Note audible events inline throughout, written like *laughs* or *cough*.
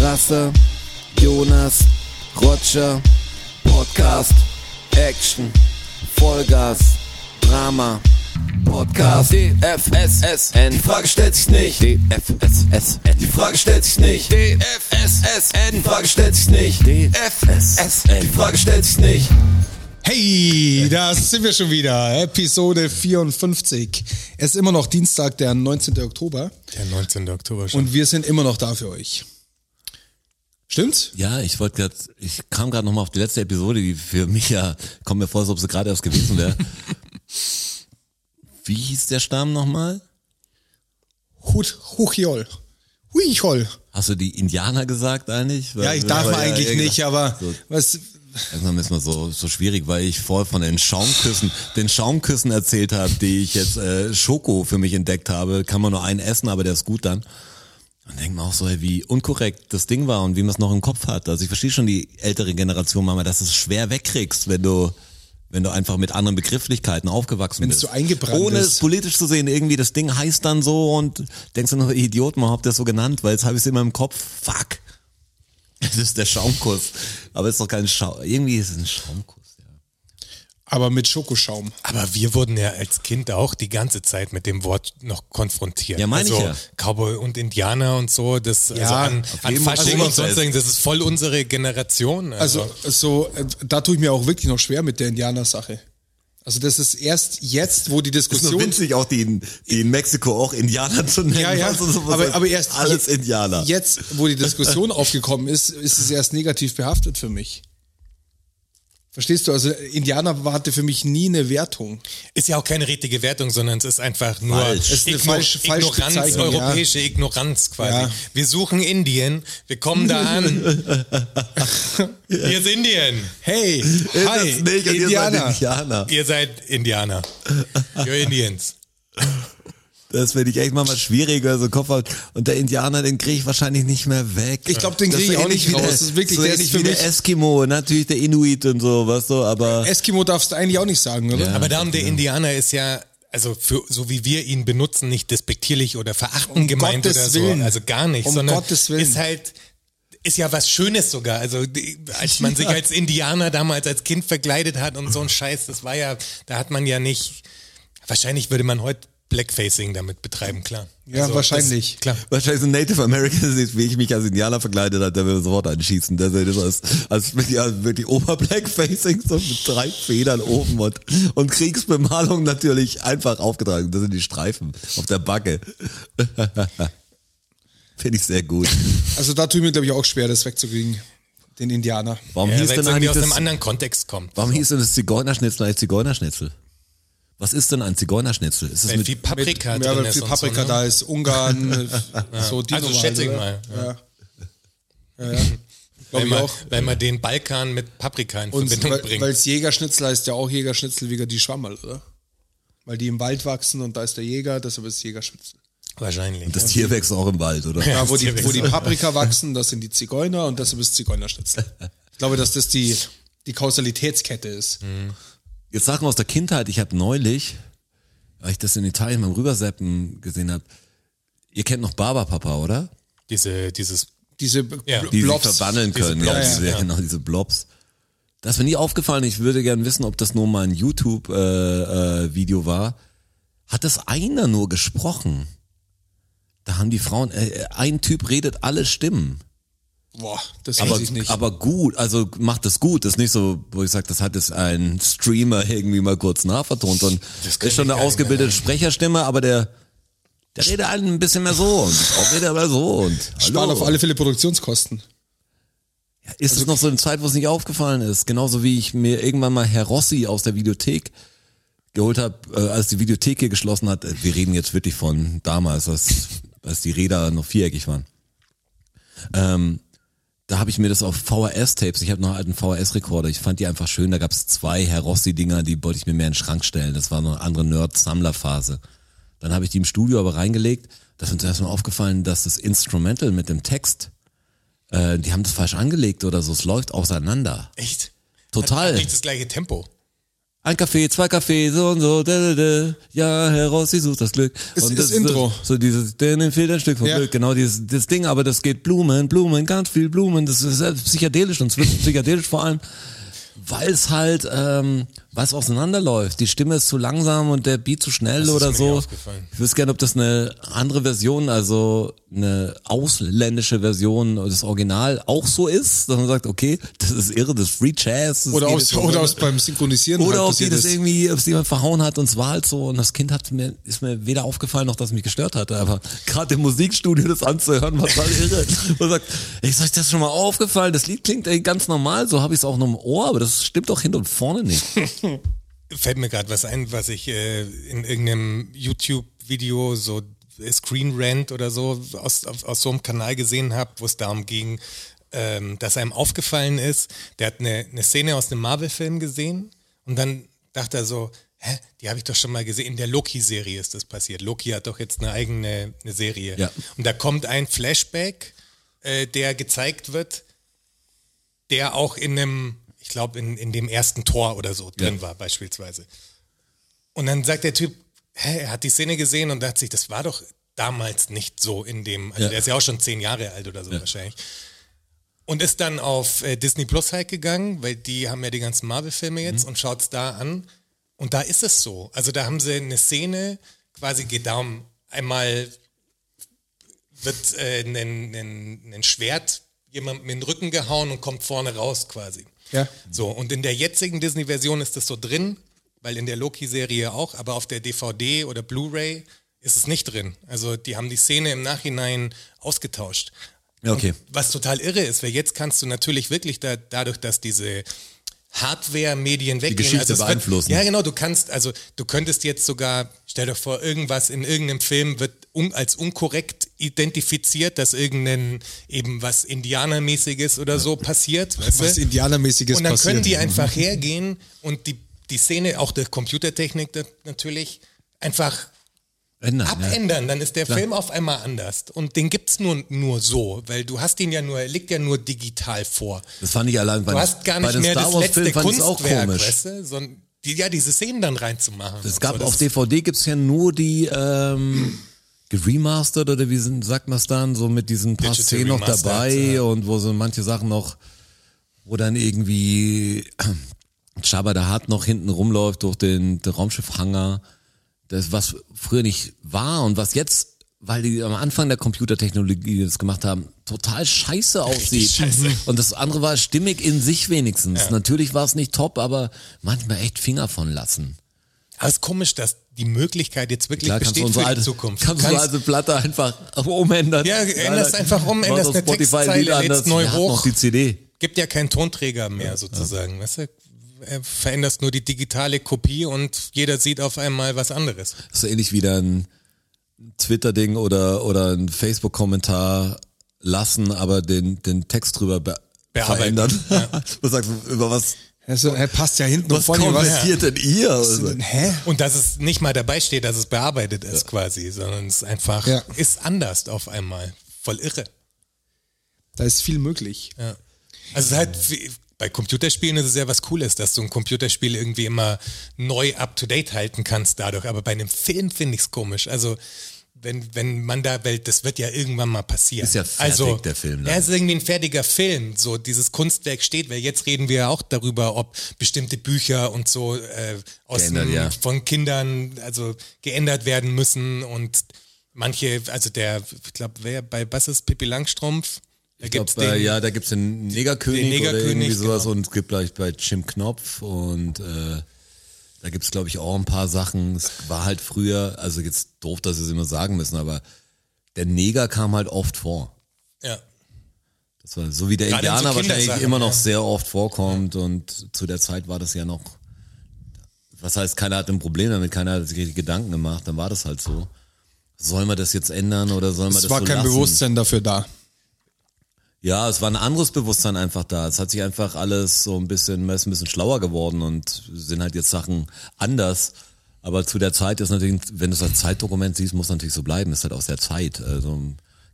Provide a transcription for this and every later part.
Rasse, Jonas, Roger, Podcast, Action, Vollgas, Drama, Podcast, DFSSN, die Frage stellt sich nicht, DFSSN, die Frage stellt sich nicht, DFSSN, die Frage stellt sich nicht, DFSSN, die Frage stellt sich nicht. Hey, da sind wir schon wieder. Episode 54. Es ist immer noch Dienstag, der 19. Oktober. Der 19. Oktober schon. Und wir sind immer noch da für euch. Stimmt's? Ja, ich wollte gerade, ich kam gerade nochmal auf die letzte Episode, die für mich ja, kommt mir vor, als ob sie gerade erst *laughs* gewesen wäre. Wie hieß der Stamm nochmal? Hut, Huchjol. Huichol. Hast du die Indianer gesagt eigentlich? Ja, ich darf Weil- man ja, eigentlich ja, genau. nicht, aber So. was, Langsam ist mal so, so schwierig, weil ich vorher von den Schaumküssen, den Schaumküssen erzählt habe, die ich jetzt äh, Schoko für mich entdeckt habe. Kann man nur einen essen, aber der ist gut dann. Und denkt man auch so, ey, wie unkorrekt das Ding war und wie man es noch im Kopf hat. Also ich verstehe schon die ältere Generation, Mama, dass du es schwer wegkriegst, wenn du, wenn du einfach mit anderen Begrifflichkeiten aufgewachsen Wenn's bist. so eingebrannt Ohne es ist. politisch zu sehen, irgendwie das Ding heißt dann so und denkst du noch, Idiot, man habt das so genannt, weil jetzt habe ich es immer im Kopf. Fuck. *laughs* Das ist der Schaumkuss. Aber es ist doch kein Schaum. Irgendwie ist es ein Schaumkuss. Ja. aber mit Schokoschaum. Aber wir wurden ja als Kind auch die ganze Zeit mit dem Wort noch konfrontiert. Ja, meine ich also, ja. Cowboy und Indianer und so, das also an, auf an jeden Fall. Fasching Also, und sonst irgendwas, das ist voll unsere Generation. Also, Also, so, äh, da tue ich mir auch wirklich noch schwer mit der Indianer-Sache. Also, das ist erst jetzt, wo die Ist nur Diskussion winzig, auch die in, die in Mexiko auch Indianer zu nennen. Ja, ja. Also sowas aber, als aber erst alles je- Indianer. Jetzt, wo die Diskussion aufgekommen ist, ist es erst negativ behaftet für mich. Verstehst du? Also Indianer war- hatte für mich nie eine Wertung. ist ja auch keine richtige Wertung, sondern es ist einfach nur Falsch. Es ist eine Igno- falsche- falsche Ignoranz, Bezeichnung, ja. europäische Ignoranz quasi. Ja. Wir suchen Indien, wir kommen da an. *laughs* Hier ist Indien. Hey, Ist hi, es nicht, und ihr seid Indianer. Indianer. Ihr seid Indianer. You're Indians. Das finde ich echt manchmal schwierig, also Kopf hat. Und der Indianer, den kriege ich wahrscheinlich nicht mehr weg. Ich glaub, den Das krieg ich ist so auch nicht ähnlich wie raus. der- Das ist wirklich- so der ist ähnlich für wie der mich- Eskimo, natürlich der Inuit und so, weißt du, aber Eskimo darfst du eigentlich auch nicht sagen, oder? Aber darum, genau. der Indianer ist ja, also für, so wie wir ihn benutzen, nicht despektierlich oder verachtend Um gemeint Gottes oder so. Willen. Also gar nicht, Um sondern Gottes Willen. ist halt, ist ja was Schönes sogar. Also die- als *laughs* man sich als Indianer damals als Kind verkleidet hat und so ein Scheiß, das war ja, da hat man ja nicht, wahrscheinlich würde man heute Blackfacing damit betreiben, klar. Also, Ja, wahrscheinlich. Das, klar. Wahrscheinlich so ein Native American sieht, wie ich mich als Indianer verkleidet habe, der will das Wort einschießen. Der sieht das als, als wirklich, als wirklich Oberblackfacing, so mit drei Federn oben und, und Kriegsbemalung natürlich einfach aufgetragen. Das sind die Streifen auf der Backe. *laughs* Finde ich sehr gut. Also da tue ich mir, glaube ich, auch schwer, das wegzukriegen. Den Indianer. Warum Ja, hieß weil es irgendwie denn eigentlich aus einem das, anderen Kontext kommt. warum hieß denn das Zigeunerschnitzel eigentlich Zigeunerschnitzel? Was ist denn ein Zigeunerschnitzel? Ist es Weil mit, viel Paprika ja, drin weil ist viel und Paprika so, ne? da ist, Ungarn, so die Also Nummer schätze ich oder? mal, Ja. Ja. Ja, ja. Glaube Wenn ich man, auch. wenn man den Balkan mit Paprika in Und Verbindung weil bringt. weil's Jägerschnitzel heißt ja auch Jägerschnitzel wegen die Schwammerl, oder? Weil die im Wald wachsen und da ist der Jäger, deshalb ist es Jägerschnitzel. wahrscheinlich. das Tier wächst auch im Wald, oder? Ja, wo, die, Zierwechsel. wo die Paprika wachsen, das sind die Zigeuner und deshalb ist Zigeunerschnitzel. Ich glaube, dass das die, die Kausalitätskette ist. Hm. Jetzt Sachen aus der Kindheit. Ich habe neulich, weil ich das in Italien beim Rüberseppen gesehen habe, ihr kennt noch Barberpapa, oder? Diese, dieses, Diese Ja. Bl- Die Blobs. sich verwandeln Diese können. Blobs, ja, ja, ja. Genau, diese Blobs. Das ist mir nie aufgefallen. Ich würde gerne wissen, ob das nur mal ein YouTube-Video äh, Video war. Hat das einer nur gesprochen? Da haben die Frauen, äh, ein Typ redet alle Stimmen. Boah, das Aber, weiß ich nicht. aber gut, also macht das gut. Das ist nicht so, wo ich sage, das hat jetzt ein Streamer irgendwie mal kurz nachvertont, sondern Das kann ist schon ich eine gar nicht ausgebildete Sprecherstimme, aber der, der redet allen ein bisschen mehr so *laughs* und auch redet aber so und Sparen hallo. auf alle Fälle Produktionskosten. Ist es noch so eine Zeit, wo es nicht aufgefallen ist? Genauso wie ich mir irgendwann mal Herr Rossi aus der Videothek geholt habe, äh, als die Videothek hier geschlossen hat. Äh, Wir reden jetzt wirklich von damals, als, als die Räder noch viereckig waren. Ähm, da habe ich mir das auf VHS-Tapes, ich habe noch einen alten VHS-Rekorder, ich fand die einfach schön, da gab es zwei Herr Rossi-Dinger, die wollte ich mir mehr in den Schrank stellen. Das war noch eine andere Nerd-Sammler-Phase. Dann habe ich die im Studio aber reingelegt, da ist uns erstmal aufgefallen, dass das Instrumental mit dem Text äh, die haben das falsch angelegt oder so. Es läuft auseinander. echt? Total. Hat nicht das gleiche Tempo. Ein Kaffee, zwei Kaffee, so und so, da, da, da. ja, Herr Rossi sucht das Glück. Es und ist Intro. So, so dieses, denn fehlt ein Stück vom Ja. Glück, genau dieses, das Ding, aber das geht Blumen, Blumen, ganz viel Blumen, das ist äh, psychedelisch und *laughs* es wird psychedelisch vor allem, weil es halt, ähm, was auseinanderläuft. Die Stimme ist zu langsam und der Beat zu schnell ist oder mir so. aufgefallen. Ich wüsste gerne, ob das eine andere Version, also eine ausländische Version des Original auch so ist, dass man sagt, okay, das ist irre, das ist Free Jazz. das Oder, geht ob's, jetzt- oder ob's beim Synchronisieren oder halt ob die passiert das ist. irgendwie, ob es jemand verhauen hat und es war halt so und das Kind hat mir, ist mir weder aufgefallen noch, dass es mich gestört hatte, aber gerade im Musikstudio das anzuhören, was halt *laughs* irre. Und sagt, ey, ist euch das schon mal aufgefallen? Das Lied klingt ey, ganz normal, so habe ich es auch noch im Ohr, aber das stimmt doch hinten und vorne nicht. Fällt mir gerade was ein, was ich äh, in irgendeinem YouTube-Video so äh, Screen Rant oder so aus, aus, aus so einem Kanal gesehen habe, wo es darum ging, ähm, dass einem aufgefallen ist, der hat eine, eine Szene aus einem Marvel-Film gesehen und dann dachte er so, hä, die habe ich doch schon mal gesehen. In der Loki-Serie ist das passiert. Loki hat doch jetzt eine eigene eine Serie. Ja. Und da kommt ein Flashback, äh, der gezeigt wird, der auch in einem, ich glaube, in, in dem ersten Tor oder so drin war, beispielsweise. Und dann sagt der Typ, hä, er hat die Szene gesehen und dachte sich, das war doch damals nicht so in dem, also Ja. der ist ja auch schon zehn Jahre alt oder so wahrscheinlich. Und ist dann auf äh, Disney Plus halt gegangen, weil die haben ja die ganzen Marvel-Filme jetzt und schaut's da an. Und da ist es so. Also da haben sie eine Szene, quasi geht darum, einmal wird äh, ein, ein, ein Schwert jemandem in den Rücken gehauen und kommt vorne raus quasi. Ja. So, und in der jetzigen Disney-Version ist das so drin, weil in der Loki-Serie auch, aber auf der DVD oder Blu-ray ist es nicht drin. Also die haben die Szene im Nachhinein ausgetauscht. Ja, okay. Was total irre ist, weil jetzt kannst du natürlich wirklich da, dadurch, dass diese Hardware-Medien weggehen. Geschichte also es wird- beeinflussen. Ja, genau, du kannst, also du könntest jetzt sogar, stell dir vor, irgendwas in irgendeinem Film wird un, als unkorrekt identifiziert, dass irgendein eben was Indianermäßiges oder so passiert. Weißt Was du? Indianermäßiges Und dann passiert. Mhm. können die einfach hergehen und die, die Szene, auch durch Computertechnik da- natürlich, einfach Ändern, ja. abändern. Dann ist der Film auf einmal anders. Und den gibt's nur, nur so, weil du hast ihn ja nur, er liegt ja nur digital vor. Das fand ich allein bei, Du den- hast gar bei nicht den mehr Star das Wars letzte Filmen fand ich es auch Kunstwerk, komisch. weißt du? Sondern die, ja, diese Szenen dann reinzumachen. Es und gab so, Also auf das- DVD gibt's ja nur die ähm, geremastert oder wie sind, sagt man's dann, so mit diesen paar Digital Szenen noch remastered, dabei ja. und wo so manche Sachen noch, wo dann irgendwie *clears throat* Jabba der Hutt noch hinten rumläuft durch den, den Raumschiffhanger. Das, was früher nicht war und was jetzt, weil die am Anfang der Computertechnologie das gemacht haben, total scheiße aussieht. Mhm. scheiße. Und das andere war stimmig in sich wenigstens. Natürlich war es nicht top, aber manchmal echt Finger von lassen. Aber es ist komisch, dass die Möglichkeit jetzt wirklich Klar, kannst du besteht unsere für alte, die Zukunft. Du Kannst, du also- unsere alte Platte einfach umändern. Ja, änderst einfach um, Mach änderst auf eine Spotify ein Textzeile, Lied lädst anders. neu Wer hat hoch. noch die CD. gibt ja keinen Tonträger mehr sozusagen. Weißt du? Äh, Veränderst nur die digitale Kopie und jeder sieht auf einmal was anderes. Das ist so ähnlich wie dann ein Twitter-Ding oder, oder ein Facebook-Kommentar lassen, aber den, den Text drüber be Bearbeiten. verändern. Was sagst *laughs* du, über was, Also, er passt ja hinten und was vorne. Was kommentiert denn ihr? Also, Hä? Und dass es nicht mal dabei steht, dass es bearbeitet ist quasi, sondern es einfach Ja. ist anders auf einmal. Voll irre. Da ist viel möglich. Also es ist halt wie, bei Computerspielen ist es ja was Cooles, dass du ein Computerspiel irgendwie immer neu up to date halten kannst dadurch. Aber bei einem Film finde ich es komisch. Also wenn, wenn man da, weil das wird ja irgendwann mal passieren. Ist ja fertig, also, der Film dann. Ja, es ist irgendwie ein fertiger Film. So dieses Kunstwerk steht, weil jetzt reden wir ja auch darüber, ob bestimmte Bücher und so äh, aus Geändert, dem, ja. von Kindern also geändert werden müssen und manche, also der, ich glaube, wer bei was ist Pippi Langstrumpf? Da ich gibt's glaub, äh, den, ja, da gibt's den Negerkönig, den oder Negerkönig, irgendwie sowas genau. und es gibt gleich bei Jim Knopf und äh, da gibt's glaube ich auch ein paar Sachen. Es war halt früher, also jetzt doof, dass wir es immer sagen müssen, aber der Neger kam halt oft vor. ja. Das war so wie der Gerade in so Indianer wahrscheinlich Kindersachen, immer noch ja. sehr oft vorkommt und zu der Zeit war das ja noch, was heißt, keiner hat ein Problem damit, keiner hat sich richtig Gedanken gemacht, dann war das halt so. Soll man das jetzt ändern oder soll man das Es war so kein lassen? Bewusstsein dafür da. Ja, es war ein anderes Bewusstsein einfach da. Es hat sich einfach alles so ein bisschen, man ist ein bisschen schlauer geworden und sind halt jetzt Sachen anders. Aber zu der Zeit ist natürlich, wenn du es als Zeitdokument siehst, muss natürlich so bleiben. Ist halt aus der Zeit. Also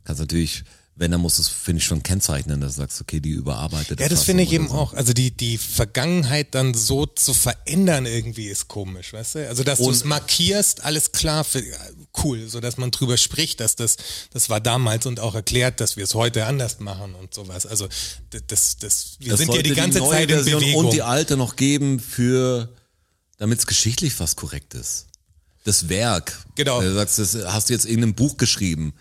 kannst natürlich, Wenn, dann musst du es, finde ich, schon kennzeichnen, dass du sagst, okay, die überarbeitet. Ja, das finde ich eben auch. Also die, die Vergangenheit dann so zu verändern irgendwie ist komisch, weißt du? Also dass du es markierst, alles klar, für, cool, so dass man drüber spricht, dass das, das war damals und auch erklärt, dass wir es heute anders machen und sowas. Also d- das, das, wir Das sind ja sollte die ganze neue Zeit in Version Bewegung. Und die alte noch geben für, damit es geschichtlich was korrekt ist. Das Werk. Genau. Wenn Du sagst, das hast du jetzt irgendein Buch geschrieben.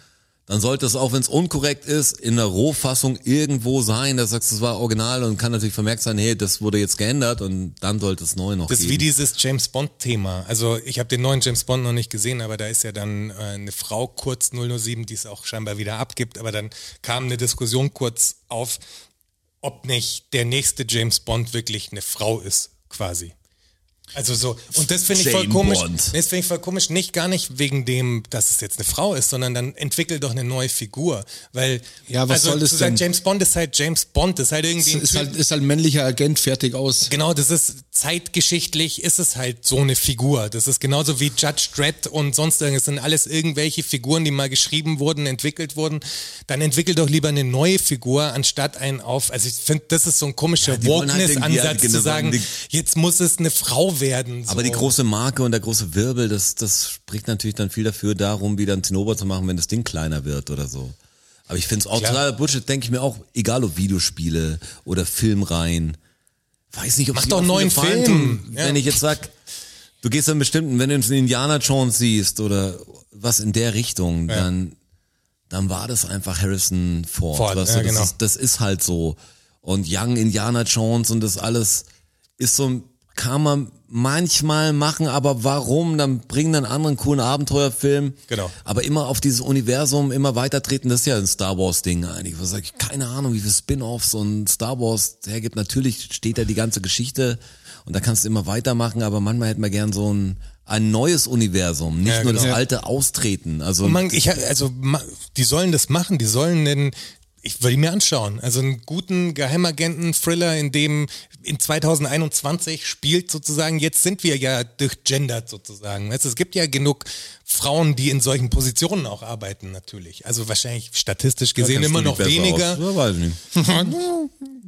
Dann sollte es auch, wenn es unkorrekt ist, in der Rohfassung irgendwo sein. Da sagst du, es war original und kann natürlich vermerkt sein, hey, das wurde jetzt geändert und dann sollte es neu noch Das ist geben. wie dieses James Bond-Thema. Also ich habe den neuen James Bond noch nicht gesehen, aber da ist ja dann äh, eine Frau kurz 007, die es auch scheinbar wieder abgibt. Aber dann kam eine Diskussion kurz auf, ob nicht der nächste James Bond wirklich eine Frau ist, quasi. Also so, und das finde ich voll Jane komisch. Bond. Nee, Das finde ich voll komisch, nicht gar nicht wegen dem, dass es jetzt eine Frau ist, sondern dann entwickelt doch eine neue Figur. Weil, Ja, was also soll das zu sagen, denn? James Bond ist halt James Bond, ist halt irgendwie ein Ist Typ, halt, ist halt ein männlicher Agent, fertig aus. Genau, das ist zeitgeschichtlich ist es halt so eine Figur. Das ist genauso wie Judge Dredd und sonst irgendwas. Es sind alles irgendwelche Figuren, die mal geschrieben wurden, entwickelt wurden. Dann entwickelt doch lieber eine neue Figur, anstatt einen auf. Also ich finde, das ist so ein komischer die wollen halt irgendwie Wokeness-Ansatz halt zu genau sagen, sagen, jetzt muss es eine Frau werden. So. Aber die große Marke und der große Wirbel, das, das spricht natürlich dann viel dafür, darum wieder einen Zinnober zu machen, wenn das Ding kleiner wird oder so. Aber ich finde es auch Klar. totaler Bullshit, denke ich mir auch, egal ob Videospiele oder Filmreihen. Weiß nicht, ob Mach doch einen neuen Film. Ja. Wenn ich jetzt sag, du gehst dann bestimmt, wenn du einen Indiana Jones siehst oder was in der Richtung, dann, dann war das einfach Harrison Ford. Ford, weißt ja, du, das, genau. ist, das ist halt so. Und Young Indiana Jones und das alles ist so, ein- kann man manchmal machen, aber warum? Dann bringen dann einen anderen coolen Abenteuerfilm. Genau. Aber immer auf dieses Universum immer weiter treten, das ist ja ein Star Wars Ding eigentlich. Was sag ich, keine Ahnung, wie viel Spin-offs und Star Wars hergibt. Natürlich steht da die ganze Geschichte und da kannst du immer weitermachen, aber manchmal hätten wir gern so ein, ein neues Universum, nicht Ja, nur genau. das alte austreten. Also Und man, ich, also, ma- die sollen das machen, die sollen den, ich will ihn mir anschauen. Also einen guten Geheimagenten-Thriller, in dem in 2021 spielt sozusagen, jetzt sind wir ja durchgendert sozusagen. Weißt, du, es gibt ja genug Frauen, die in solchen Positionen auch arbeiten natürlich. Also wahrscheinlich statistisch gesehen immer noch weniger. Ja, weiß ich nicht.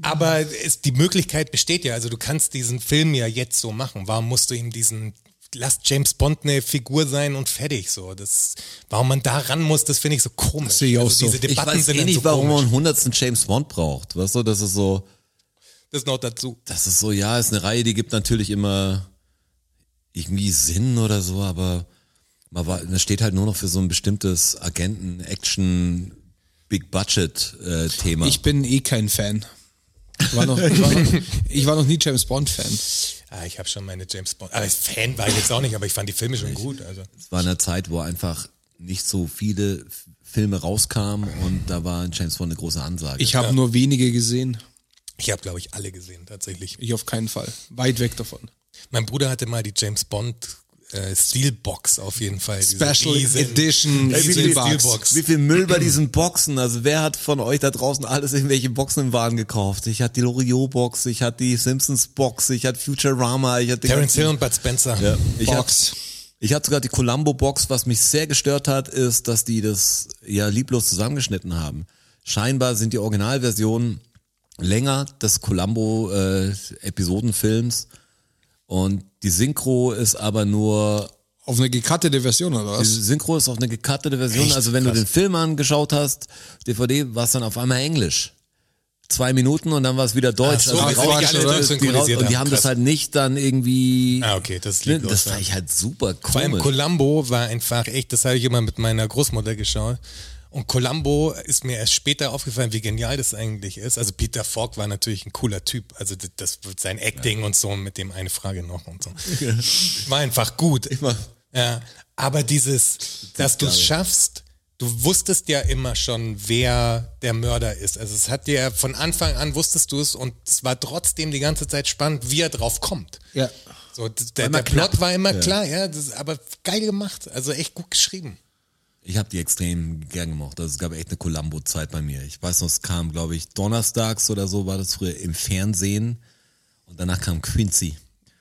Aber es, die Möglichkeit besteht ja. Also du kannst diesen Film ja jetzt so machen. Warum musst du ihm diesen Lass James Bond eine Figur sein und fertig so. Das, warum man da ran muss, das finde ich so komisch. sehe ich auch so. also diese Ich Debatten weiß sind eh dann nicht, so warum man komisch. einen hundertsten James Bond braucht. Weißt du, das ist so, Das noch dazu. das ist so, ja, ist eine Reihe, die gibt natürlich immer irgendwie Sinn oder so, aber man war, das steht halt nur noch für so ein bestimmtes Agenten, Action, Big Budget äh, Thema. Ich bin eh kein Fan. Ich war noch, ich war noch, ich war noch nie James Bond-Fan. Ah, ich habe schon meine James Bond. Aber Fan war ich jetzt auch nicht, aber ich fand die Filme schon gut. Also. es war eine Zeit, wo einfach nicht so viele F- Filme rauskamen und da war James Bond eine große Ansage. Ich habe nur wenige gesehen. Ich habe, glaube ich, alle gesehen tatsächlich. Ich auf keinen Fall. Weit weg davon. Mein Bruder hatte mal die James Bond äh, Steelbox auf jeden Fall. Diese Special riesen- Edition riesen Steelbox. Steelbox. Wie viel Müll bei diesen Boxen? Also wer hat von euch da draußen alles irgendwelche Boxen im Waren gekauft? Ich hatte die Loriot-Box, ich hatte die Simpsons-Box, ich hatte Futurama, ich hatte... die Terence ganzen- Hill und Bud Spencer. Ja, ich hatte Box. ich hatte sogar die Columbo-Box. Was mich sehr gestört hat, ist, dass die das ja lieblos zusammengeschnitten haben. Scheinbar sind die Originalversionen länger des Columbo-Episodenfilms und die Synchro ist aber nur Auf eine gekattete Version oder was? die Synchro ist auf eine gekattete Version. also wenn du den Film angeschaut hast, DVD, war es dann auf einmal Englisch. Zwei Minuten und dann war es wieder Deutsch. Ach so, also weil sie raus- die alle oder? durchsynchronisiert die raus- Und die haben. haben das Krass. halt nicht dann irgendwie. Ah, okay, das ist Ne, lieblos, Das ja. fand ich halt super Vor allem komisch. Columbo war einfach echt, das habe ich immer mit meiner Großmutter geschaut. Und Columbo ist mir erst später aufgefallen, wie genial das eigentlich ist. Also Peter Falk war natürlich ein cooler Typ. Also das, das sein Acting und so mit dem eine Frage noch und so. War einfach gut. Ja, aber dieses, dass du es schaffst, du wusstest ja immer schon, wer der Mörder ist. Also es hat dir von Anfang an wusstest du es und es war trotzdem die ganze Zeit spannend, wie er drauf kommt. Ja. So, d- der, der immer Plot knapp. war immer Ja. klar, ja, das, ist aber geil gemacht, also echt gut geschrieben. Ich habe die extrem gern gemocht. Also es gab echt eine Columbo-Zeit bei mir. Ich weiß noch, es kam, glaube ich, donnerstags oder so war das früher im Fernsehen. Und danach kam Quincy.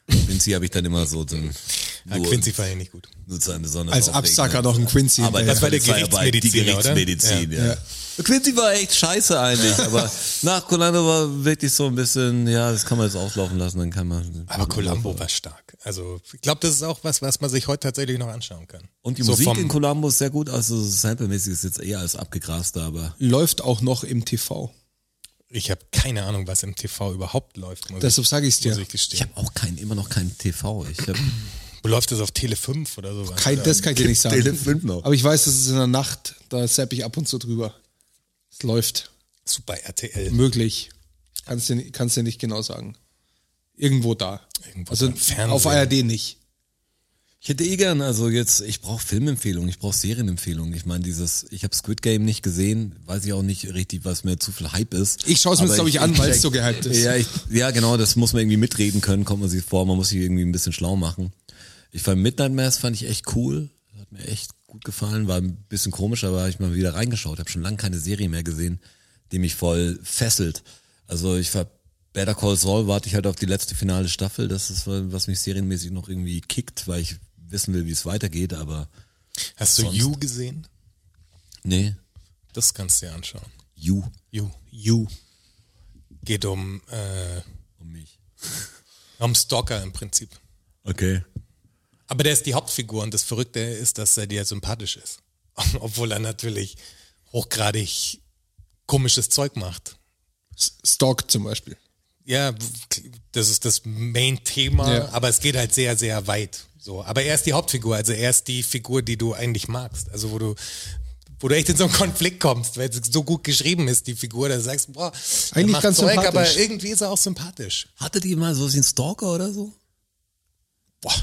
Quincy habe ich dann immer so, so Ja, Nur- Quincy fand ich nicht gut. Nur zu einem besonders Als aufregenden- Absacker noch ein Quincy. Aber hinterher. das war der keine Zeitarbeit, Gerichtsmediziner, die oder? Gerichtsmedizin, Ja. Ja. Quincy war echt scheiße eigentlich, aber nach Colando war wirklich so ein bisschen, ja, das kann man jetzt auslaufen lassen, dann kann man. Aber Columbo war stark. Also ich glaube, das ist auch was, was man sich heute tatsächlich noch anschauen kann. Und die So Musik vom- in Columbo ist sehr gut, also samplemäßig ist jetzt eher als abgegrast, aber Läuft auch noch im TV. Ich habe keine Ahnung, was im TV überhaupt läuft. Muss Deshalb sage ich es ich, muss dir. ich ich gestehen. habe auch kein, immer noch kein TV. Ich hab, Läuft das auf Tele 5 oder sowas? Kein, das kann ich dir nicht sagen. Tele fünf noch. Aber ich weiß, das ist in der Nacht, da zapp ich ab und zu drüber. Es läuft. Super RTL. Möglich. Kannst du, kannst du nicht genau sagen. Irgendwo da. Irgendwo also beim Fernsehen. auf ARD nicht. ich hätte eh gern, also jetzt, ich brauche Filmempfehlungen, ich brauche Serienempfehlungen. Ich meine, dieses, ich habe Squid Game nicht gesehen, weiß ich auch nicht richtig, was mir zu viel Hype ist. Ich schaue es mir Aber jetzt, glaube ich, an, weil es so gehypt ist. Ja, ich, ja, genau, das muss man irgendwie mitreden können, kommt man sich vor, man muss sich irgendwie ein bisschen schlau machen. Ich fand Midnight Mass fand ich echt cool, hat mir echt gut gefallen, war ein bisschen komisch, aber hab ich mal wieder reingeschaut, habe schon lange keine Serie mehr gesehen, die mich voll fesselt. Also ich war Better Call Saul warte ich halt auf die letzte finale Staffel, das ist was mich serienmäßig noch irgendwie kickt, weil ich wissen will, wie es weitergeht, aber Hast du You gesehen? nee, Das kannst du dir anschauen. you You. You. Geht um, äh, um mich. um Stalker im Prinzip. Okay. Aber der ist die Hauptfigur und das Verrückte ist, dass er dir sympathisch ist. *laughs* Obwohl er natürlich hochgradig komisches Zeug macht. Stalk zum Beispiel. Ja, das ist das Main-Thema, Ja. aber es geht halt sehr, sehr weit. So, aber er ist die Hauptfigur, also er ist die Figur, die du eigentlich magst. Also wo du, wo du echt in so einen Konflikt kommst, weil es so gut geschrieben ist, die Figur, dass du sagst, boah, der Eigentlich macht ganz Zeug, aber sympathisch. irgendwie ist er auch sympathisch. Hattet ihr mal so einen Stalker oder so? Boah.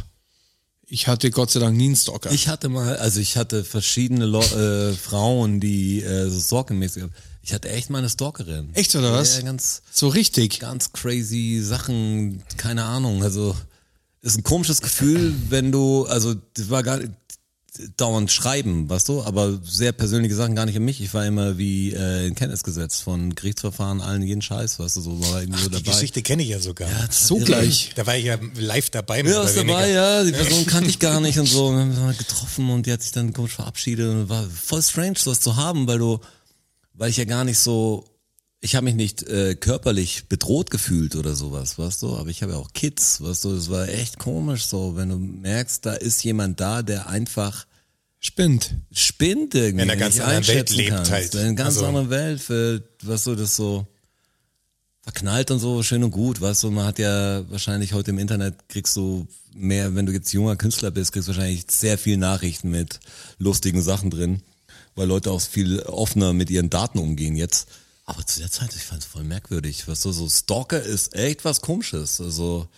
Ich hatte Gott sei Dank nie einen Stalker. Ich hatte mal, also ich hatte verschiedene Lo äh, Frauen, die äh, so stalkermäßig. Ich hatte echt mal eine Stalkerin. Echt, oder was? Ja, ganz, so richtig. ganz crazy Sachen, keine Ahnung. Also ist ein komisches Gefühl, wenn du, also das war gar dauernd schreiben, weißt du, aber sehr persönliche Sachen gar nicht an mich. Ich war immer wie äh, in Kenntnis gesetzt von Gerichtsverfahren, allen jeden Scheiß, weißt du, so war irgendwie so Die dabei. Geschichte kenne ich ja sogar. So gleich. Da war ich ja live dabei. mehr Ja, oder ist dabei, weniger. ja. Die Person kannte ich gar nicht und so. Wir haben uns mal getroffen und die hat sich dann komisch verabschiedet und war voll strange, sowas zu haben, weil du, weil ich ja gar nicht so, ich habe mich nicht äh, körperlich bedroht gefühlt oder sowas, weißt du, aber ich habe ja auch Kids, weißt du, es war echt komisch so, wenn du merkst, da ist jemand da, der einfach Spinnt. spinnt irgendwie. In einer nicht ganz anderen Welt einschätzen lebt kannst. halt. In einer ganz Also- anderen Welt, für, weißt du, das so verknallt und so, schön und gut, weißt du, man hat ja wahrscheinlich heute im Internet kriegst du mehr, wenn du jetzt junger Künstler bist, kriegst du wahrscheinlich sehr viel Nachrichten mit lustigen Sachen drin, weil Leute auch viel offener mit ihren Daten umgehen jetzt. Aber zu der Zeit, ich fand es voll merkwürdig, weißt du, so Stalker ist echt was komisches, also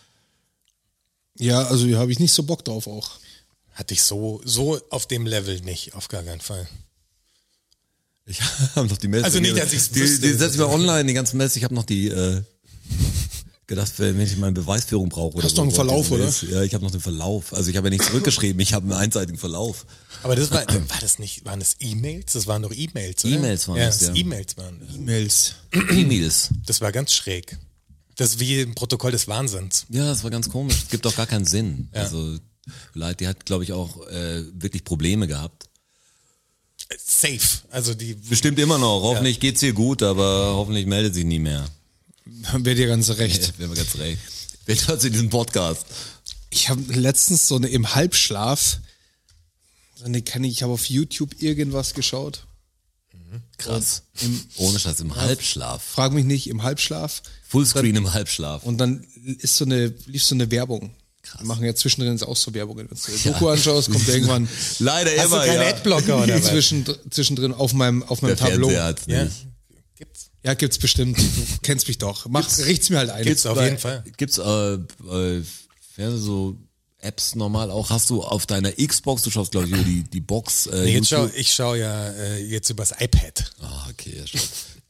Ja, also hier habe ich nicht so Bock drauf auch. Hatte ich so, so auf dem Level nicht, auf gar keinen Fall. Ich *laughs* habe noch die Messe. Also nicht, dass ich's die, wüsste. die setze ich mal online, die ganze Messe. Ich habe noch die äh, *laughs* gedacht, wenn ich meine Beweisführung brauche. oder Hast doch einen brauche ich Verlauf, die Messe. Ja, ich habe noch den Verlauf. Also ich habe ja nicht zurückgeschrieben, ich habe einen einseitigen *clears throat* Verlauf. Aber das war, war das nicht, waren das E-Mails? Das waren doch E-Mails, oder? E-Mails waren ja, das, das, ja. E-Mails waren *laughs* das. E-Mails. E-Mails. Das war ganz schräg. Das ist wie ein Protokoll des Wahnsinns. Ja, das war ganz komisch. Es gibt auch gar keinen Sinn. Also Leid, die hat, glaube ich, auch äh, wirklich Probleme gehabt. Safe. Also die, Bestimmt immer noch. Hoffentlich geht's ihr gut, aber hoffentlich meldet sie nie *laughs* mehr. Wäre dir ganz recht. Wir haben ganz recht. Wer hört sie diesen Podcast? Ich habe letztens so eine im Halbschlaf, so eine kann ich, ich habe auf YouTube irgendwas geschaut. Krass. Ohne Scheiß im Halbschlaf. Frag mich nicht, im Halbschlaf. Fullscreen im Halbschlaf. Und dann ist so eine, lief so eine Werbung. Krass. Machen ja zwischendrin jetzt auch so Werbungen. Wenn du dir Doku anschaust, *laughs* *laughs* kommt irgendwann Leider hast immer, du keinen ja. Adblocker *laughs* oder was? zwischen, zwischendrin auf meinem, auf meinem Der Tableau. Fernseher hat's Ja. nicht. Äh, Gibt's. Ja, gibt's bestimmt. Du kennst mich doch. Mach, richt's mir halt ein. Gibt's auf Bei- jeden Fall. Gibt's äh, äh, ja, so Apps normal auch? Hast du auf deiner Xbox, du schaust glaube ich über die, die Box äh, Nee, jetzt schau, YouTube? ich schaue ja äh, jetzt übers iPad. Ah, okay, ja schon.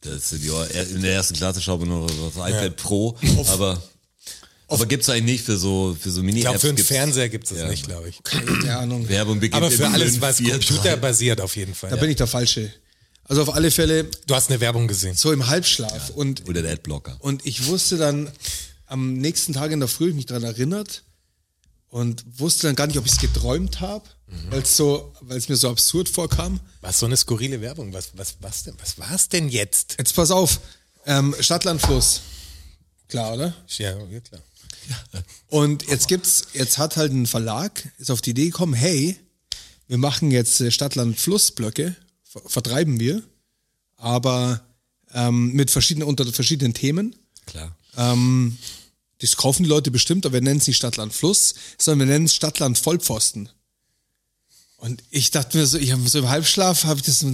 Das sind ja in der ersten Klasse schaut man nur das iPad Pro, aber aber gibt's eigentlich nicht für so für so Mini Ich glaube, Apps für einen gibt's Fernseher gibt es das Ja. nicht, glaube ich. Keine Ahnung. Werbung beginnt Aber für in alles, fünf, was vier, drei. computerbasiert auf jeden Fall. Da Ja. bin ich der Falsche. Also auf alle Fälle Du hast eine Werbung gesehen. so im Halbschlaf. Und *laughs* oder der Adblocker. Und ich wusste dann am nächsten Tag in der Früh, hab ich mich daran erinnert, und wusste dann gar nicht, ob ich es geträumt habe, Mhm. weil es so, weil es mir so absurd vorkam. Was so eine skurrile Werbung. Was, was, was denn? Was war's denn jetzt? Jetzt pass auf, ähm, Stadtlandfluss. Klar, oder? Ja, ja klar. Und jetzt gibt's, jetzt hat halt ein Verlag, ist auf die Idee gekommen, hey, wir machen jetzt äh, Stadtland-Flussblöcke, ver- vertreiben wir, aber ähm, mit verschiedenen, unter verschiedenen Themen. Ah. Klar. Das kaufen die Leute bestimmt, aber wir nennen es nicht Stadtland-Fluss, sondern wir nennen es Stadtland-Vollpfosten. Und ich dachte mir so, ich habe so im Halbschlaf, habe ich das, das,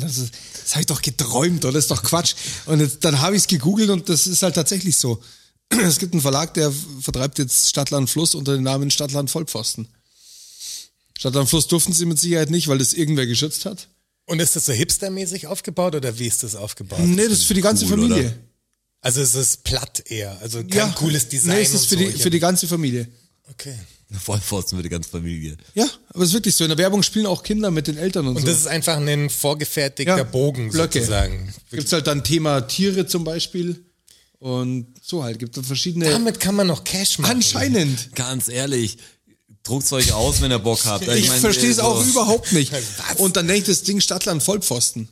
das habe ich doch geträumt, oder? Das ist doch Quatsch. Und jetzt, dann habe ich es gegoogelt und das ist halt tatsächlich so. *clears throat* Es gibt einen Verlag, der vertreibt jetzt Stadtland-Fluss unter dem Namen Stadtland-Vollpfosten. Stadtland-Fluss durften sie mit Sicherheit nicht, weil das irgendwer geschützt hat. Und ist das so hipstermäßig aufgebaut oder wie ist das aufgebaut? Nee, das ist für die ganze Cool, Familie. oder? Also es ist platt eher. Also kein cooles Design. Nee, es und ist für, so. die, für die ganze Familie. okay. Vollpfosten mit der ganzen Familie. Ja, aber es ist wirklich so. In der Werbung spielen auch Kinder mit den Eltern und, Und so. das ist einfach ein vorgefertigter Ja, Bogen Blöcke. sozusagen. Gibt's halt dann Thema Tiere zum Beispiel. Und so halt, gibt es verschiedene. Damit kann man noch Cash machen. Anscheinend. Ganz ehrlich, druckt's euch aus, wenn ihr Bock habt. Ich mein, verstehe es so- auch überhaupt *laughs* nicht. Was? Und dann denke ich, das Ding Stadtland Vollpfosten.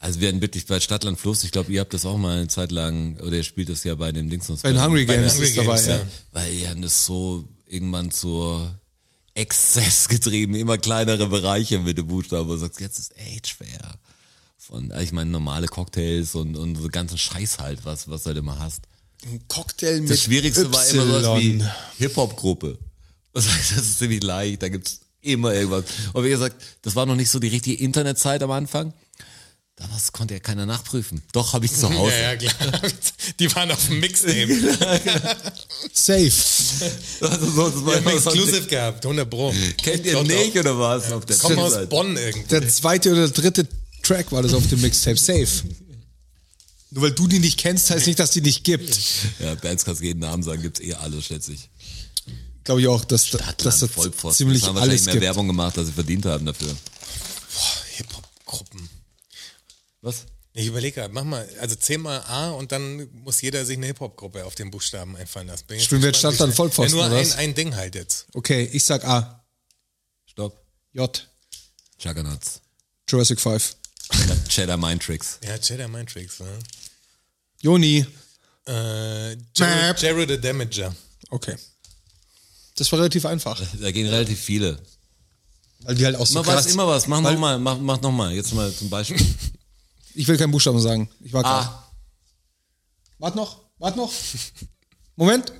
Also wir hatten wirklich bei Stadtland Fluss, ich glaube, ihr habt das auch mal eine Zeit lang, oder ihr spielt das ja bei dem Dings. Bei den Hungry den Games Hungry ist dabei. Games, ja. ja. Weil ihr habt das so irgendwann zur Exzess *laughs* getrieben, immer kleinere Bereiche mit dem Buchstaben. Und sagst, jetzt ist echt schwer. Von, ich meine, normale Cocktails und, und so ganzen Scheiß halt, was, was du halt immer hast. Ein Cocktail mit Das Schwierigste war immer sowas Y. wie Hip-Hop-Gruppe. Das *laughs* heißt, das ist ziemlich leicht, da gibt's immer irgendwas. Und wie gesagt, das war noch nicht so die richtige Internetzeit am Anfang. Da was konnte ja keiner nachprüfen. Doch, habe ich zu Hause. *laughs* Ja, ja, klar. Die waren auf dem *laughs* Mixtape. Safe. Also, so, das war Die haben immer so ein Exclusive gehabt, 100 Pro. Kennt ihr Doch, doch. nicht oder was? Auf der Kommen aus halt. Website. Bonn irgendwie. Der zweite oder dritte Track war das auf dem Mixtape. Safe. Nur weil du die nicht kennst, heißt nicht, dass die nicht gibt. Ja, Bands kannst jeden Namen sagen, gibt's eh alles, schätze ich. Glaube ich auch, dass, Das dass ist das Vollpfosten. ziemlich das haben wahrscheinlich alles mehr gibt. Werbung gemacht, als sie verdient haben dafür. Hip-Hop-Gruppen. Was? Ich überlege gerade, mach mal, also zehnmal A und dann muss jeder sich eine Hip-Hop-Gruppe auf den Buchstaben einfallen lassen. Bin jetzt Spielen wir jetzt gespannt, wie Stadtland schnell- Vollpfosten, Ja, oder nur ein, was? ein Ding halt jetzt. Okay, ich sag A. Stopp. J. Juggernauts. Jurassic 5. Cheddar- Cheddar Mind Tricks. Ja, Cheddar Mind Tricks, ne? Joni. Äh, Jared, Jared the Damager. Okay. Das war relativ einfach. Da gehen relativ viele. Weil die halt auch so Man krass. weiß immer was. Mach nochmal, mach, mach nochmal. Jetzt mal zum Beispiel. *laughs* Ich will keinen Buchstaben sagen. Ich war gerade. A. Wart noch, wart noch. Moment.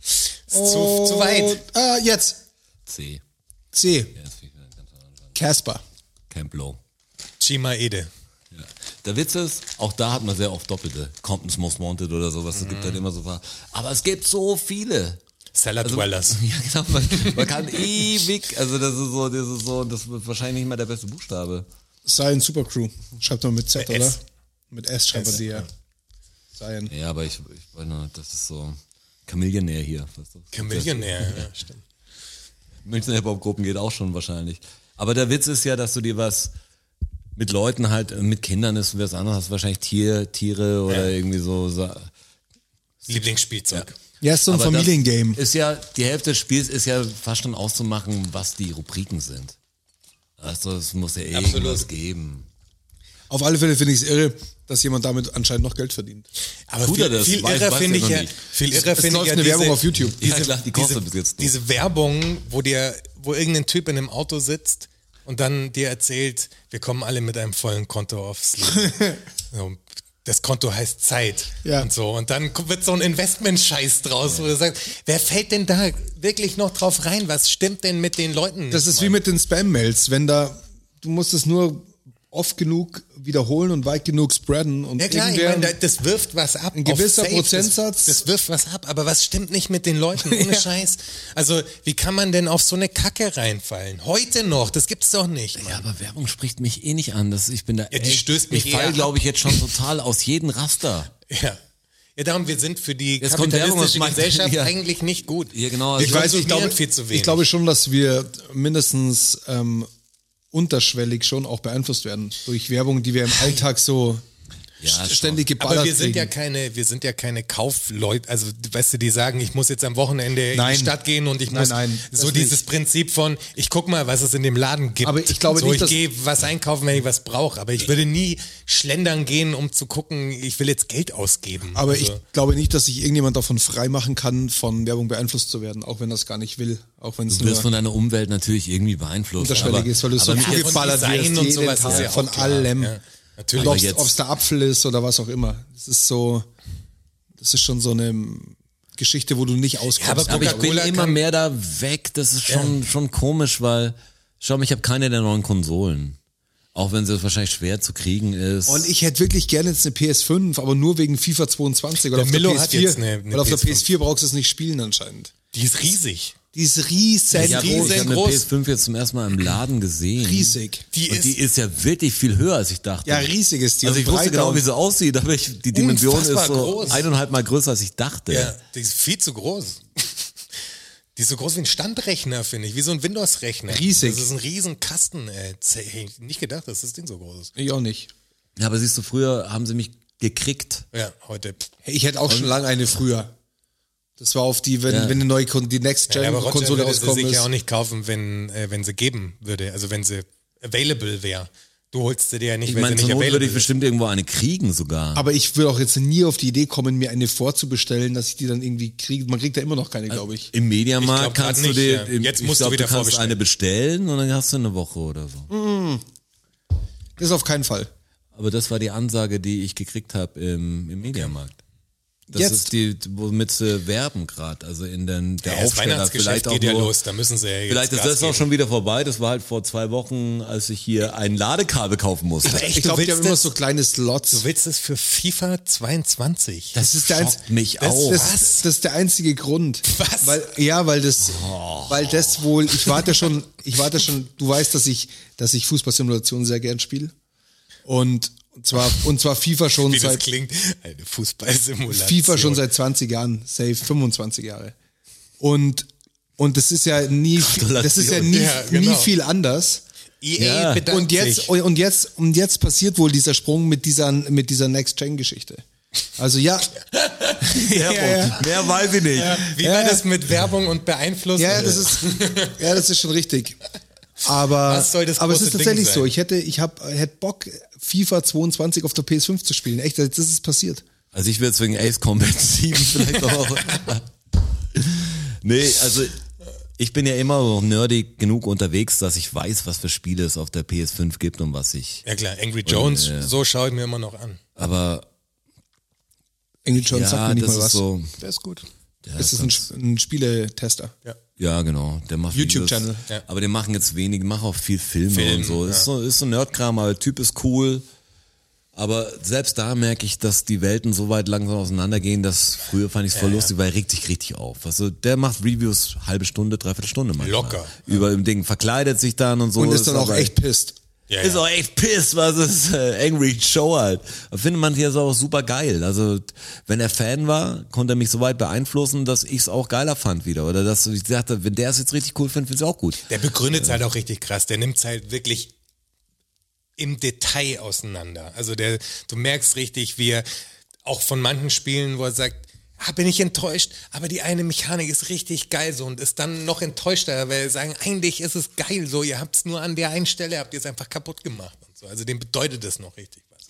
Zu, zu weit. Und, äh, jetzt. C. C. Ja, das find ich ganz anders. Casper. Camp Low. Chima Ede. Ja. Der Witz ist, auch da hat man sehr oft Doppelte. Compton's Most Wanted oder sowas. Es gibt halt immer so paar. Aber es gibt so viele. Cellar Also- *laughs* Dwellers. *laughs* Ja, genau. Man, man kann ewig, also das ist so, das ist so, das wird wahrscheinlich nicht mal der beste Buchstabe. Science Supercrew. Schreibt man mit Z, Mit oder? S. Mit S schreibt man S, die, ja. Science. Ja, aber ich, ich weiß noch, das ist so Chameleonär hier. Weißt du? Chameleonär, ja, stimmt. Münchner Hip-Hop-Gruppen geht auch schon wahrscheinlich. Aber der Witz ist ja, dass du dir was mit Leuten halt, äh, mit Kindern ist was anderes, hast wahrscheinlich Tier, Tiere oder irgendwie so. Sa Lieblingsspielzeug. Ja, ist so ein Aber das Familiengame. Ist ja, die Hälfte des Spiels ist ja fast schon auszumachen, was die Rubriken sind. Also es muss ja irgendwas Absolut. geben. Auf alle Fälle finde ich es irre, dass jemand damit anscheinend noch Geld verdient. Aber Tut er viel, das? viel Weiß- irrer weiß finde er ich noch ja, nicht. viel irrer es finde ich läuft ja eine Werbung auf YouTube. ja klar, die kostet bis jetzt nur. diese Werbung, wo dir, wo irgendein Typ in einem Auto sitzt und dann dir erzählt, wir kommen alle mit einem vollen Konto *laughs* aufs Leben. so, das Konto heißt Zeit Ja. und so. Und dann kommt- wird so ein Investment-Scheiß draus, wo du sagst, wer fällt denn da wirklich noch drauf rein? Was stimmt denn mit den Leuten? Das nicht, ist wie Mann? mit den Spam-Mails. Wenn da, du musst es nur oft genug wiederholen und weit genug spreaden und Ja klar, ich irgendwer- meine, da- das wirft was ab. Ein gewisser Prozentsatz. Das, das wirft was ab, aber was stimmt nicht mit den *laughs* Leuten? Ohne Scheiß. Also, wie kann man denn auf so eine Kacke reinfallen? Heute noch, das gibt's doch nicht. Mann. Ja, aber Werbung spricht mich eh nicht an. Das, ich bin da. Ja, die echt- stößt mich Ich eher fall, ab. glaube ich, jetzt schon total aus jedem Raster. Ja. Ja, darum, wir sind für die Jetzt kommt Werbung, das kapitalistische macht- *laughs* Gesellschaft ja. eigentlich nicht gut. Ja, genau. Ich Also- weiß, ich ich glaube- glaube viel zu wenig. Ich glaube schon, dass wir mindestens ähm, unterschwellig schon auch beeinflusst werden durch Werbung, die wir im Alltag so Ja, ständig geballert Aber wir sind kriegen. ja keine, wir sind ja keine Kaufleute, also weißt du, die sagen, ich muss jetzt am Wochenende Nein. in die Stadt gehen und ich Nein, muss nein, das so nicht. dieses Prinzip von, ich guck mal, was es in dem Laden gibt. Aber ich glaube so, nicht, ich dass- gehe was einkaufen, wenn ich was brauche, aber ich würde nie schlendern gehen, um zu gucken, ich will jetzt Geld ausgeben. Aber also, ich glaube nicht, dass sich irgendjemand davon freimachen kann, von Werbung beeinflusst zu werden, auch wenn das gar nicht will, auch wenn es Du wirst von nur deiner Umwelt natürlich irgendwie beeinflusst. unterschwellig aber- ist, weil du so aber viel- zugeballert von Design wirst, und jeden sowas Tag, ist ja auch von klar, allem. ja. Natürlich. Ob Aber jetzt- es der Apfel ist oder was auch immer. Das ist so, das ist schon so eine Geschichte, wo du nicht auskommst. aber Aber ich bin Coca-Cola immer kann- mehr da weg. Das ist schon, schon komisch, weil, schau mal, ich habe keine der neuen Konsolen. Auch wenn sie das wahrscheinlich schwer zu kriegen ist. Und ich hätte wirklich gerne jetzt eine PS5, aber nur wegen FIFA 22 oder Der auf Milo der PS4. hat jetzt eine- eine weil auf der PS5. PS4 brauchst du es nicht spielen anscheinend. die ist riesig. Die ist riesen, ich habe riesen hab eine groß. PS5 jetzt zum ersten Mal im Laden gesehen. riesig. Die und ist, die ist ja wirklich viel höher, als ich dachte. Ja, riesig ist die. Also und ich wusste breiter genau, und- wie sie aussieht, aber ich, die Dimension ist so Unfassbar groß. eineinhalb Mal größer, als ich dachte. ja, die ist viel zu groß. *laughs* Die ist so groß wie ein Standrechner, finde ich, wie so ein Windows-Rechner. Riesig. Das ist ein riesen Kasten. Äh, zäh- hey, nicht gedacht, dass das Ding so groß ist. Ich auch nicht. Ja, aber siehst du, früher haben sie mich gekriegt. Ja, heute. pff. Hey, Ich hätte auch schon lange eine früher. Das war auf die, wenn, Ja. wenn die neue Kon die Next Gen Ja, aber Roger Konsole würde sie rauskommen sich ja auch ist. nicht kaufen, wenn, äh, wenn sie geben würde. Also wenn sie available wäre. Du holst sie dir ja nicht, Ich wenn sie meine, zur nicht Not würde available ich ist. bestimmt irgendwo eine kriegen sogar. Aber ich will auch jetzt nie auf die Idee kommen, mir eine vorzubestellen, dass ich die dann irgendwie kriege. Man kriegt da immer noch Äh, keine, glaube ich. Im Ich Mediamarkt glaub grad kannst du nicht, dir, ja. im- Jetzt ich musst du glaub, wieder du kannst vorbestellen. eine bestellen und dann hast du eine Woche oder so. Das ist auf keinen Fall. Aber das war die Ansage, die ich gekriegt habe im, im Mediamarkt. Das Jetzt? ist die, womit sie werben gerade, also in den, der Ja, das Aufsteller Weihnachtsgeschäft also vielleicht auch geht ja nur, los. Da müssen sie ja jetzt Vielleicht ist Gas das auch geben. schon wieder vorbei. Das war halt vor zwei Wochen, als ich hier ein Ladekabel kaufen musste. Echt, *laughs* Ich glaube, die willst haben immer das- so kleine Slots. Du willst es für FIFA 22. Das ist der einz- schockt mich das, auch. Das, das ist der einzige Grund. Was? Oh. Weil, ja, weil das, weil das wohl, ich warte schon, ich warte schon, du weißt, dass ich, dass ich Fußballsimulationen sehr gern spiele. Und zwar, und zwar FIFA schon Wie das seit, klingt. Eine Fußballsimulation. FIFA schon seit 20 Jahren, safe 25 Jahre. Und, und das ist ja nie, das ist ja nie, Ja, genau. nie viel anders. EA Ja. E bedankt Und jetzt, sich. *laughs* und jetzt, und jetzt passiert wohl dieser Sprung mit dieser, mit dieser Next-Gen-Geschichte. Also ja, Werbung. Mehr weiß ich nicht. Wie war das mit Werbung und Beeinflussung? Ja, das ist, ja, das ist schon richtig. Aber, Was soll das aber es große ist Ding tatsächlich sein? so. Ich hätte, ich hab, hätte Bock, FIFA 22 auf der PS5 zu spielen. Echt, jetzt ist es passiert. Also ich würde es wegen Ace Combat *laughs* 7 vielleicht auch. nee, also ich bin ja immer noch nerdig genug unterwegs, dass ich weiß, was für Spiele es auf der PS5 gibt und was ich. Ja klar, Angry Jones, so schaue ich mir immer noch an. Aber Angry John ja, sagt mir nicht das mal ist was. so. Der ist gut. das ist ein, Sp- ein Spieletester. Ja. Ja, genau. Der macht YouTube Videos. Channel, ja. Aber die machen jetzt wenig, machen auch viel Filme Film, und so. Ist so ist so Nerdkram, aber der Typ ist cool. Aber selbst da merke ich, dass die Welten so weit langsam auseinandergehen, dass früher fand ich es voll lustig, weil er regt sich richtig auf. Also der macht Reviews halbe Stunde, dreiviertel Stunde manchmal. Locker. Über dem Ding, verkleidet sich dann und so. Und ist dann auch aber- echt pisst. Ja, Ist ja. auch echt piss, was ist äh, Angry Show halt. Finde man hier auch super geil. Also wenn er Fan war, konnte er mich so weit beeinflussen, dass ich es auch geiler fand wieder. Oder dass ich dachte, wenn der es jetzt richtig cool findet, finde ich es auch gut. Der begründet es halt auch richtig krass. Der nimmt es halt wirklich im Detail auseinander. Also der, du merkst richtig, wie er auch von manchen Spielen, wo er sagt, ah, bin ich enttäuscht, aber die eine Mechanik ist richtig geil so und ist dann noch enttäuschter, weil sie sagen, eigentlich ist es geil so, ihr habt es nur an der einen Stelle, habt ihr es einfach kaputt gemacht und so. Also dem bedeutet es noch richtig was.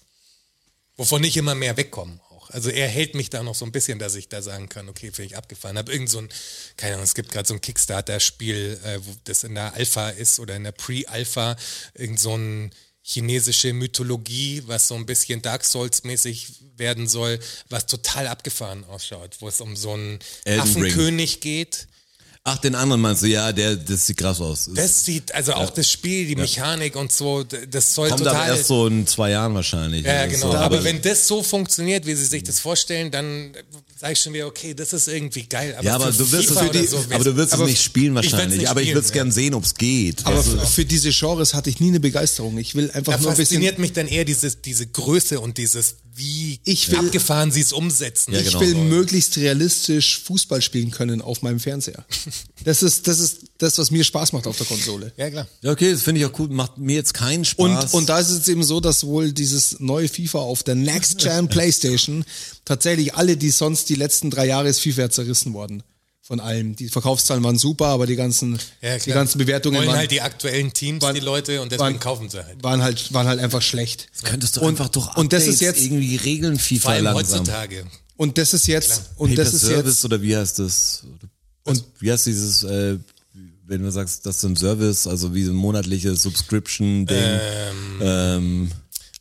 Wovon ich immer mehr wegkomme auch. Also er hält mich da noch so ein bisschen, dass ich da sagen kann, okay, finde ich abgefahren. Hab irgend so ein, keine Ahnung, es gibt gerade so ein Kickstarter-Spiel, äh, wo das in der Alpha ist oder in der Pre-Alpha, irgend so ein chinesische Mythologie, was so ein bisschen Dark Souls-mäßig werden soll, was total abgefahren ausschaut, wo es um so einen Elden Ring. Affenkönig geht. Ach, den anderen meinst du, ja, der, das sieht krass aus. Das Das sieht, also auch das Spiel, die Mechanik und so, d- das soll kommt aber total... erst so in zwei Jahren wahrscheinlich. Ja, Das ist genau. So, aber wenn das so funktioniert, wie sie sich das vorstellen, dann sage ich schon wieder, okay, das ist irgendwie geil. Aber, ja, aber für du wirst es, FIFA oder so, aber du wirst aber es nicht spielen ich werd's wahrscheinlich. nicht aber ich spielen, würde es gern sehen, ob es geht. Aber Also, für, für diese Genres hatte ich nie eine Begeisterung. Ich will einfach Da nur ein bisschen, fasziniert mich dann eher dieses, diese Größe und dieses, wie Ich will- abgefahren sie es umsetzen. Ja, ich *laughs* genau. will möglichst realistisch Fußball spielen können auf meinem Fernseher. Das ist, das ist das, was mir Spaß macht auf der Konsole. Ja, klar. Ja, okay, das finde ich auch cool. Macht mir jetzt keinen Und, Spaß. und da ist es eben so, dass wohl dieses neue FIFA auf der Next *laughs* Gen PlayStation tatsächlich alle, die sonst die letzten drei Jahre ist FIFA zerrissen worden. Von allem. Die Verkaufszahlen waren super, aber die ganzen, Ja, klar. die ganzen Bewertungen wollen waren, halt die aktuellen Teams, waren- die Leute, und deswegen waren- kaufen sie halt. waren halt, waren halt einfach schlecht. könntest du und- einfach durch und das Updates ist jetzt- irgendwie regeln FIFA Vor allem langsam. heutzutage. Und das ist jetzt, und das ist Service jetzt, oder wie heißt das? Und- Und wie heißt dieses, äh, wenn du sagst, das ist ein Service, also wie so ein monatliches Subscription-Ding, ähm,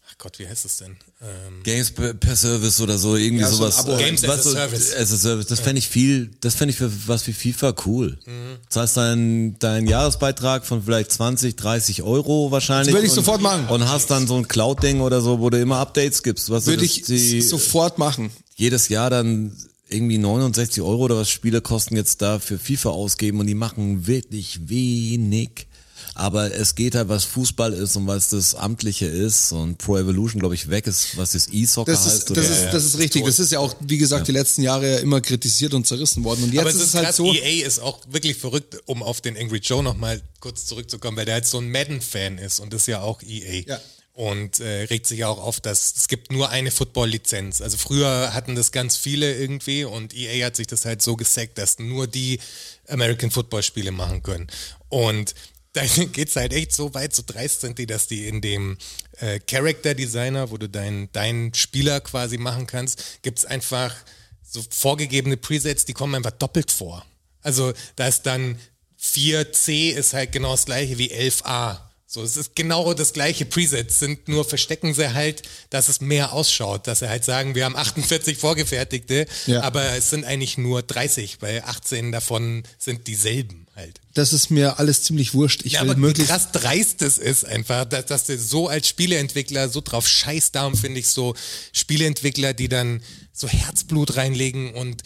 Ach Gott, wie heißt es denn? Ähm, Games per, per Service oder so, irgendwie Ja, so ein sowas. Abo. Games as a so- Service. As a Service. Das fände ich viel, das fände ich für was wie FIFA cool. Mhm. Das heißt, dein, dein Jahresbeitrag von vielleicht 20, 30 Euro wahrscheinlich. Würde ich und- sofort machen. Und hast dann so ein Cloud-Ding oder so, wo du immer Updates gibst. Was würde das ich die, sofort machen. jedes Jahr dann irgendwie 69 Euro oder was Spiele kosten jetzt da für FIFA ausgeben und die machen wirklich wenig. Aber es geht halt, was Fußball ist und was das Amtliche ist und Pro Evolution, glaube ich, weg ist, was das E-Soccer Das heißt. ist, das, ist, das ist richtig. Das ist ja auch, wie gesagt, die letzten Jahre immer kritisiert und zerrissen worden. Und jetzt Aber es ist es ist halt krass, so. EA ist auch wirklich verrückt, um auf den Angry Joe nochmal kurz zurückzukommen, weil der halt so ein Madden-Fan ist und das ist ja auch E EA. Ja. Und äh, regt sich ja auch auf, dass es gibt nur eine Football-Lizenz. Also früher hatten das ganz viele irgendwie und EA hat sich das halt so gesackt, dass nur die American Football-Spiele machen können. Und *laughs* da geht's halt echt so weit, so dreist sind die, dass die in dem äh, Character Designer, wo du deinen deinen Spieler quasi machen kannst, gibt's einfach so vorgegebene Presets, die kommen einfach doppelt vor. Also da ist dann 4C ist halt genau das gleiche wie 11a. So, es ist genau das gleiche Preset, sind nur verstecken sie halt, dass es mehr ausschaut, dass sie halt sagen, wir haben 48 vorgefertigte, Ja. aber es sind eigentlich nur 30, weil 18 davon sind dieselben halt. Das ist mir alles ziemlich wurscht. Ich Ja, will aber wie möglichst krass dreist es ist einfach, dass, dass du so als Spieleentwickler so drauf scheißt. Darum finde ich so Spieleentwickler, die dann so Herzblut reinlegen und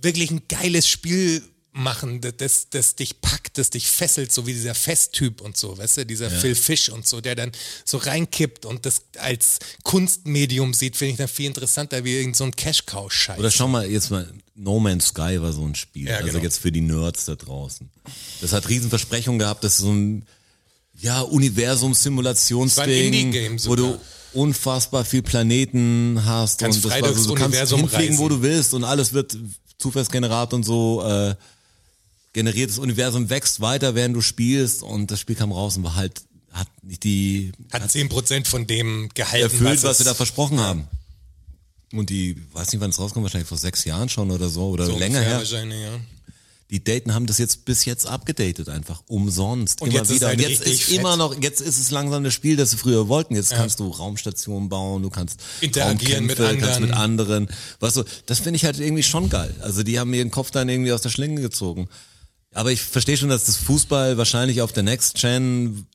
wirklich ein geiles Spiel machen, das- das, das dich packt, das dich fesselt, so wie dieser Festtyp und so, weißt du, dieser Phil Fish und so, der dann so reinkippt und das als Kunstmedium sieht, finde ich dann viel interessanter wie irgend so ein Cash-Cow-Scheiß. Oder schau mal jetzt mal, No Man's Sky war so ein Spiel. Ja, also genau. jetzt für die Nerds da draußen. Das hat Riesenversprechungen gehabt, das ist so ein ja, Universum-Simulationsding, Es war ein Indie-Game wo sogar. du unfassbar viel Planeten hast Kannst und das frei war durchs so, du kannst Universum hinfliegen, wo reisen. du willst und alles wird Zufallsgenerator und so äh, generiert. Das Universum wächst weiter, während du spielst und das Spiel kam raus und war halt, hat nicht die hat 10% von dem gehalten, erfüllt, was es- wir da versprochen haben. Und die, weiß nicht, wann es rauskommt, wahrscheinlich vor sechs Jahren schon oder so oder so länger ungefähr her. wahrscheinlich, ja. Die Daten haben das jetzt bis jetzt abgedatet einfach umsonst Und immer jetzt ist wieder. halt und jetzt richtig ist fett. immer noch, jetzt ist es langsam das Spiel, das sie früher wollten. Jetzt kannst du Raumstationen bauen, du kannst Interagieren mit Raumkämpfe, kannst anderen. mit anderen. Weißt du, das finde ich halt irgendwie schon geil. Also die haben mir den Kopf dann irgendwie aus der Schlinge gezogen. Aber ich verstehe schon, dass das Fußball wahrscheinlich auf der Next Gen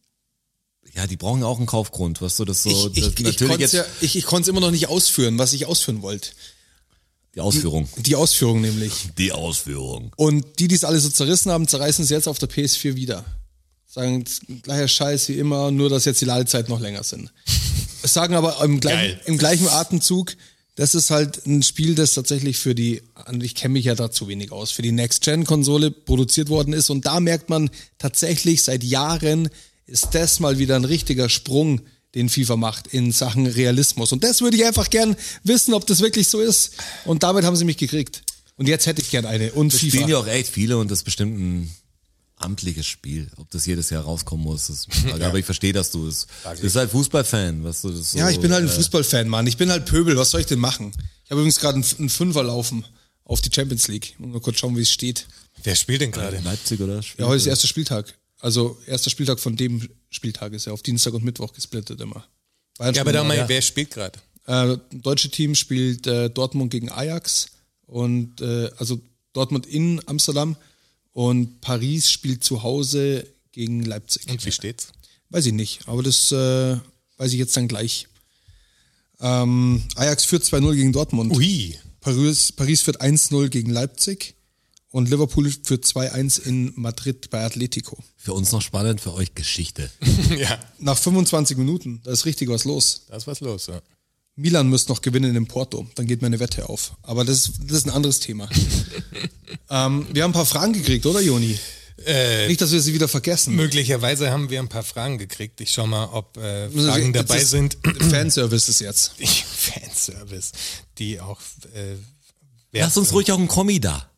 ja, die brauchen auch einen Kaufgrund, weißt du, das so ich, ich, das, ich natürlich konnte jetzt ja, ich, ich konnte es immer noch nicht ausführen, was ich ausführen wollte. die Ausführung. Die Ausführung nämlich. Die Ausführung. Und die, die es alle so zerrissen haben, zerreißen es jetzt auf der PS4 wieder. Sagen es- gleicher Scheiß wie immer, nur dass jetzt die Ladezeit noch länger sind. Sagen aber im gleichen, Geil. im gleichen Atemzug, das ist halt ein Spiel, das tatsächlich für die, ich kenne mich ja da zu wenig aus, für die Next-Gen-Konsole produziert worden ist. Und da merkt man tatsächlich seit Jahren ist das mal wieder ein richtiger Sprung, den FIFA macht in Sachen Realismus. Und das würde ich einfach gern wissen, ob das wirklich so ist. Und damit haben sie mich gekriegt. Und jetzt hätte ich gern eine. Und Es FIFA. spielen ja auch echt viele und das ist bestimmt ein amtliches Spiel. Ob das jedes Jahr rauskommen muss, ist eine *laughs* Frage. Aber ich verstehe, dass du es. Du bist halt Fußballfan, weißt du, das ist so, Ja, ich bin halt Oh, ein äh, Fußballfan, Mann. Ich bin halt Pöbel. Was soll ich denn machen? Ich habe übrigens gerade einen, einen Fünfer laufen auf die Champions League. Muss mal kurz schauen, wie es steht. Wer spielt denn gerade? Leipzig oder? Spiel- Ja, heute ist der erste Spieltag. Also erster Spieltag von dem Spieltag ist ja auf Dienstag und Mittwoch gesplittet immer. Bayern Ja, aber da spielt mal, immer, wer spielt gerade? ja. äh, deutsche Team spielt äh, Dortmund gegen Ajax und äh, also Dortmund in Amsterdam und Paris spielt zu Hause gegen Leipzig. Und wie steht's? Weiß ich nicht, aber das äh, weiß ich jetzt dann gleich. Ähm, Ajax führt 2-0 gegen Dortmund. Ui. Paris, Paris führt 1-0 gegen Leipzig und Liverpool führt 2-1 in Madrid bei Atletico. Für uns noch spannend, für euch Geschichte. *laughs* ja, Nach 25 Minuten, da ist richtig was los. da ist was los. Ja. Milan müsste noch gewinnen in Porto, dann geht meine Wette auf. Aber das, das ist ein anderes Thema. ähm, wir haben ein paar Fragen gekriegt, oder Joni? Nicht, dass wir sie wieder vergessen. Möglicherweise haben wir ein paar Fragen gekriegt. Ich schau mal, ob äh, Also, Fragen das dabei ist- sind. *laughs* Fanservice ist jetzt. Ich- Fanservice, die auch. Äh, wert Lass uns sind. ruhig auch einen Kommi da.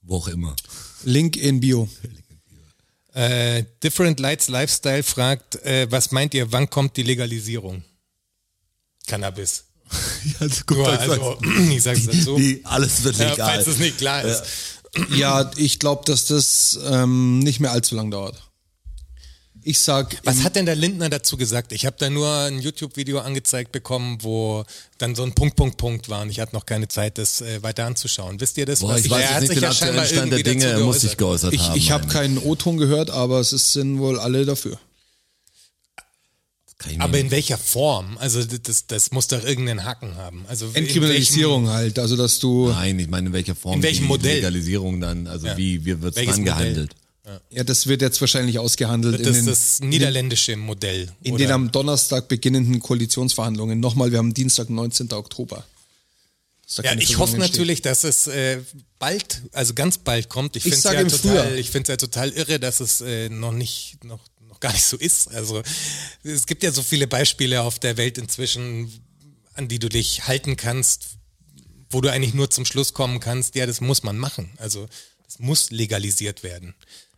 Wo auch immer. Link in Bio. Äh, Different Lights Lifestyle fragt, äh, was meint ihr, wann kommt die Legalisierung? Cannabis. Also, Nur also, *clears throat* ich sag's dazu. die, alles wird ja, legal. falls es nicht klar ist. Ja, ich glaube, dass das ähm, nicht mehr allzu lang dauert. Ich sag, Was im- hat denn der Lindner dazu gesagt? Ich habe da nur ein YouTube-Video angezeigt bekommen, wo dann so ein Punkt, Punkt, Punkt war und ich hatte noch keine Zeit, das äh, weiter anzuschauen. Wisst ihr das? Boah, Was- ich Der weiß hat jetzt nicht sich den ja scheinbar aktuellen Stand der irgendwie Dinge, er dazu muss sich geäußert. geäußert ich, haben. ich habe meine keinen O-Ton gehört, aber es ist- sind wohl alle dafür. Kann ich mir Aber in welcher Form? Also das- das, das muss doch irgendeinen Haken haben. Also in Entkriminalisierung halt, also dass du, Nein, ich meine, in welcher Form In welchem die Modell? Legalisierung dann, also Ja. wie, wie wird es Welches dann Modell? gehandelt? ja, das wird jetzt wahrscheinlich ausgehandelt welchem, das, in den, das niederländische Modell. in oder? den am Donnerstag beginnenden Koalitionsverhandlungen. Nochmal, wir haben Dienstag, 19. Oktober. Dass da ja, keine ich Verhandlungen hoffe stehen. natürlich, dass es äh, bald, also ganz bald kommt. Ich, Ich finde es sage ja, im total- Frühjahr. ich find's ja total irre, dass es äh, noch nicht, noch, noch gar nicht so ist. Also es gibt ja so viele Beispiele auf der Welt inzwischen, an die du dich halten kannst, wo du eigentlich nur zum Schluss kommen kannst, ja, das muss man machen. Also das muss legalisiert werden.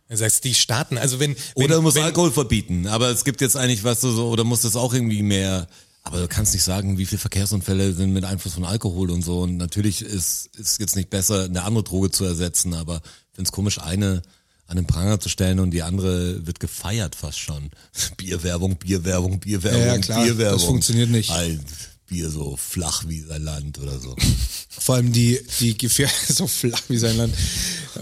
Das heißt, die Staaten, also wenn... wenn Oder du musst wenn, Alkohol verbieten, aber es gibt jetzt eigentlich, was du so, oder musst es auch irgendwie mehr, aber du kannst nicht sagen, wie viele Verkehrsunfälle sind mit Einfluss von Alkohol und so. Und natürlich ist ist jetzt nicht besser, eine andere Droge zu ersetzen, aber ich find's komisch, eine an den Pranger zu stellen und die andere wird gefeiert fast schon. *laughs* Bierwerbung, Bierwerbung, Bierwerbung, Ja, ja, klar, das Bierwerbung. funktioniert nicht. Ein Bier so flach wie sein Land oder so. Vor allem die, die gefähr *laughs* so flach wie sein Land.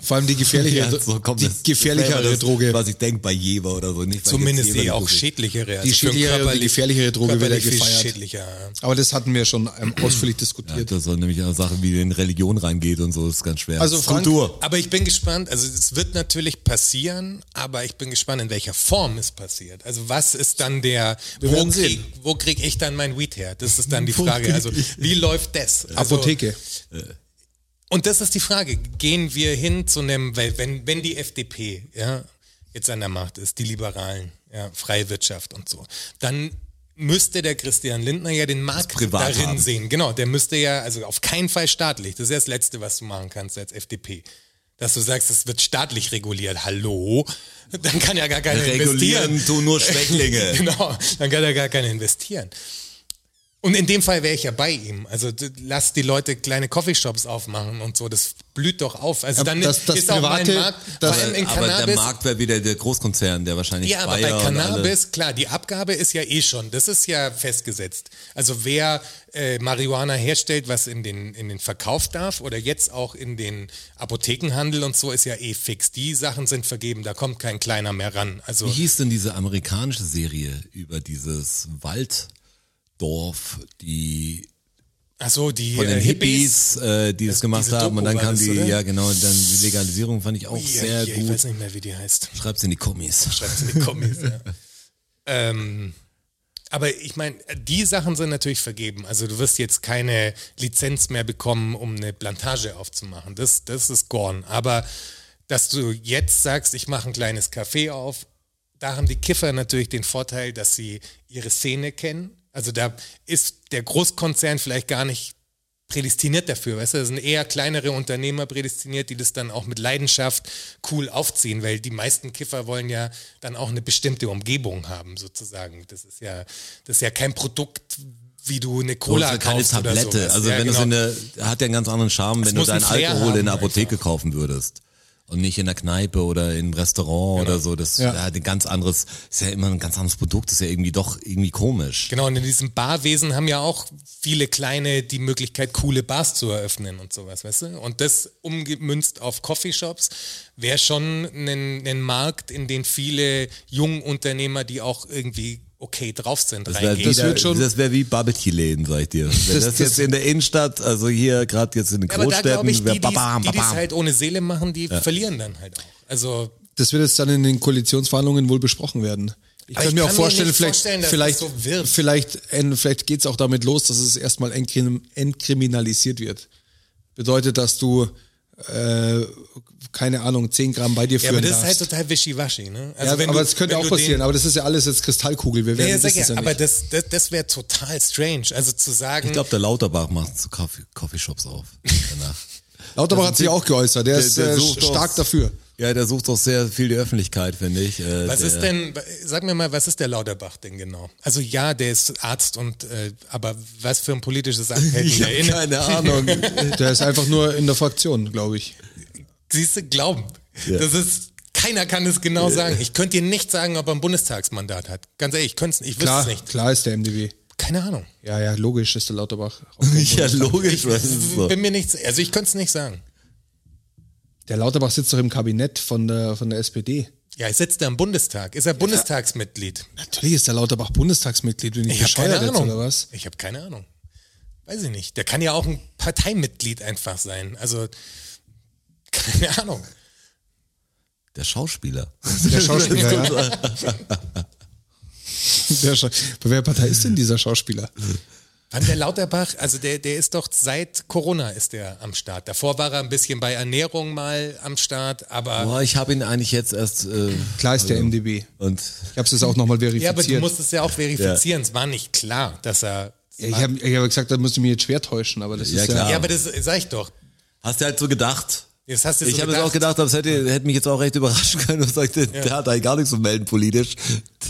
Vor *laughs* allem die gefährliche, Ja, so kommt die das- gefährlichere das, Droge. Was ich denke bei Jever oder so nicht. weil Zumindest jetzt Jever die auch Droge- schädlichere. also Die für den schädlichere und die körperlich- gefährlichere Droge wird ja körperlich viel gefeiert. Schädlicher. Aber das hatten wir schon ähm, ausführlich Ja, diskutiert. das soll nämlich eine Sache, wie in Religion reingeht und so, ist ganz schwer. Also Das ist Frank- Kultur. Aber ich bin gespannt, also es wird natürlich passieren, aber ich bin gespannt, in welcher Form es passiert. Also was ist dann der, wo werden krieg, sehen. wo krieg ich dann mein Weed her? Das ist dann die Frage. Also wie läuft das? Also, Apotheke. Und das ist die Frage, gehen wir hin zu einem, weil wenn, wenn die FDP ja, jetzt an der Macht ist, die Liberalen, ja, freie Wirtschaft und so, dann müsste der Christian Lindner ja den Markt privat darin haben. sehen. Genau, der müsste ja, also auf keinen Fall staatlich, das ist ja das Letzte, was du machen kannst als FDP. Dass du sagst, es wird staatlich reguliert, hallo, dann kann ja gar keiner investieren. Regulieren tun nur Schwächlinge. *laughs* Genau, dann kann er gar keiner investieren. Und in dem Fall wäre ich ja bei ihm. Also d- lass die Leute kleine Coffeeshops aufmachen und so. Das blüht doch auf. Also Ja, dann das- das ist auch mal ein Private, Markt, das- vor allem in aber der Cannabis. Markt wäre wieder der Großkonzern, der wahrscheinlich Ja, aber bei Bayer und alle- Cannabis, klar, die Abgabe ist ja eh schon, das ist ja festgesetzt. Also wer äh, Marihuana herstellt, was in den, in den Verkauf darf oder jetzt auch in den Apothekenhandel und so, ist ja eh fix. Die Sachen sind vergeben, da kommt kein kleiner mehr ran. Also Wie hieß denn diese amerikanische Serie über dieses Walddorf, die ach so, die von den äh, Hippies, äh, die es Das- gemacht diese haben und Doku dann war kam das, die, oder? ja genau, und dann die Legalisierung fand ich auch Ja, sehr ja, Ich gut. weiß nicht mehr, wie die heißt. Schreib's in die Kommis. Schreib's in die Kommis. ja. ähm, aber ich meine, die Sachen sind natürlich vergeben. Also du wirst jetzt keine Lizenz mehr bekommen, um eine Plantage aufzumachen. Das, das ist gone. Aber dass du jetzt sagst, ich mache ein kleines Café auf, da haben die Kiffer natürlich den Vorteil, dass sie ihre Szene kennen. Also da ist der Großkonzern vielleicht gar nicht prädestiniert dafür, weißt du, das sind eher kleinere Unternehmer prädestiniert, die das dann auch mit Leidenschaft cool aufziehen, weil die meisten Kiffer wollen ja dann auch eine bestimmte Umgebung haben, sozusagen. Das ist ja, das ist ja kein Produkt, wie du eine Cola Oder keine kaufst oder Tablette. sowas. Also ja, wenn genau. es in der, hat ja einen ganz anderen Charme, wenn du muss deinen einen Flair Alkohol in der haben Apotheke kaufen würdest. Und nicht in der Kneipe oder im Restaurant Genau. oder so. Das Ja. ja. hat ein ganz anderes, ist ja immer ein ganz anderes Produkt, ist ja irgendwie doch irgendwie komisch. Genau, und in diesem Barwesen haben ja auch viele kleine die Möglichkeit, coole Bars zu eröffnen und sowas, weißt du? Und das umgemünzt auf Coffeeshops wäre schon ein, ein Markt, in den viele junge Unternehmer, die auch irgendwie okay drauf sind, Das wäre reingehen. das wird schon- das wär wie Barbecue-Läden, sag *laughs* ich dir. Wenn das, das- jetzt in der Innenstadt, also hier gerade jetzt in den Ja, aber da glaube ich, die, Großstädten, wär die, babam, die es babam. halt ohne Seele machen, die verlieren dann halt auch. Also Das wird jetzt dann in den Koalitionsverhandlungen wohl besprochen werden. Ich Aber kann ich mir auch kann mir vorstellen, nicht vielleicht, vorstellen, dass vielleicht, es so wird. vielleicht, en- vielleicht geht's auch damit los, dass es erstmal entkrim- entkriminalisiert wird. Bedeutet, dass du, äh, keine Ahnung, 10 Gramm bei dir Ja, führen aber das ist darfst. halt total wischiwaschi, ne? ja, aber es könnte wenn auch du passieren, den- aber das ist ja alles jetzt Kristallkugel. Wir Ja, werden ja, sag wissen ja, es ja nicht. aber das, das, das wäre total strange. Also zu sagen, Ich glaube, der Lauterbach macht so Coffee- Coffeeshops auf. *laughs* Danach. also Lauterbach hat sich auch geäußert, der, der- ist der äh, sucht stark aus. dafür. ja, der sucht doch sehr viel die Öffentlichkeit, finde ich. Äh, was der, ist denn, sag mir mal, was ist der Lauterbach denn genau? Also ja, der ist Arzt und, äh, aber was für ein politisches *laughs* Anhälten *laughs* *laughs* Ich der habe inne? keine Ahnung. Der ist einfach nur in der Fraktion, glaube ich. Siehst du, glauben. Ja. Das ist, keiner kann es genau sagen. Ich könnte dir nicht sagen, ob er ein Bundestagsmandat hat. Ganz ehrlich, ich, könnt's- ich wüsste es Klar, nicht. klar ist der MDB. Keine Ahnung. Ja, ja, logisch ist der *laughs* Lauterbach. *laughs* ja, logisch. Was ist so? Bin mir nichts, also ich könnte es nicht sagen. Der Lauterbach sitzt doch im Kabinett von der, von der SPD. Ja, ich sitze da im Bundestag. Ist er Bundestagsmitglied? Natürlich ist der Lauterbach Bundestagsmitglied, bin ich, Ich habe bescheuert keine jetzt, Ahnung. oder was? Ich habe keine Ahnung. Weiß ich nicht. Der kann ja auch ein Parteimitglied einfach sein. Also, *laughs* keine Ahnung. Der Schauspieler. *laughs* Der Schauspieler, ja. Der Scha Bei welcher Partei ist denn dieser Schauspieler? Wann der Lauterbach, also der, der ist doch seit Corona ist der am Start. Davor war er ein bisschen bei Ernährung mal am Start, aber Boah, ich habe ihn eigentlich jetzt erst. Äh, Klar ist der MDB. und Ich habe es jetzt auch nochmal verifiziert. ja, aber du musst es ja auch verifizieren. Es war nicht klar, dass er. Ja, ich habe ich hab gesagt, da müsste ich mich jetzt schwer täuschen, aber das Ja, ist klar. ja... Ja, aber das sag ich doch. hast du halt so gedacht. Jetzt hast du Ich so habe jetzt auch gedacht, das hätte, hätte mich jetzt auch recht überraschen *laughs* können und sagte, der hat eigentlich gar nichts zu melden politisch.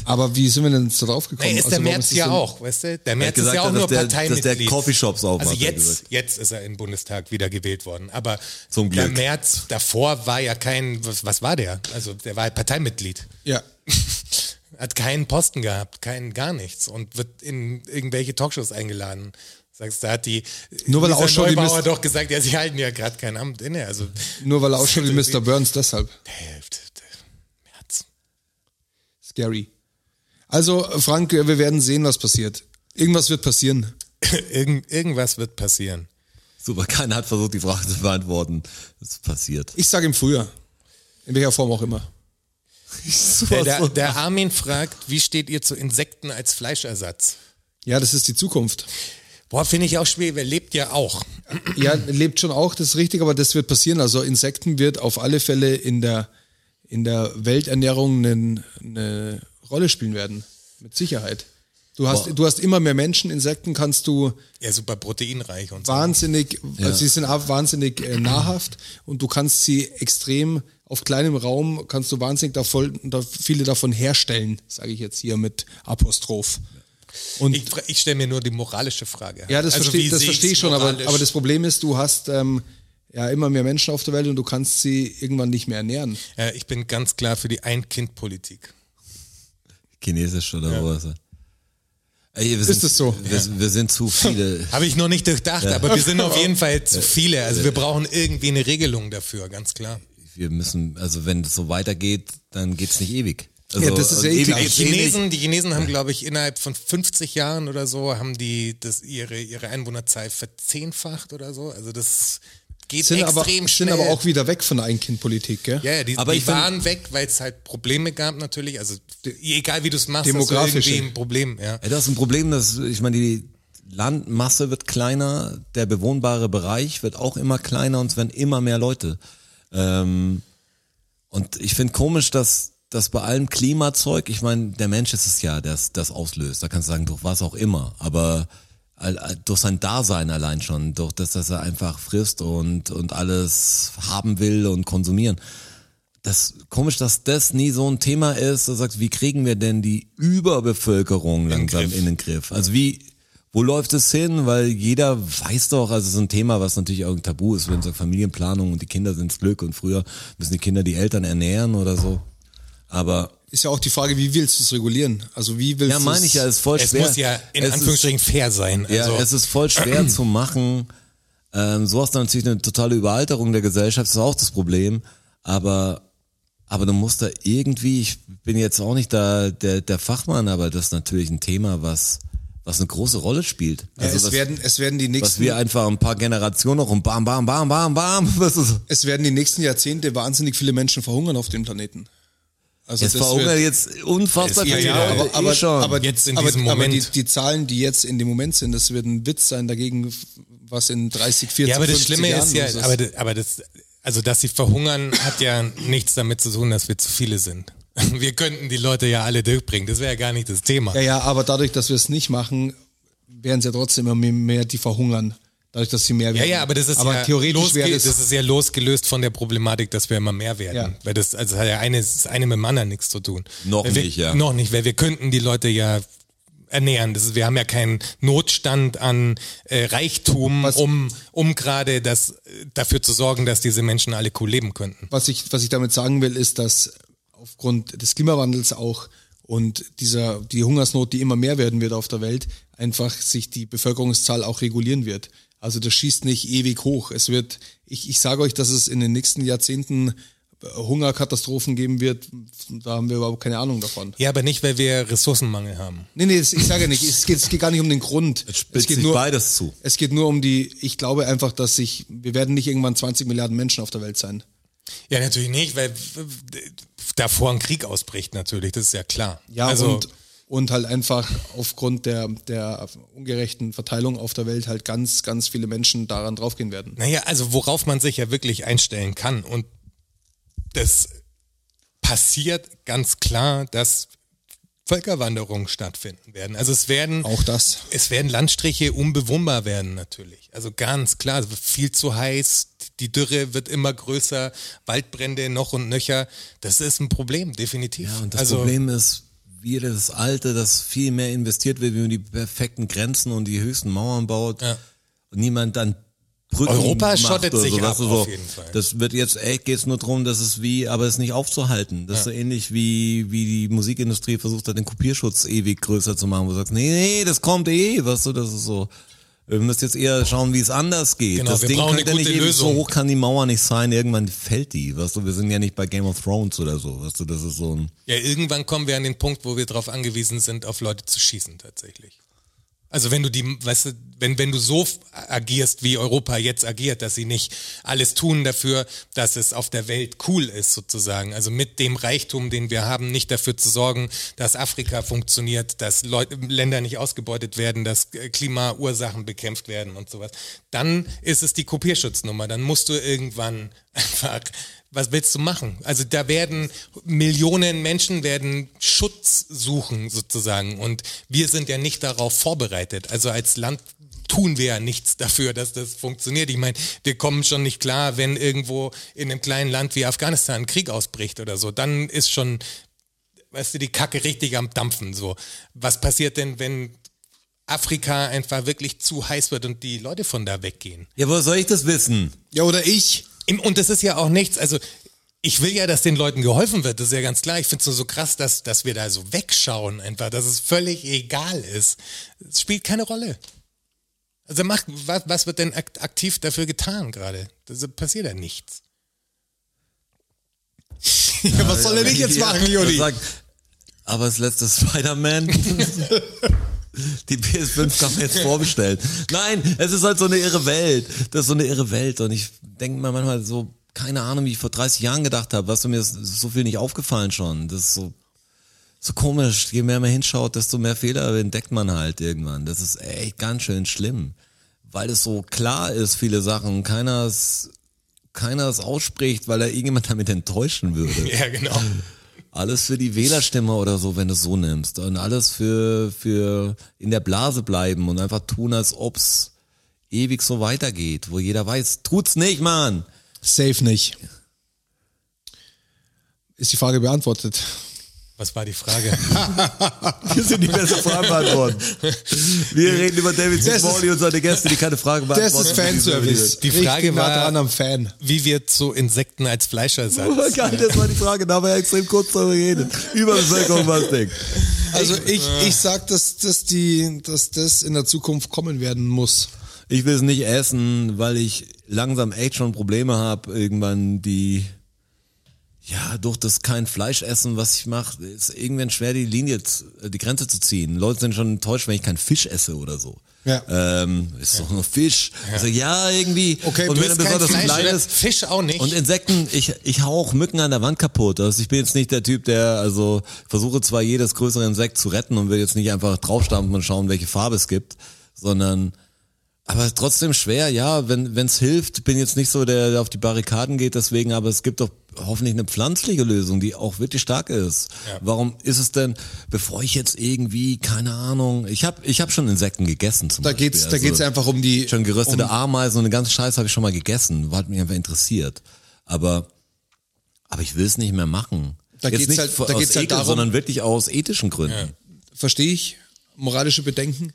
Aber wie sind wir denn jetzt darauf gekommen? Also Ey, ist also der warum März das ja denn- auch, weißt du? Der Er März hat ist gesagt, ja auch dass, nur der, dass Parteimitglied. der Coffeeshops aufmacht. also hat er gesagt. jetzt, jetzt ist er im Bundestag wieder gewählt worden. Aber Zum Glück. der März davor war ja kein, was, was war der? Also der war halt Parteimitglied. Ja. Hat keinen Posten gehabt, keinen gar nichts und wird in irgendwelche Talkshows eingeladen. Sagst, da hat die Nur weil er Lisa auch schon die Neubauer Mist- doch gesagt, ja, sie halten ja gerade kein Amt inne. Also Nur weil er *laughs* ausschaut wie Mr. Burns, deshalb. der Hälfte, der März. Scary. Also, Frank, wir werden sehen, was passiert. Irgendwas wird passieren. *laughs* Irgend, irgendwas wird passieren. Super, keiner hat versucht, die Frage zu beantworten. Das *laughs* ist passiert. Ich sage im Frühjahr. In welcher Form auch immer. Der, der, der Armin fragt, wie steht ihr zu Insekten als Fleischersatz? Ja, das ist die Zukunft. Boah, finde ich auch schwer. Wer lebt ja auch. Ja, lebt schon auch, das ist richtig, aber das wird passieren. Also Insekten wird auf alle Fälle in der, in der Welternährung eine, eine Rolle spielen werden. Mit Sicherheit. Du hast, du hast immer mehr Menschen, Insekten kannst du Ja, super proteinreich und so. wahnsinnig, also sie sind auch wahnsinnig äh, nahrhaft und du kannst sie extrem auf kleinem Raum kannst du wahnsinnig da voll, da viele davon herstellen, sage ich jetzt hier mit Apostroph. Und Ich, fra- ich stelle mir nur die moralische Frage. ja, das Also, verstehe wie das sehe versteh ich ich's schon, aber, moralisch? aber das Problem ist, du hast ähm, ja immer mehr Menschen auf der Welt und du kannst sie irgendwann nicht mehr ernähren. ja, ich bin ganz klar für die Ein-Kind-Politik. Chinesisch oder was? Ey, wir sind, das so? Wir, wir *laughs* sind zu viele. Habe ich noch nicht durchdacht, aber wir sind auf jeden Fall zu viele. Also wir brauchen irgendwie eine Regelung dafür, ganz klar. Wir müssen, also wenn es so weitergeht, dann geht's nicht ewig. Also, Ja, das ist ja eh ewig klar. Die ist eh nicht. Chinesen, die Chinesen haben, glaube ich, innerhalb von 50 Jahren oder so, haben die das, ihre, ihre Einwohnerzahl verzehnfacht oder so. Also das geht Sind aber, extrem sind schnell. aber auch wieder weg von der Ein-Kind-Politik, gell? Ja, ja, die, Aber die ich find- waren weg, weil es halt Probleme gab natürlich. Also egal wie du es machst, hast Demografische. du irgendwie ein Problem. Ja. Ey, das ist ein Problem, dass, ich meine, die Landmasse wird kleiner, der bewohnbare Bereich wird auch immer kleiner und es werden immer mehr Leute. Ähm, und ich finde komisch, dass dass bei allem Klimazeug, ich meine, der Mensch ist es ja, der es- das auslöst. Da kannst du sagen, durch was auch immer. Aber all- all- durch sein Dasein allein schon, durch das, dass er einfach frisst und, und alles haben will und konsumieren das komisch, dass das nie so ein Thema ist, dass sagt, wie kriegen wir denn die Überbevölkerung langsam in den Griff? Also wie, wo läuft es hin? Weil jeder weiß doch, also es ist ein Thema, was natürlich auch ein Tabu ist, wenn es sagt Familienplanung und die Kinder sind's Glück und früher müssen die Kinder die Eltern ernähren oder so. Aber Ist ja auch die Frage, wie willst du es regulieren? Also wie willst ja, du meine ich ja, es ist voll Es schwer. muss ja in Es ist- Anführungsstrichen fair sein. Ja, Also, es ist *clears throat* voll schwer zu machen. Ähm, so hast du natürlich eine totale Überalterung der Gesellschaft, das ist auch das Problem. Aber, aber du musst da irgendwie, ich bin jetzt auch nicht da der, der Fachmann, aber das ist natürlich ein Thema, was, was eine große Rolle spielt. Ja, Also es, was, werden, es werden die was nächsten wir einfach ein paar Generationen noch und bam, bam, bam, bam, *laughs* bam. Was ist, es werden die nächsten Jahrzehnte wahnsinnig viele Menschen verhungern auf dem Planeten. Also Es das wird- verhungern jetzt unfassbar Ja, viele ja, Leute aber, aber, eh schon. aber Jetzt in aber, diesem aber die, Moment. die Zahlen, die jetzt in dem Moment sind, das wird ein Witz sein dagegen, was in 30, 40, Ja, aber das 50 Schlimme Jahren ist ja, los aber, das- aber das, also dass sie verhungern, hat ja nichts damit zu tun, dass wir zu viele sind. *laughs* Wir könnten die Leute ja alle durchbringen, das wäre ja gar nicht das Thema. ja, ja, aber dadurch, dass wir es nicht machen, werden es ja trotzdem immer mehr- mehr, die verhungern. Dadurch, dass sie mehr Ja, werden. ja, aber das ist ja theoretisch losge- wäre das es. ist ja losgelöst von der Problematik, dass wir immer mehr werden. Ja. Weil das, also hat ja eine, das eine mit dem anderen nichts zu tun. Noch weil wir, nicht, ja. Noch nicht, weil wir könnten die Leute ja ernähren. Das ist, wir haben ja keinen Notstand an äh, Reichtum, Was- um, um gerade das äh, dafür zu sorgen, dass diese Menschen alle cool leben könnten. was ich, was ich damit sagen will, ist, dass aufgrund des Klimawandels auch und dieser, die Hungersnot, die immer mehr werden wird auf der Welt, einfach sich die Bevölkerungszahl auch regulieren wird. Also das schießt nicht ewig hoch. Es wird, ich, ich sage euch, dass es in den nächsten Jahrzehnten äh, Hungerkatastrophen geben wird. Da haben wir überhaupt keine Ahnung davon. Ja, aber nicht, weil wir Ressourcenmangel haben. Nee, nee, das- ich sage ja nicht, es geht, es geht gar nicht um den Grund. Jetzt spitzt Es geht sich nur, beides zu. es geht nur um die, ich glaube einfach, dass sich, wir werden nicht irgendwann 20 Milliarden Menschen auf der Welt sein. Ja, natürlich nicht, weil äh, davor ein Krieg ausbricht natürlich, das ist ja klar. Ja, also, und, und halt einfach aufgrund der, der ungerechten Verteilung auf der Welt halt ganz, ganz viele Menschen daran draufgehen werden. Naja, also worauf man sich ja wirklich einstellen kann. Und das passiert ganz klar, dass Völkerwanderungen stattfinden werden. Also es werden Auch das. es werden Landstriche unbewohnbar werden natürlich. Also ganz klar, es wird viel zu heiß, die Dürre wird immer größer, Waldbrände noch und nöcher. Das ist ein Problem, definitiv. Ja, und das also, Problem ist, wie das Alte, dass viel mehr investiert wird, wie man die perfekten Grenzen und die höchsten Mauern baut. Ja. Und niemand dann Brücken Europa macht schottet oder sich so, ab, weißt du, auf so. jeden Fall. Das wird jetzt echt, geht's nur drum, dass es wie, aber es ist nicht aufzuhalten. Das ist so ähnlich wie, wie die Musikindustrie versucht hat, den Kopierschutz ewig größer zu machen, wo du sagst, nee, nee, das kommt eh, weißt du, das ist so. Wir müssen jetzt eher schauen, wie es anders geht. Genau, das wir Ding brauchen könnte eine nicht gute eben so Lösung. hoch kann die Mauer nicht sein, irgendwann fällt die. Weißt du, wir sind ja nicht bei Game of Thrones oder so, weißt du, das ist so ein Ja, irgendwann kommen wir an den Punkt, wo wir darauf angewiesen sind, auf Leute zu schießen tatsächlich. Also wenn du die, weißt du, wenn, wenn du so f- agierst, wie Europa jetzt agiert, dass sie nicht alles tun dafür, dass es auf der Welt cool ist sozusagen. Also mit dem Reichtum, den wir haben, nicht dafür zu sorgen, dass Afrika funktioniert, dass Leute, Länder nicht ausgebeutet werden, dass äh, Klimaursachen bekämpft werden und sowas. Dann ist es die Kopierschutznummer. Dann musst du irgendwann *laughs* einfach, was willst du machen? Also da werden Millionen Menschen werden Schutz suchen sozusagen und wir sind ja nicht darauf vorbereitet. Also als Land tun wir ja nichts dafür, dass das funktioniert. Ich meine, wir kommen schon nicht klar, wenn irgendwo in einem kleinen Land wie Afghanistan ein Krieg ausbricht oder so, dann ist schon, weißt du, die Kacke richtig am Dampfen so. Was passiert denn, wenn Afrika einfach wirklich zu heiß wird und die Leute von da weggehen? Ja, woher soll ich das wissen? Ja, oder ich? Im- Und das ist ja auch nichts, also ich will ja, dass den Leuten geholfen wird, das ist ja ganz klar. Ich finde es nur so krass, dass, dass wir da so wegschauen einfach, dass es völlig egal ist. Es spielt keine Rolle. Also macht, was, was wird denn ak- aktiv dafür getan gerade? Das passiert ja nichts. *laughs* Ja, was soll denn ich jetzt machen, Juli? Sagt, aber das letzte *laughs* Spider-Man. Die PS5 kann man jetzt vorbestellen. Nein, es ist halt so eine irre Welt. Das ist so eine irre Welt. Und ich denke mir manchmal so, keine Ahnung, wie ich vor 30 Jahren gedacht habe. Was du mir ist so viel nicht aufgefallen schon. Das ist so, so komisch. Je mehr man hinschaut, desto mehr Fehler entdeckt man halt irgendwann. Das ist echt ganz schön schlimm. Weil es so klar ist, viele Sachen. Keiner es, keiner es ausspricht, weil er irgendjemand *laughs* damit enttäuschen würde. Ja, genau. Alles für die Wählerstimme oder so, wenn du es so nimmst. Und alles für, für in der Blase bleiben und einfach tun, als ob's ewig so weitergeht, wo jeder weiß, tut's nicht, *laughs* Mann! Safe nicht. Ist die Frage beantwortet? Was war die Frage? Das sind die beste Frage beantworten. Wir reden über David Das ist- Cicmoli und seine Gäste, die keine Frage Das beantworten. ist Fanservice. Die Frage Richtig nah war- dran am Fan. Wie wir zu Insekten als Oh, Fleischersatz. Geil, das war die Frage, da haben wir ja extrem kurz drüber geredet. Über Bevölkerung was denkt. Also Äh. ich, ich sag, dass, dass, die, dass das in der Zukunft kommen werden muss. Ich will es nicht essen, weil ich langsam echt schon Probleme habe, irgendwann die ja, durch das kein Fleisch essen, was ich mache, ist irgendwann schwer, die Linie, z- äh, die Grenze zu ziehen. Leute sind schon enttäuscht, wenn ich keinen Fisch esse oder so. Ja. Ähm, ist doch nur Fisch. Ja, also, ja irgendwie. Okay, und du wenn er isst ne? besonders klein oder ist. Fisch auch nicht. Und Insekten, ich, ich hau auch Mücken an der Wand kaputt. Also ich bin jetzt nicht der Typ, der, also versuche zwar jedes größere Insekt zu retten und will jetzt nicht einfach draufstampfen und schauen, welche Farbe es gibt, sondern aber trotzdem schwer, ja, wenn wenn's hilft, bin jetzt nicht so der, der auf die Barrikaden geht, deswegen, aber es gibt doch hoffentlich eine pflanzliche Lösung, die auch wirklich stark ist. Warum ist es denn, bevor ich jetzt irgendwie, keine Ahnung, ich hab ich hab schon Insekten gegessen zum Da Beispiel. geht's, da also- geht's einfach um die. schon geröstete um, Ameisen und den ganzen Scheiß habe ich schon mal gegessen, hat mich einfach interessiert. Aber, aber ich will es nicht mehr machen. Da Jetzt geht's nicht halt- vor- da aus geht's halt Ekel, darum- sondern wirklich aus ethischen Gründen. verstehe ich, moralische Bedenken.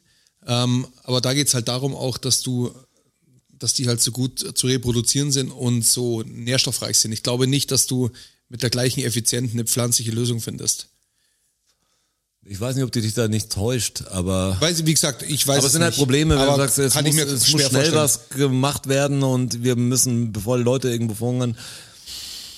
Ähm, aber da geht's halt darum auch, dass du, dass die halt so gut zu reproduzieren sind und so nährstoffreich sind. Ich glaube nicht, dass du mit der gleichen Effizienz eine pflanzliche Lösung findest. Ich weiß nicht, ob die dich da nicht täuscht, aber, Weil, wie gesagt, ich weiß aber es es sind halt nicht. Probleme, wenn Aber du sagst, es kann muss, ich mir es schwer muss schnell vorstellen. was gemacht werden und wir müssen, bevor die Leute irgendwo verhungern,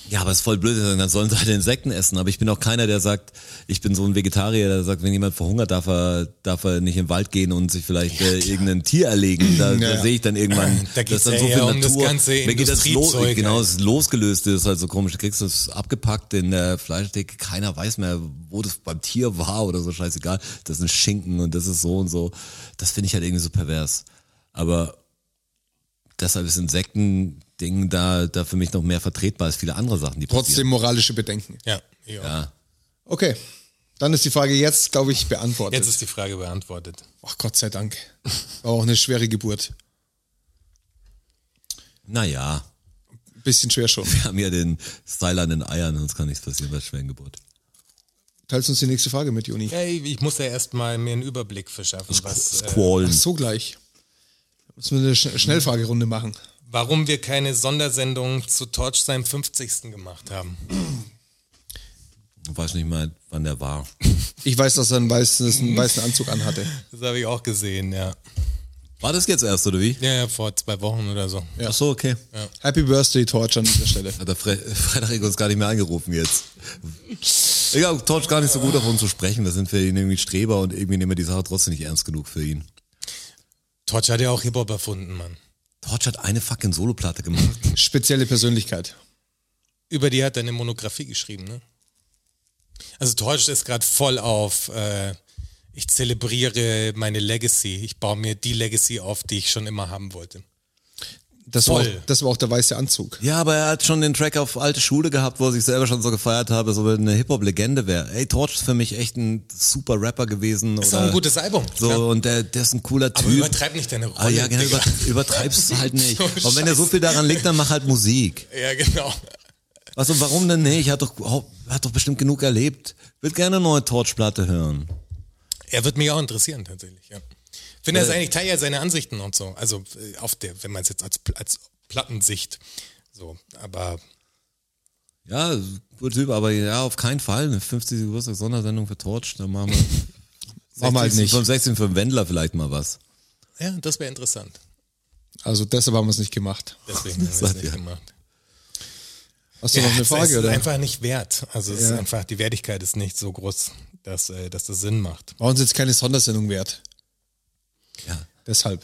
ja, aber es ist voll blöd, dann sollen sie halt Insekten essen. Aber ich bin auch keiner, der sagt, ich bin so ein Vegetarier, der sagt, wenn jemand verhungert, darf er, darf er nicht in den Wald gehen und sich vielleicht äh, irgendein Tier erlegen. Da, da sehe ich dann irgendwann, *laughs* Da geht's ja eher um das ganze Mir geht das lo- Industriezeug, ey. genau, das Losgelöste ist halt so komisch. Du kriegst das abgepackt in der Fleischtheke, keiner weiß mehr, wo das beim Tier war oder so, scheißegal. Das sind Schinken und das ist so und so. Das finde ich halt irgendwie so pervers. Aber deshalb ist Insekten-Ding da, da für mich noch mehr vertretbar als viele andere Sachen, die Trotzdem passieren. moralische Bedenken. ja, ja. Okay. Dann ist die Frage jetzt, glaube ich, beantwortet. Jetzt ist die Frage beantwortet. Ach Gott sei Dank. War auch eine schwere Geburt. Naja, Bisschen schwer schon. wir haben ja den Style an den Eiern, sonst kann nichts passieren bei schweren Geburt. Teilst uns die nächste Frage mit, Juni. Ja, ich, ich muss ja erstmal mir einen Überblick verschaffen, was, äh, Squallen. So gleich. Müssen wir eine Sch Schnellfragerunde machen. warum wir keine Sondersendung zu Torch seinem 50. gemacht haben. Ich weiß nicht mal, wann der war. *laughs* Ich weiß, dass er einen weißen, einen weißen Anzug anhatte. Das habe ich auch gesehen, ja. War das jetzt erst, oder wie? Ja, ja, vor zwei Wochen oder so. Ja. Ach so, okay. Happy Birthday, Torch, an dieser Stelle. Hat der Fre *laughs* Frederik uns gar nicht mehr angerufen jetzt. Ich glaube, Torch gar nicht so gut auf uns zu sprechen. Da sind wir ihn irgendwie Streber und irgendwie nehmen wir die Sache trotzdem nicht ernst genug für ihn. Torch hat ja auch Hip-Hop erfunden, Mann. Torch hat eine fucking Soloplatte gemacht. Spezielle Persönlichkeit. Über die hat er eine Monographie geschrieben, ne? Also Torch ist gerade voll auf, äh, ich zelebriere meine Legacy. Ich baue mir die Legacy auf, die ich schon immer haben wollte. Das war, Voll. auch, das war auch der weiße Anzug. Ja, aber er hat schon den Track auf alte Schule gehabt, wo er sich selber schon so gefeiert habe, als ob er eine Hip-Hop-Legende wäre. Ey, Torch ist für mich echt ein super Rapper gewesen. Ist oder auch ein gutes Album. So, klar. und der, der ist ein cooler Aber Typ. übertreib nicht deine Rolle. ah, ja, genau, Digga. über, übertreib's halt nicht. So und wenn er so viel daran liegt, dann mach halt Musik. *laughs* ja, genau. Also warum denn nicht? Hat doch, oh, hat doch bestimmt genug erlebt. Wird gerne eine neue Torch-Platte hören. Er wird mich auch interessieren, tatsächlich, ja. Finde das eigentlich, teile ja seine Ansichten und so. Also, äh, auf der, wenn man es jetzt als, Pl- als Plattensicht so, aber Ja, guter Typ, aber ja, auf keinen Fall. Eine 50. Geburtstag Sondersendung für Torch, dann *laughs* machen wir. Machen wir halt nicht. Vom 16 für den Wendler vielleicht mal was. ja, das wäre interessant. Also deshalb haben wir es nicht gemacht. *laughs* Deswegen haben wir es sagt nicht ihr. gemacht. Hast du noch eine es Frage, ist oder? einfach nicht wert. Also es ist Ja. einfach, die Wertigkeit ist nicht so groß, dass, äh, dass das Sinn macht. War uns jetzt keine Sondersendung wert. Ja. Deshalb.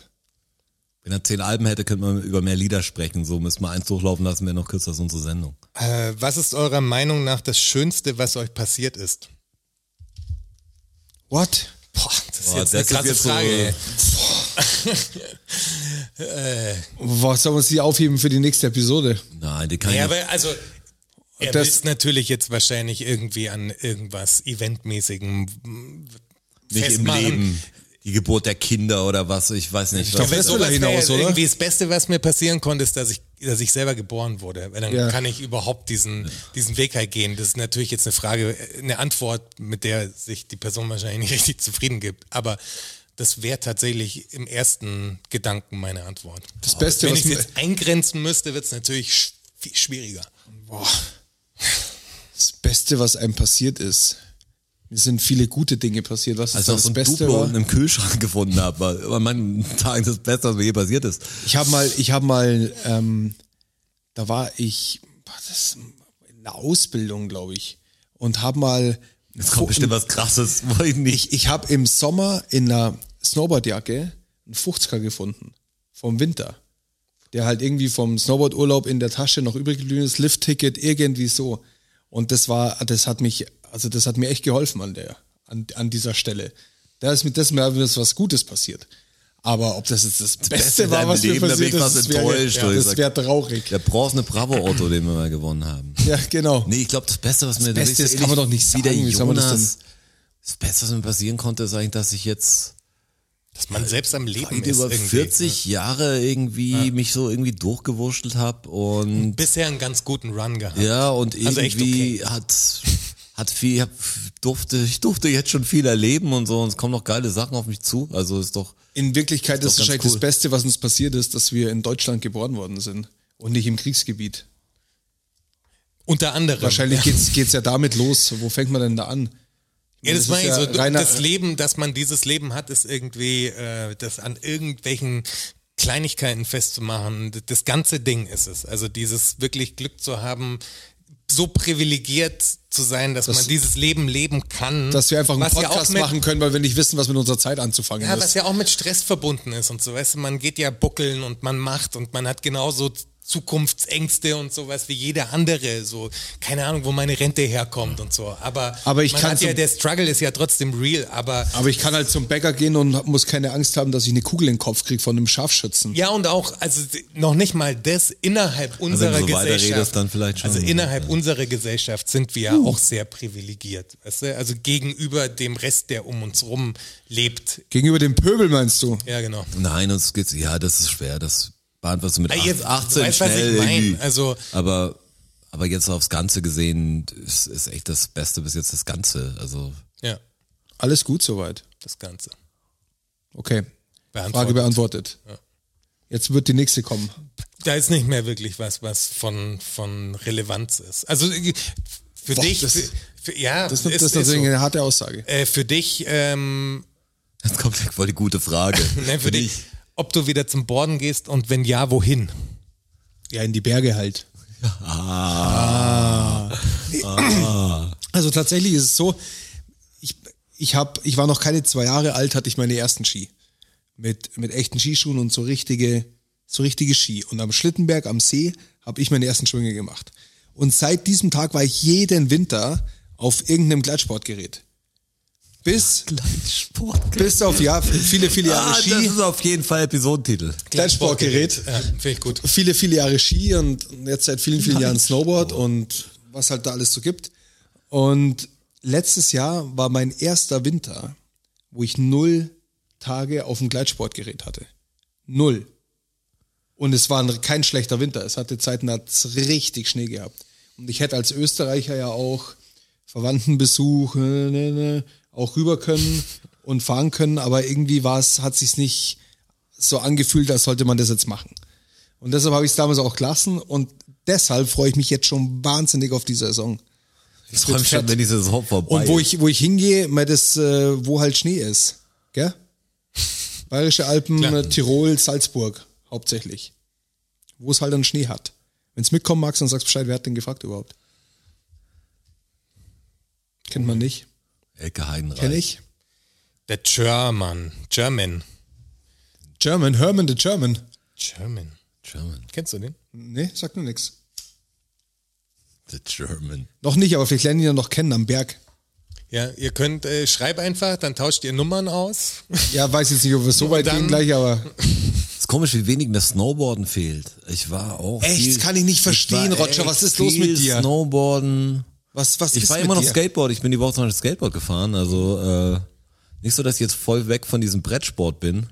Wenn er zehn Alben hätte, könnte man über mehr Lieder sprechen. So müssen wir eins durchlaufen lassen, wäre noch kürzer als unsere Sendung. Äh, was ist eurer Meinung nach das Schönste, was euch passiert ist? What? Boah, das ist Boah, jetzt das eine ist krasse jetzt so, Frage. äh, ey. Was sollen wir uns die aufheben für die nächste Episode? Nein, die kann ja, ich nicht. aber also er Das- ist natürlich jetzt wahrscheinlich irgendwie an irgendwas eventmäßigem nicht im festmachen. Leben. Die Geburt der Kinder oder was, ich weiß nicht. glaub, was. das will er wär hinaus, jetzt oder? Irgendwie das Beste, was mir passieren konnte, ist, dass ich, dass ich selber geboren wurde. Weil dann Ja. kann ich überhaupt diesen, diesen Weg halt gehen. Das ist natürlich jetzt eine Frage, äh, eine Antwort, mit der sich die Person wahrscheinlich nicht *laughs* richtig zufrieden gibt. Aber das wäre tatsächlich im ersten Gedanken meine Antwort. Das Beste, Wenn was ich mir- jetzt eingrenzen müsste, wird es natürlich sch viel schwieriger. Das Beste, was einem passiert ist. Es sind viele gute Dinge passiert. Was ist Als ich da noch Also so das ein Beste? Duplo War? unten im Kühlschrank *laughs* gefunden habe, war an meinen Tagen das Beste, was mir je passiert ist. Ich habe mal, ich habe mal, ähm, da war ich, boah, das, eine Ausbildung, glaube ich. Und habe mal. Jetzt kommt bestimmt was krasses, *laughs* wollte ich nicht. Ich, ich habe im Sommer in einer Snowboardjacke einen 50er gefunden. Vom Winter. Der halt irgendwie vom Snowboardurlaub in der Tasche noch übrig geblieben ist, Liftticket, irgendwie so. Und das war, das hat mich, also das hat mir echt geholfen an der, an, an dieser Stelle. Da ist mit das mir ist was Gutes passiert. Aber ob das jetzt das, Beste Beste in war, deinem was mir Leben, da bin passiert ich ist, fast das wäre enttäuscht, ja, ehrlich das gesagt. wär traurig. Der bronzene Bravo-Auto, den wir mal gewonnen haben. Ja, genau. Nee, ich glaube, das Beste, was mir Beste, wirklich so das kann man ähnlich doch nicht Wie der sagen. Wie Jonas, soll man das das, Beste, was mir passieren konnte, ist eigentlich, dass ich jetzt Dass man selbst am Leben weit ist. über irgendwie. 40 Jahre irgendwie mich so irgendwie durchgewurschtelt habe und Bisher einen ganz guten Run gehabt. Ja, und Also echt irgendwie hat, hat viel, ich hab, durfte, ich durfte jetzt schon viel erleben und so, und es kommen noch geile Sachen auf mich zu. Also ist doch, In Wirklichkeit ist, doch ganz wahrscheinlich cool. das Beste, was uns passiert ist, dass wir in Deutschland geboren worden sind und nicht im Kriegsgebiet. Unter anderem. *laughs* Wahrscheinlich geht's geht's ja damit los. Wo fängt man denn da an? Ja, das, Das meine ist ich so. ja reiner- das Leben, dass man dieses Leben hat, ist irgendwie, äh, das an irgendwelchen Kleinigkeiten festzumachen. D- Das ganze Ding ist es. Also dieses wirklich Glück zu haben, so privilegiert zu sein, dass man dieses Leben leben kann. Dass wir einfach einen was ja auch Podcast mit- machen können, weil wir nicht wissen, was mit unserer Zeit anzufangen Ja, was ist. ja auch mit Stress verbunden ist und so, weißt du, man geht ja buckeln und man macht und man hat genauso Zukunftsängste und sowas wie jeder andere, so, keine Ahnung, wo meine Rente herkommt und so, aber, Aber ich man kann hat ja, zum- der Struggle ist ja trotzdem real, aber Aber ich kann halt zum Bäcker gehen und hab- muss keine Angst haben, dass ich eine Kugel in den Kopf kriege von einem Scharfschützen. ja und auch, also d- noch nicht mal das, innerhalb Also, wenn unserer du so Gesellschaft, weiterredest, dann vielleicht schon. also innerhalb unserer Gesellschaft sind wir ja auch sehr privilegiert, weißt du, also gegenüber dem Rest, der um uns rum lebt, Gegenüber dem Pöbel meinst du? ja genau. Nein, uns geht's, ja, das ist schwer, das beantwortest du mit Ey, 18, jetzt- 18 weißt, was ich schnell mein? irgendwie. Also- aber, aber jetzt aufs Ganze gesehen, ist, ist echt das Beste bis jetzt das Ganze. Also, Ja, Alles gut soweit. das Ganze. Okay. Frage Beantwortet. beantwortet. Jetzt wird die nächste kommen. da ist nicht mehr wirklich was, was von, von Relevanz ist. Also äh, für Boah, dich, das- für, für, ja, Das, ist, es das ist natürlich so. eine harte Aussage. äh, für dich, ähm, jetzt kommt gleich voll die *laughs* gute Frage. nein, Ne, für dich, ob du wieder zum Borden gehst und wenn ja, wohin? Ja, in die Berge halt. Ah. Also tatsächlich ist es so, ich, ich, hab, ich war noch keine zwei Jahre alt, hatte ich meine ersten Ski. Mit, mit echten Skischuhen und so richtige, so richtige Ski. Und am Schlittenberg am See habe ich meine ersten Schwünge gemacht. Und seit diesem Tag war ich jeden Winter auf irgendeinem Gleitsportgerät. Bis, Gleitsport. bis auf ja, viele, viele Jahre Ah, Ski. das ist auf jeden Fall Episodentitel. Gleitsportgerät. Ja, Finde ich gut. viele, viele Jahre Ski und jetzt seit vielen, vielen Jahren Snowboard und was halt da alles so gibt. Und letztes Jahr war mein erster Winter, wo ich null Tage auf dem Gleitsportgerät hatte. Null. Und es war ein, kein schlechter Winter. Es hatte zeitnah hat's richtig Schnee gehabt. Und ich hätte als Österreicher ja auch Verwandtenbesuch äh, ne, ne, auch rüber können und fahren können, aber irgendwie war es, hat sich's nicht so angefühlt, als sollte man das jetzt machen. Und deshalb habe ich es damals auch gelassen und deshalb freue ich mich jetzt schon wahnsinnig auf die Saison. Ich freue mich fett. schon, wenn die Saison vorbei Und wo ist. ich, wo ich hingehe, mal das, äh, wo halt Schnee ist. *laughs* Gell? Bayerische Alpen, Klar. äh, Tirol, Salzburg hauptsächlich. Wo es halt dann Schnee hat. Wenn es mitkommen magst, dann sagst Bescheid, wer hat denn gefragt überhaupt? Kennt man nicht. Elke Heidenreich. Kenn ich. Der German. German. German, Herman the German. German. German. Kennst du den? Nee, sagt nur nix. The German. Noch nicht, aber vielleicht lernen die dann noch kennen am Berg. Ja, ihr könnt, äh, schreib einfach, dann tauscht ihr Nummern aus. Ja, weiß jetzt nicht, ob wir so weit dann- gehen gleich, aber. Es ist komisch, wie wenig mir Snowboarden fehlt. Ich war auch. Echt? Viel, Das kann ich nicht verstehen, war Roger. Was echt ist los viel mit dir? Snowboarden. Was, was Ich ist war mit immer noch dir? Skateboard. Ich bin die Woche zum Beispiel Skateboard gefahren. Also äh, nicht so, dass ich jetzt voll weg von diesem Brettsport bin.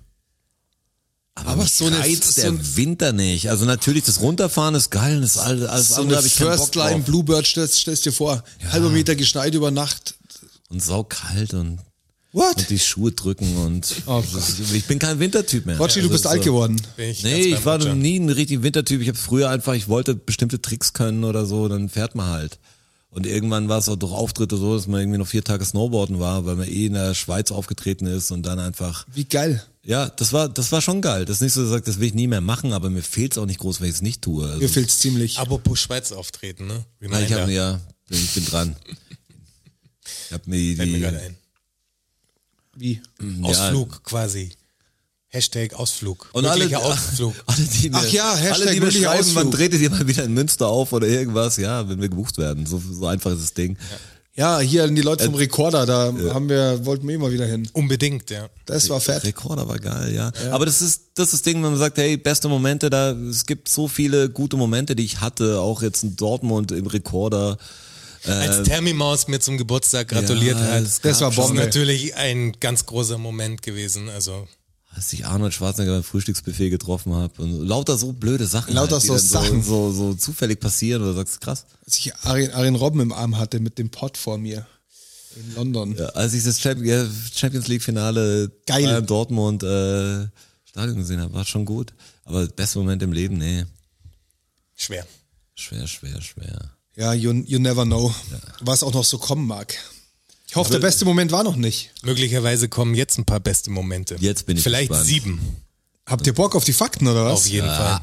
Aber, Aber mich so eine- reizt so der ein- Winter nicht. Also natürlich, das Runterfahren ist geil. und Das alles, alles So andere eine habe ich keinen Bock First Line drauf. Bluebird stellst, stellst dir vor. Halber Meter geschneit über Nacht. Und saukalt und, What? und die Schuhe drücken und Oh ich bin kein Wintertyp mehr. Rotschi, Also du bist so- alt geworden. Bin ich Nee, ganz ich beim war noch Roger. nie ein richtiger Wintertyp. Ich habe früher einfach, ich wollte bestimmte Tricks können oder so, dann fährt man halt. Und irgendwann war es auch durch Auftritte so, dass man irgendwie noch vier Tage Snowboarden war, weil man eh in der Schweiz aufgetreten ist und dann einfach. Wie geil. Ja, das war, das war schon geil. Das ist nicht so gesagt, das will ich nie mehr machen, aber mir fehlt es auch nicht groß, wenn ich es nicht tue. Also, Mir fehlt's ziemlich. Apropos Schweiz auftreten, ne? Nein, ich Reminder. habe ja, ich bin dran. Ich habe mir die, Fällt mir gerade ein. Wie? Mhm. Ausflug quasi. Hashtag Ausflug. Und alle, Möglicher *laughs* Ausflug. alle, die mir, Ach ja, alle, die Hashtag mir möglicher schreiben, man Ausflug. dreht ihr mal wieder in Münster auf oder irgendwas. Ja, wenn wir gebucht werden. So, so einfach ist das Ding. Ja, hier die Leute Äh, vom Rekorder, da haben wir, wollten wir immer wieder hin. Unbedingt, ja. Das war fett. Rekorder war geil, ja. Aber das ist, das ist das Ding, wenn man sagt, hey, beste Momente, da, es gibt so viele gute Momente, die ich hatte, auch jetzt in Dortmund im Rekorder. Als Thermimaus mir zum Geburtstag gratuliert Ähm, ja, hat. es Das war gab Das ist Bombe. natürlich ein ganz großer Moment gewesen. Also Als ich Arnold Schwarzenegger beim Frühstücksbuffet getroffen habe und lauter so blöde Sachen. halt, Lauter die so dann Sachen. So, so, so zufällig passieren oder sagst, krass. Als ich Arjen, Arjen Robben im Arm hatte mit dem Pott vor mir in London. Ja, als ich das Champ- ja, Champions League Finale Geil. Bayern Dortmund äh, Stadion gesehen habe, war schon gut. Aber bester Moment im Leben, nee. schwer. Schwer, schwer, schwer. Ja, you, you never know, was auch noch so kommen mag. Ich hoffe, der beste Moment war noch nicht. Möglicherweise kommen jetzt ein paar beste Momente. Jetzt bin ich Vielleicht gespannt. sieben. Habt ihr Bock auf die Fakten oder was? Auf jeden Fall.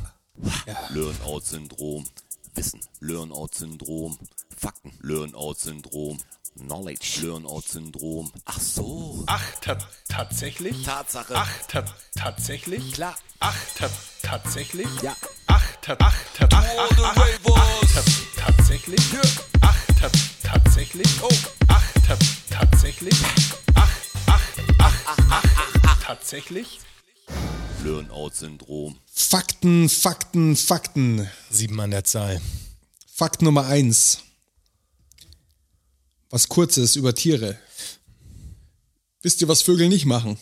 Learn-out-Syndrom. Wissen. Learn-out-Syndrom. Fakten. Learn-out-Syndrom. Knowledge. Learn-out-Syndrom. Ach so. Ach, ta tatsächlich? Tatsache. Ach, ta tatsächlich? Klar. Ach, ta tatsächlich? Ja. Ach, ta ach, ta ach, ach, ach, ach, ta tatsächlich? Ach, ta tatsächlich? Oh. Ach, ta tatsächlich? Ach, ach, ach, ach, ach, ach, tatsächlich? Learn-out-Syndrom. Fakten, Fakten, Fakten. Sieben an der Zahl. Fakt Nummer eins. Was kurzes über Tiere. Wisst ihr, was Vögel nicht machen?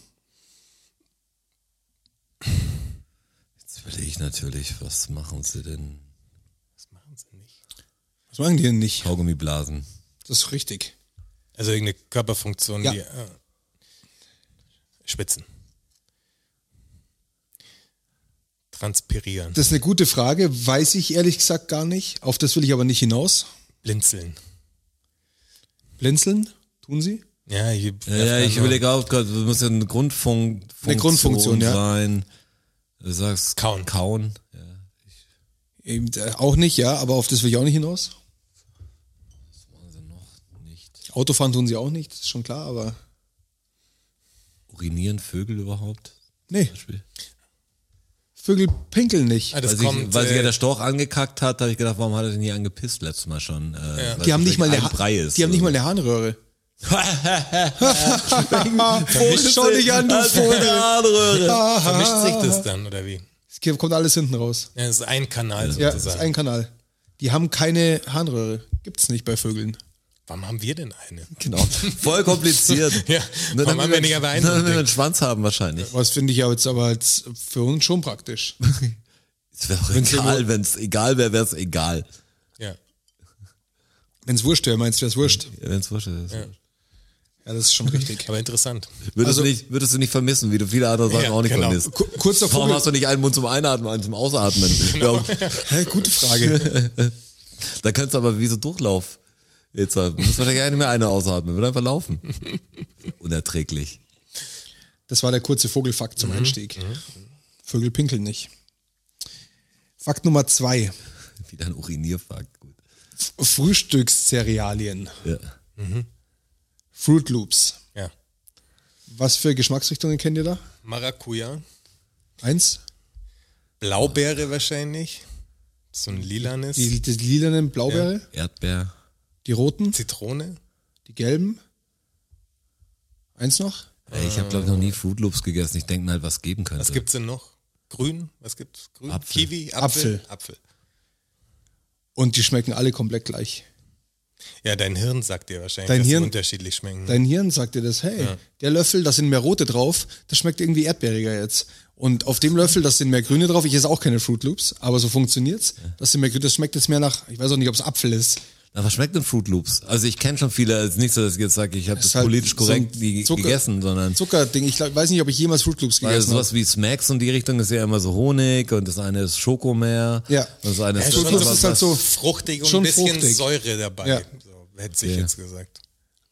Jetzt überlege ich natürlich, was machen sie denn? Das machen sie nicht. Was machen die denn nicht? Kaugummiblasen. Das ist richtig. Also irgendeine Körperfunktion, Ja. die äh, Spitzen. Transpirieren. Das ist eine gute Frage, weiß ich ehrlich gesagt gar nicht. Auf das will ich aber nicht hinaus. Blinzeln. Blinzeln tun sie? Ja, hier Ja, ja, ich überlege auch gerade, das muss ja eine Grundfunktion Eine Grundfunktion, ja. sein. Du sagst Kauen. Kauen. Ja. Eben, äh, auch nicht, ja, aber auf das will ich auch nicht hinaus. Also noch nicht. Autofahren tun sie auch nicht, das ist schon klar, aber Urinieren Vögel überhaupt? nee, Zum Beispiel? Vögel pinkeln nicht. Ah, das Weil kommt, sich, weil sich ja äh, der Storch angekackt hat, habe ich gedacht, warum hat er denn nie angepisst letztes Mal schon? Äh, weil Die haben es nicht mal vielleicht eine, ein Brei ist. die haben nicht mal eine *laughs* Harnröhre. Vogel, schau dich an, Also, du *laughs* Vogel. *laughs* Vogel. *laughs* vermischt sich Ah. das dann, oder wie? Es kommt alles hinten raus. Ja, das ist ein Kanal Ja, das ist sozusagen. ein Kanal. Die haben keine Harnröhre. Gibt's nicht bei Vögeln. Warum haben wir denn eine? Genau. Voll kompliziert. *laughs* Ja, Nur warum haben wir damit nicht wir, aber einen? *laughs* damit wir einen Schwanz haben wahrscheinlich. Was finde ich ja jetzt aber jetzt für uns schon *laughs* praktisch. Es wäre auch egal, wenn es egal wäre, wäre es egal. Ja. Wenn's wurscht wäre, meinst du, wär's wurscht? Wenn es wurscht ist. Ja, das ist schon *laughs* richtig. Aber interessant. Würdest, Also- du nicht, würdest du nicht vermissen, wie du viele andere Sachen Ja, auch nicht genau. vermisst. Ku- kurzer Warum Vogel- hast du nicht einen Mund zum Einatmen, einen *laughs* zum Ausatmen? Genau. Ja, Hä, gute Frage. da kannst du aber wie so Durchlauf. Jetzt halt, muss man ja nicht mehr eine ausatmen, wird *laughs* einfach laufen. Unerträglich. *laughs* Das war der kurze Vogelfakt Mhm. zum Einstieg. Vögel pinkeln nicht. Fakt Nummer zwei. Wieder ein Urinierfakt. Gut. Frühstückscerealien. Ja. Fruit Loops. Ja. Was für Geschmacksrichtungen kennt ihr da? Maracuja. Eins? Blaubeere wahrscheinlich. So ein lilanes. Die, die lilanen Blaubeere, Erdbeer. die roten, Zitrone. die gelben. Eins noch? Ey, ich habe glaube ich noch nie Fruit Loops gegessen. Ich denke mir halt, was geben könnte. Was gibt's denn noch? Grün? Was gibt's? Grün? Apfel. Kiwi? Apfel? Apfel. Und die schmecken alle komplett gleich. Ja, dein Hirn sagt dir wahrscheinlich, Dein dass Hirn- sie unterschiedlich schmecken. Dein Hirn sagt dir das, hey, der Löffel, da sind mehr rote drauf, das schmeckt irgendwie erdbeeriger jetzt. Und auf dem Löffel, da sind mehr grüne drauf, ich esse auch keine Fruit Loops, aber so funktioniert's. Das sind mehr grüne, das schmeckt jetzt mehr nach, ich weiß auch nicht, ob es Apfel ist. Na, was schmeckt denn Fruit Loops? Also ich kenne schon viele, es ist nicht so, dass ich jetzt sage, ich habe das halt politisch so ein korrekt ge- Zucker- gegessen, sondern Zuckerding. Ich glaub, weiß nicht, ob ich jemals Fruit Loops weil gegessen habe. sowas wie Smacks und die Richtung ist ja immer so Honig und das eine ist Schokomeer. Ja. und Das eine ist Fruit was- Loops was- ist halt so- fruchtig und Schon ein bisschen fruchtig. Säure dabei. Ja. So, hätte ich Okay. jetzt gesagt.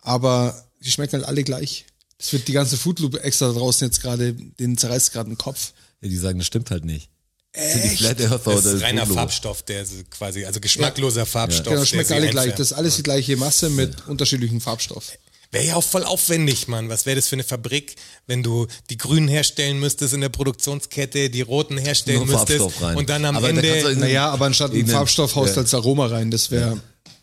Aber die schmecken halt alle gleich. Das wird die ganze Fruit Loop extra draußen jetzt gerade, den zerreißt gerade den Kopf. Ja, die sagen, das stimmt halt nicht. Sind die Flat Earther Das oder ist das reiner Fruit Loop? Farbstoff, der so quasi, also geschmackloser Farbstoff. Genau, der schmecken sie alle gleich. einfärbt. Das ist alles die gleiche Masse mit unterschiedlichen Farbstoff. Wäre ja auch voll aufwendig, Mann. Was wäre das für eine Fabrik, wenn du die Grünen herstellen müsstest in der Produktionskette, die Roten herstellen Nur müsstest Farbstoff rein. und dann am Aber da kannst du Ende in- Naja, aber anstatt einen Irgendein- Farbstoff haust ja. als Aroma rein. Das wäre,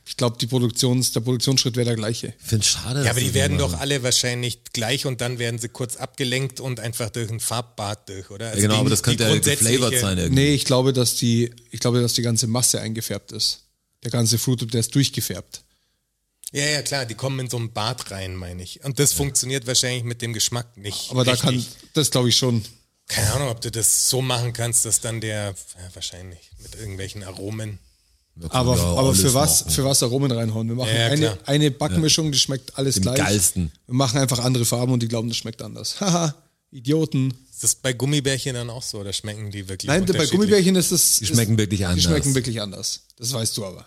ich glaube, die Produktions, der Produktionsschritt wäre der gleiche. Ich finde schade. Ja, aber die werden doch alle. alle wahrscheinlich gleich und dann werden sie kurz abgelenkt und einfach durch ein Farbbad durch, oder? Also Genau, die- aber das die könnte ja grundsätzliche- geflavored sein irgendwie. Nee, ich glaube, dass die, ich glaube, dass die ganze Masse eingefärbt ist. Der ganze Fruit Loop, der ist durchgefärbt. Ja, ja, klar, die kommen in so ein Bad rein, meine ich. Und das funktioniert wahrscheinlich mit dem Geschmack nicht. Aber da kann, richtig. das glaube ich schon. Keine Ahnung, ob du das so machen kannst, dass dann der, ja, wahrscheinlich, mit irgendwelchen Aromen. Aber, ja aber alles für was, machen. für was Aromen reinhauen? Wir machen Ja, ja, klar. eine, eine Backmischung, die schmeckt alles Dem gleich. geilsten. Wir machen einfach andere Farben und die glauben, das schmeckt anders. *laughs* Haha, Idioten. Ist das bei Gummibärchen dann auch so oder schmecken die wirklich Nein, bei unterschiedlich? Gummibärchen ist es. Die schmecken wirklich anders. Die schmecken wirklich anders. Das weißt du aber.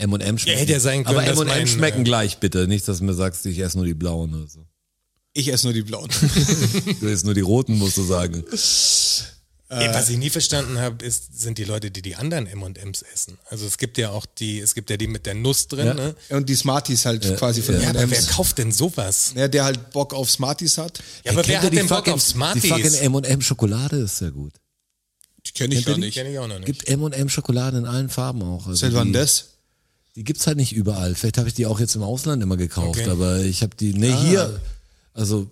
M&M schmecken. hätte ja sein können, aber dass M&M mein, schmecken äh, gleich bitte, nicht, dass du mir sagst, ich esse nur die blauen oder so. Ich esse nur die *laughs* blauen. Du isst nur die roten, musst du sagen. Ey, Was ich nie verstanden habe, ist, sind die Leute, die die anderen M&M's essen. Also es gibt ja auch die, es gibt ja die mit der Nuss drin, Ja. ne? und die Smarties halt quasi von Ja, ja, aber wer M&M's. kauft denn sowas? Ja, der halt Bock auf Smarties hat. Ja, aber Kennt wer ihr hat die denn Bock fucking- auf Die Smarties? fucking M&M Schokolade ist ja gut. Die kenne ich Kennt ihr gar die? nicht. Kenn ich Mhm. auch noch nicht. Gibt M&M Schokolade in allen Farben auch. Also Seit wann die, das? Die gibt's halt nicht überall. Vielleicht habe ich die auch jetzt im Ausland immer gekauft, Okay. aber ich habe die nee hier. Also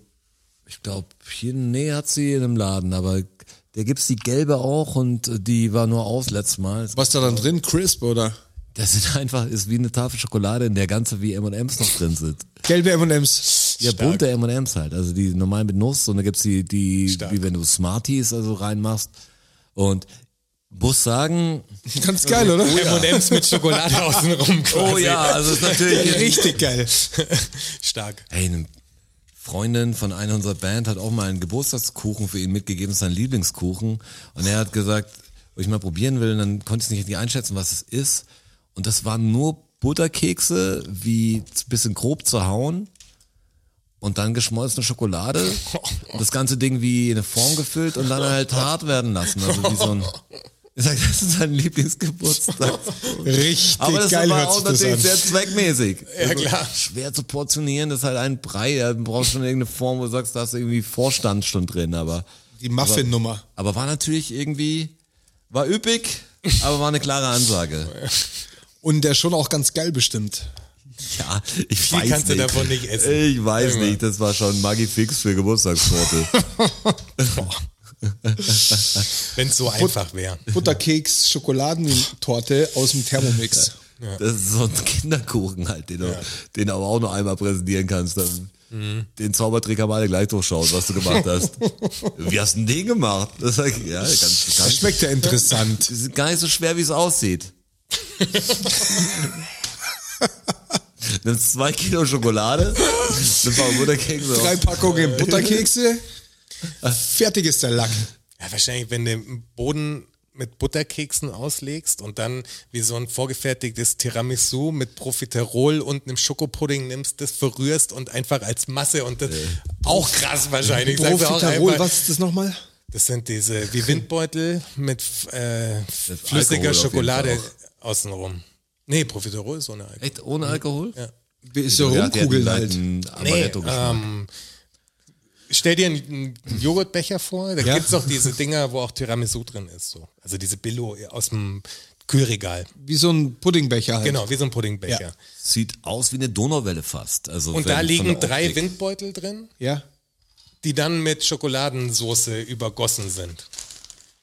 ich glaube, hier nee hat sie in einem Laden, aber da gibt's die gelbe auch und die war nur aus letztes Mal. Was da dann drin? Crisp oder? Das sind *laughs* einfach, ist wie eine Tafel Schokolade, in der ganze wie M&M's noch drin sind. Gelbe M&M's. Ja, bunte M&M's halt, also die normal mit Nuss und da gibt's die, die, Stark. wie wenn du Smarties also reinmachst und muss sagen, Ganz geil, oder? Oh *laughs* M&M's mit Schokolade außenrum quasi. oh ja, also *laughs* ist natürlich, Richtig geil. Stark. hey, eine Freundin von einer unserer Band hat auch mal einen Geburtstagskuchen für ihn mitgegeben, sein Lieblingskuchen und er hat gesagt, ob ich mal probieren will, und dann konnte ich nicht richtig einschätzen, was es ist und das waren nur Butterkekse, wie bisschen grob zerhauen und dann *laughs* geschmolzene Schokolade, das ganze Ding wie in eine Form gefüllt und dann halt hart werden lassen. Also wie so ein. Ich sag, das ist sein Lieblingsgeburtstag. *laughs* Richtig Aber das geil war hört auch sich das natürlich an. sehr zweckmäßig. Ja, klar. Schwer zu portionieren, das ist halt ein Brei. ja, Du brauchst schon irgendeine Form, wo du sagst, da hast du irgendwie Vorstand schon drin. Aber, Die Muffin-Nummer. aber war natürlich irgendwie, war üppig, aber war eine klare Ansage. *laughs* Und der schon auch ganz geil bestimmt. Ja, ich Viel weiß kannst du nicht. davon nicht essen. Ich weiß nicht, das war schon Magifix für Geburtstagstorte. *laughs* Wenn es so einfach wäre. Butterkeks, Schokoladentorte aus dem Thermomix. Das ist so ein Kinderkuchen halt, den, du, den du aber auch nur einmal präsentieren kannst. Dann Mhm. Den Zaubertrick haben alle gleich durchschaut, was du gemacht hast. *laughs* Wie hast du denn den gemacht? Das, sag ich, ja, ganz, Das ganz, schmeckt ja interessant. das ist gar nicht so schwer, wie es aussieht. Nimmst zwei Kilo Schokolade, nimmst ein paar Butterkekse. Drei auf. Packungen Butterkekse. Fertig ist der Lack. Ja, wahrscheinlich, wenn du einen Boden mit Butterkeksen auslegst und dann wie so ein vorgefertigtes Tiramisu mit Profiterol und einem Schokopudding nimmst, das verrührst und einfach als Masse und das auch krass wahrscheinlich. Sagst du auch Profiterol, einfach, was ist das nochmal? Das sind diese wie Windbeutel mit äh, flüssiger Alkohol auf jeden Schokolade Fall außenrum. Nee, Profiterol ist ohne Alkohol. Echt ohne Alkohol? Ja. So rumkugeln halt. Nee, Amaretto geschmeckt. ähm, stell dir einen einen Joghurtbecher vor, da Ja. gibt's doch diese Dinger, wo auch Tiramisu drin ist. So. Also diese Billo aus dem Kühlregal. Wie so ein Puddingbecher halt. Genau, wie so ein Puddingbecher. Ja. Sieht aus wie eine Donauwelle fast. Also Und wenn- da von liegen der drei Optik. Windbeutel drin, Ja. die dann mit Schokoladensoße übergossen sind.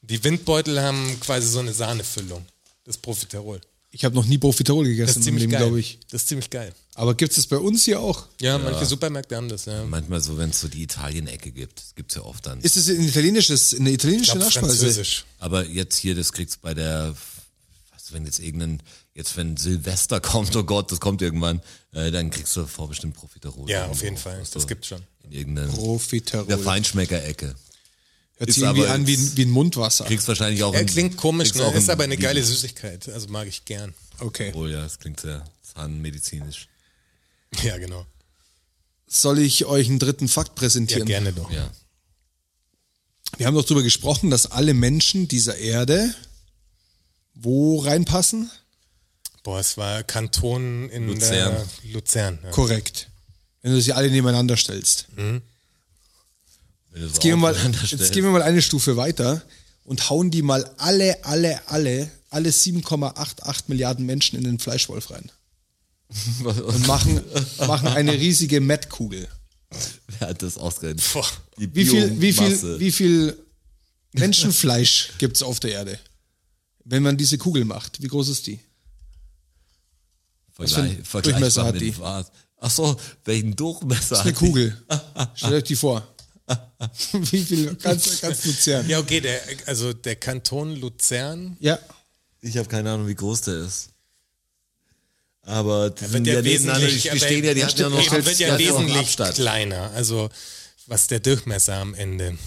Die Windbeutel haben quasi so eine Sahnefüllung. Das Profiterol. Ich habe noch nie Profiterol Das gegessen ist im ziemlich Leben, geil. glaube ich. Das ist ziemlich geil. Aber gibt es das bei uns hier auch? Ja, manche Supermärkte haben das. Ja. Manchmal so, wenn es so die Italien-Ecke gibt, das gibt's ja oft dann. Ist es ein italienisches, eine italienische Ich glaub, Nachspeise? Französisch. Aber jetzt hier, das kriegst bei der, was weißt du, wenn jetzt irgendein, jetzt wenn Silvester *laughs* kommt, oh Gott, das kommt irgendwann, äh, dann kriegst du vorbestimmt Profiterol. Ja, Irgendwo, auf jeden Fall. weißt du, Das gibt's schon. In irgendeinem Profiterol. der Feinschmecker-Ecke. Hört Ist sich irgendwie aber an wie, jetzt- ein- wie ein Mundwasser. Kriegst wahrscheinlich auch. Er im- klingt komisch, kriegst ne? auch ist im aber eine Lidl. geile Süßigkeit. Also mag ich gern. *laughs* Okay. Oh ja, das klingt sehr zahnmedizinisch. Ja, genau. Soll ich euch einen dritten Fakt Ja, präsentieren? gerne doch. Ja. Wir haben doch darüber gesprochen, dass alle Menschen dieser Erde wo reinpassen? Boah, es war Kanton in Luzern. Der Luzern. Ja. Korrekt. Wenn du sie alle nebeneinander stellst. Wenn du so Jetzt gehen, wir mal, aufeinander jetzt stellst. gehen wir mal eine Stufe weiter und hauen die mal alle, alle, alle, alle 7,88 Milliarden Menschen in den Fleischwolf rein. *laughs* Und machen, machen eine riesige Mettkugel. Wer hat das ausgerechnet? Boah. Die Wie viel, wie Biomasse. viel, wie viel Menschenfleisch gibt's auf der Erde? Wenn man diese Kugel macht, wie groß ist die? für Vergleich, einen Durchmesser vergleichbar hat mit die? dem Fahrrad. Ach so, welchen Durchmesser Das ist eine hat die? Kugel. *laughs* Stellt euch die vor. Wie viel? Ganz, ganz Luzern. Ja, okay, der, also der Kanton Luzern Ja. Ich habe keine Ahnung, wie groß der ist. Aber die sind der ja nebeneinander, die, wesentlich, die stehen ja, die hatten ja noch eben, wird ja die hatten noch einen wesentlich Abstand. kleiner. Also was der Durchmesser am Ende.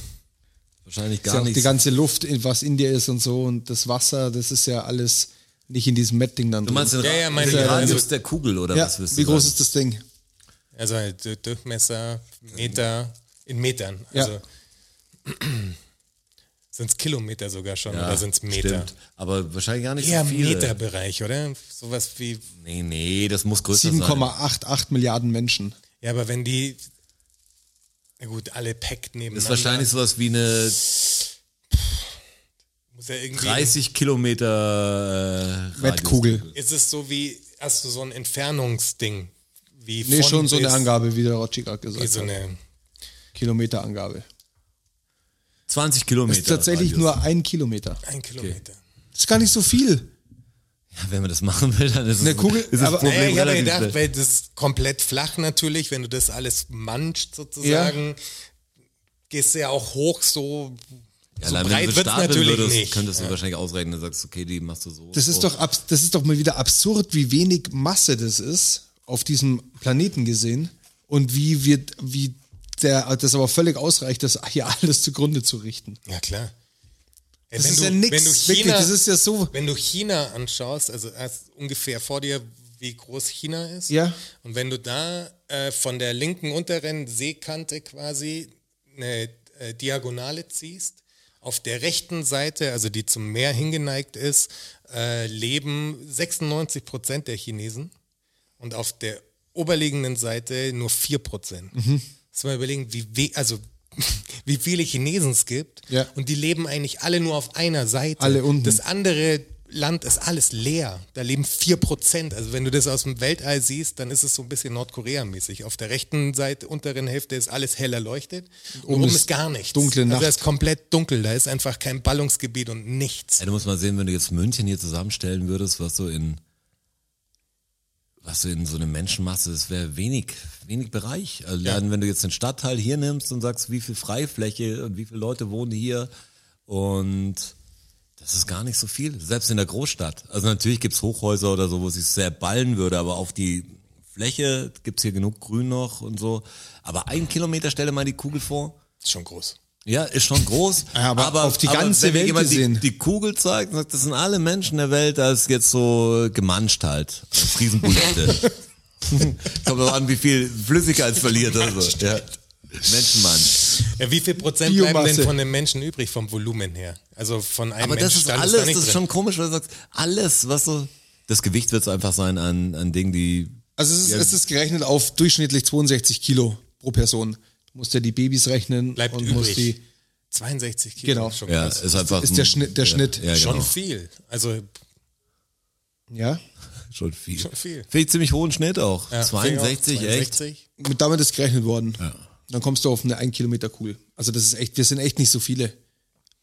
Wahrscheinlich Ist ja gar auch nichts. die ganze Luft, in- was in dir ist und so und das Wasser, das ist ja alles nicht in diesem Mettding dann du meinst den, Ja, ja, meine den ich. Radius Also- der Kugel oder ja, was willst du wie groß sagen? ist das Ding? Also halt der Durchmesser Meter in Metern. Ja. Also *clears throat* sind es Kilometer sogar schon ja, oder sind es Meter? Stimmt, aber wahrscheinlich gar nicht Eher so viele. Meterbereich, oder? Sowas wie Nee, nee, das muss größer sein. 7,88 Milliarden Menschen. Ja, aber wenn die. Na gut, alle packt nebeneinander. Das ist wahrscheinlich sowas wie eine Muss ja irgendwie, 30 Kilometer äh, Mettkugel. Ist es so wie. Hast du so ein Entfernungsding? Wie Nee, von schon so eine bis- Angabe, wie der Rotschi gerade gesagt Wie hat. so eine. Kilometerangabe. 20 Das Kilometer. ist tatsächlich Radius. nur ein Kilometer. Ein Kilometer. Das ist gar nicht so viel. Ja, wenn man das machen will, dann ist Eine es Kugel- ist das aber- Problem Naja, ich habe relativ gedacht, schnell. weil das ist komplett flach natürlich, wenn du das alles mancht sozusagen, gehst du ja auch hoch, so, Ja, so allein wenn breit du wird es stapeln natürlich würdest, nicht. könntest du wahrscheinlich ausrechnen, dann sagst du, okay, die machst du so. Das ist, so. doch, abs- das ist doch mal wieder absurd, wie wenig Masse das ist auf diesem Planeten gesehen und wie, wird, wie der, das aber völlig ausreicht, das hier *laughs* alles zugrunde zu richten. Ja, klar. Ey, Das wenn ist du- ja wenn du nichts. Wirklich, China- das ist ja so. Wenn du China anschaust, also hast ungefähr vor dir, wie groß China ist. Ja. Und wenn du da äh, von der linken unteren Seekante quasi eine äh, Diagonale ziehst, auf der rechten Seite, also die zum Meer hingeneigt ist, äh, leben 96 Prozent der Chinesen und auf der oberliegenden Seite nur 4 Prozent. Mhm. Muss man überlegen, wie, we also, *laughs* wie viele Chinesen es gibt Ja. und die leben eigentlich alle nur auf einer Seite. Alle unten. Das andere Land ist alles leer. Da leben 4 Prozent. Also wenn du das aus dem Weltall siehst, dann ist es so ein bisschen Nordkorea-mäßig. Auf der rechten Seite, unteren Hälfte ist alles hell erleuchtet. Und oben, ist ist, gar nichts. dunkle Nacht. Also da ist komplett dunkel. Da ist einfach kein Ballungsgebiet und nichts. Ey, du musst mal sehen, wenn du jetzt München hier zusammenstellen würdest, was so in was so in so eine Menschenmasse, das wäre wenig, wenig Bereich. Also dann, wenn du jetzt den Stadtteil hier nimmst und sagst, wie viel Freifläche und wie viele Leute wohnen hier und das ist gar nicht so viel, selbst in der Großstadt. Also natürlich gibt's Hochhäuser oder so, wo es sich sehr ballen würde, aber auf die Fläche gibt's hier genug Grün noch und so. Aber ein Kilometer stelle mal die Kugel vor. Ist schon groß. Ja, ist schon groß. Ja, aber auf die ganze wenn mir Welt jemand gesehen. Die, die Kugel zeigt und sagt, das sind alle Menschen der Welt, da ist jetzt so gemanscht halt. *laughs* Als Riesenbulette. Kommt drauf an, wie viel Flüssigkeit verliert oder so. Ja. Menschenmann. Ja, wie viel Prozent bleiben Biomasse. denn von den Menschen übrig vom Volumen her? Also von einem Aber das ist Menschenstand alles, da das nichts ist drin. schon komisch, weil du sagst, alles, was so, das Gewicht wird es einfach sein an, an Dingen, die, Also es ist, Ja. es ist gerechnet auf durchschnittlich 62 Kilo pro Person. Du musst ja die Babys rechnen Bleibt und übrig. musst die. 62 Kilo. Genau. Schon, ja, krass. ist einfach. Ist der Schnitt- der ja, Schnitt. Ja, schon genau. viel. Also Ja. Schon viel. Schon viel. Finde ich ziemlich hohen Schnitt auch. ja, 62, echt. 62. Und damit ist gerechnet worden. Dann kommst du auf eine 1 Kilometer Kugel. Also das ist echt, wir sind echt nicht so viele.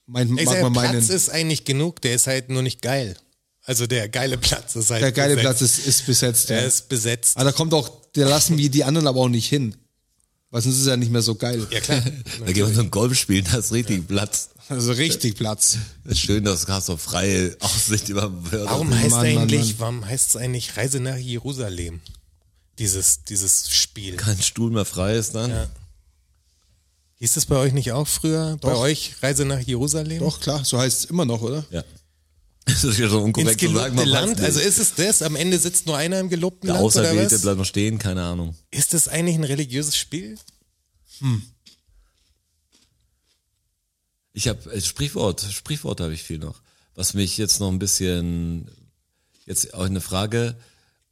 Mein, Ich mag sag, man Platz meinen. ist eigentlich genug, der ist halt nur nicht geil. Also der geile Platz ist halt Der geile besetzt. Platz ist, ist besetzt. Der Ja. ist besetzt. Aber da kommt auch, da lassen wir die anderen aber auch nicht hin. Weil sonst ist es ja nicht mehr so geil. Ja, klar. Da gehen wir zum Golf spielen, da ist richtig Platz. Also richtig Platz. Das ist schön, dass du hast so freie Aussicht über den Wörter. Warum heißt Mann, Mann, eigentlich, Mann. warum heißt es eigentlich Reise nach Jerusalem? Dieses, dieses Spiel. kein Stuhl mehr frei ist dann? Ja. Hieß das bei euch nicht auch früher? Bei Doch. euch Reise nach Jerusalem? Doch, klar, so heißt es immer noch, oder? Ja. *laughs* Das ist ja so Ins unkorrekt zu sagen. gelobte man weiß Land? nicht. Also ist es das? Am Ende sitzt nur einer im gelobten der Land oder Auserwählte was? bleibt noch stehen, keine Ahnung. Ist das eigentlich ein religiöses Spiel? Ich habe äh, Sprichwort, Sprichwort habe ich viel noch. Was mich jetzt noch ein bisschen, jetzt auch eine Frage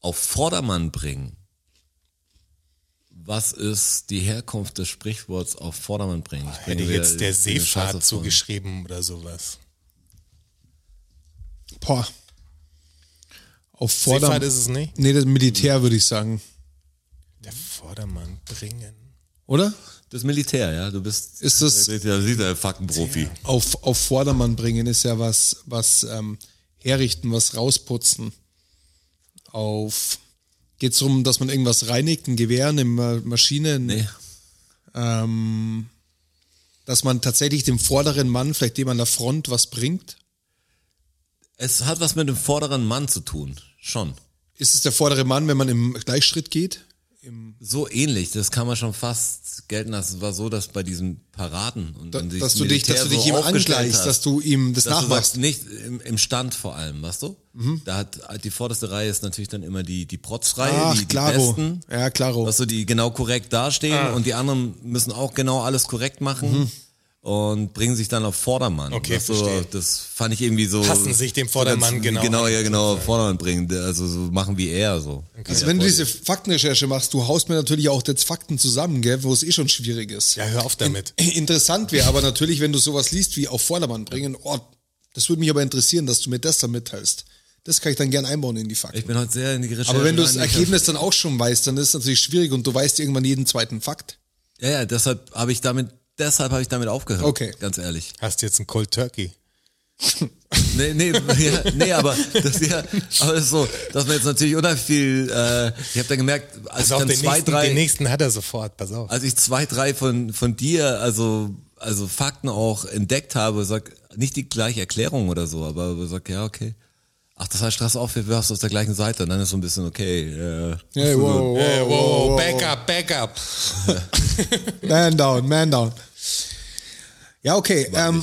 auf Vordermann bringen. Was ist die Herkunft des Sprichworts auf Vordermann bringen? Ich Hätte bringe wieder jetzt der eine Scheiße von. Seefahrt zugeschrieben oder sowas. Boah. Auf Seefahrt Vordermann. ist es nicht. Nee, das Militär würde ich sagen. Der Vordermann bringen. Oder? Das Militär, ja. Du bist. Ist das Da sieht er Faktenprofi. auf, auf Vordermann bringen ist ja was, was ähm, herrichten, was rausputzen. Auf geht's drum, dass man irgendwas reinigt, ein Gewehr, eine Ma- Maschine, ein- Nee. ähm, dass man tatsächlich dem vorderen Mann, vielleicht dem an der Front, was bringt. Es hat was mit dem vorderen Mann zu tun. Schon. Ist es der vordere Mann, wenn man im Gleichschritt geht? So ähnlich, das kann man schon fast gelten lassen. Es war so, dass bei diesen Paraden und Da, dann dass dieses du dich, dass Militär du dich so ihm aufgestellt angleichst, hast, dass du ihm das dass du nachmachst. Mhm. sagst, nicht im, im Stand vor allem, weißt du? Da hat die vorderste Reihe ist natürlich dann immer die, die Protzreihe, Ach, die, die klaro. besten. Ja, Oh. klaro. Dass du die genau korrekt dastehen Ah. und die anderen müssen auch genau alles korrekt machen. Und bringen sich dann auf Vordermann. Mhm. Okay, weißt du, verstehe. das fand ich irgendwie so. Passen sich dem Vordermann ganz- genau Genau, an, ja, genau, Vordermann bringen. Also so machen wie er so. Also wenn du diese Faktenrecherche machst, du haust mir natürlich auch jetzt Fakten zusammen, gell, wo es eh schon schwierig ist. Ja, hör auf damit. *laughs* Interessant wäre aber natürlich, wenn du sowas liest wie auf Vordermann bringen, oh, das würde mich aber interessieren, dass du mir das dann mitteilst. Das kann ich dann gern einbauen in die Ich Fakten. bin heute sehr in die Recherche. Aber wenn du das rein. Ich hab- Ergebnis dann auch schon weißt, dann ist es natürlich schwierig und du weißt irgendwann jeden zweiten Fakt. Ja, ja, deshalb habe ich damit, deshalb habe ich damit aufgehört. Okay. Ganz ehrlich. Hast jetzt einen Cold Turkey. Nee, *laughs* nee, ja, nee aber das ist ja, aber das ist so, dass man jetzt natürlich unheimlich viel, äh, ich habe dann gemerkt, Pass als ich auf, Also dann Also den zwei, nächsten, den drei, nächsten hat er sofort, pass auf. als ich zwei, drei von, von dir, also, also Fakten auch entdeckt habe, sag, nicht die gleiche Erklärung oder so, aber, aber sag, ja, okay. Ach, das heißt, Straße auf, wir wirfst auf der gleichen Seite und dann ist so ein bisschen okay. Äh, oh, Hey, wow, Äh, wow, wow, back up, back up. Man down, man down. Ja, okay. Ähm,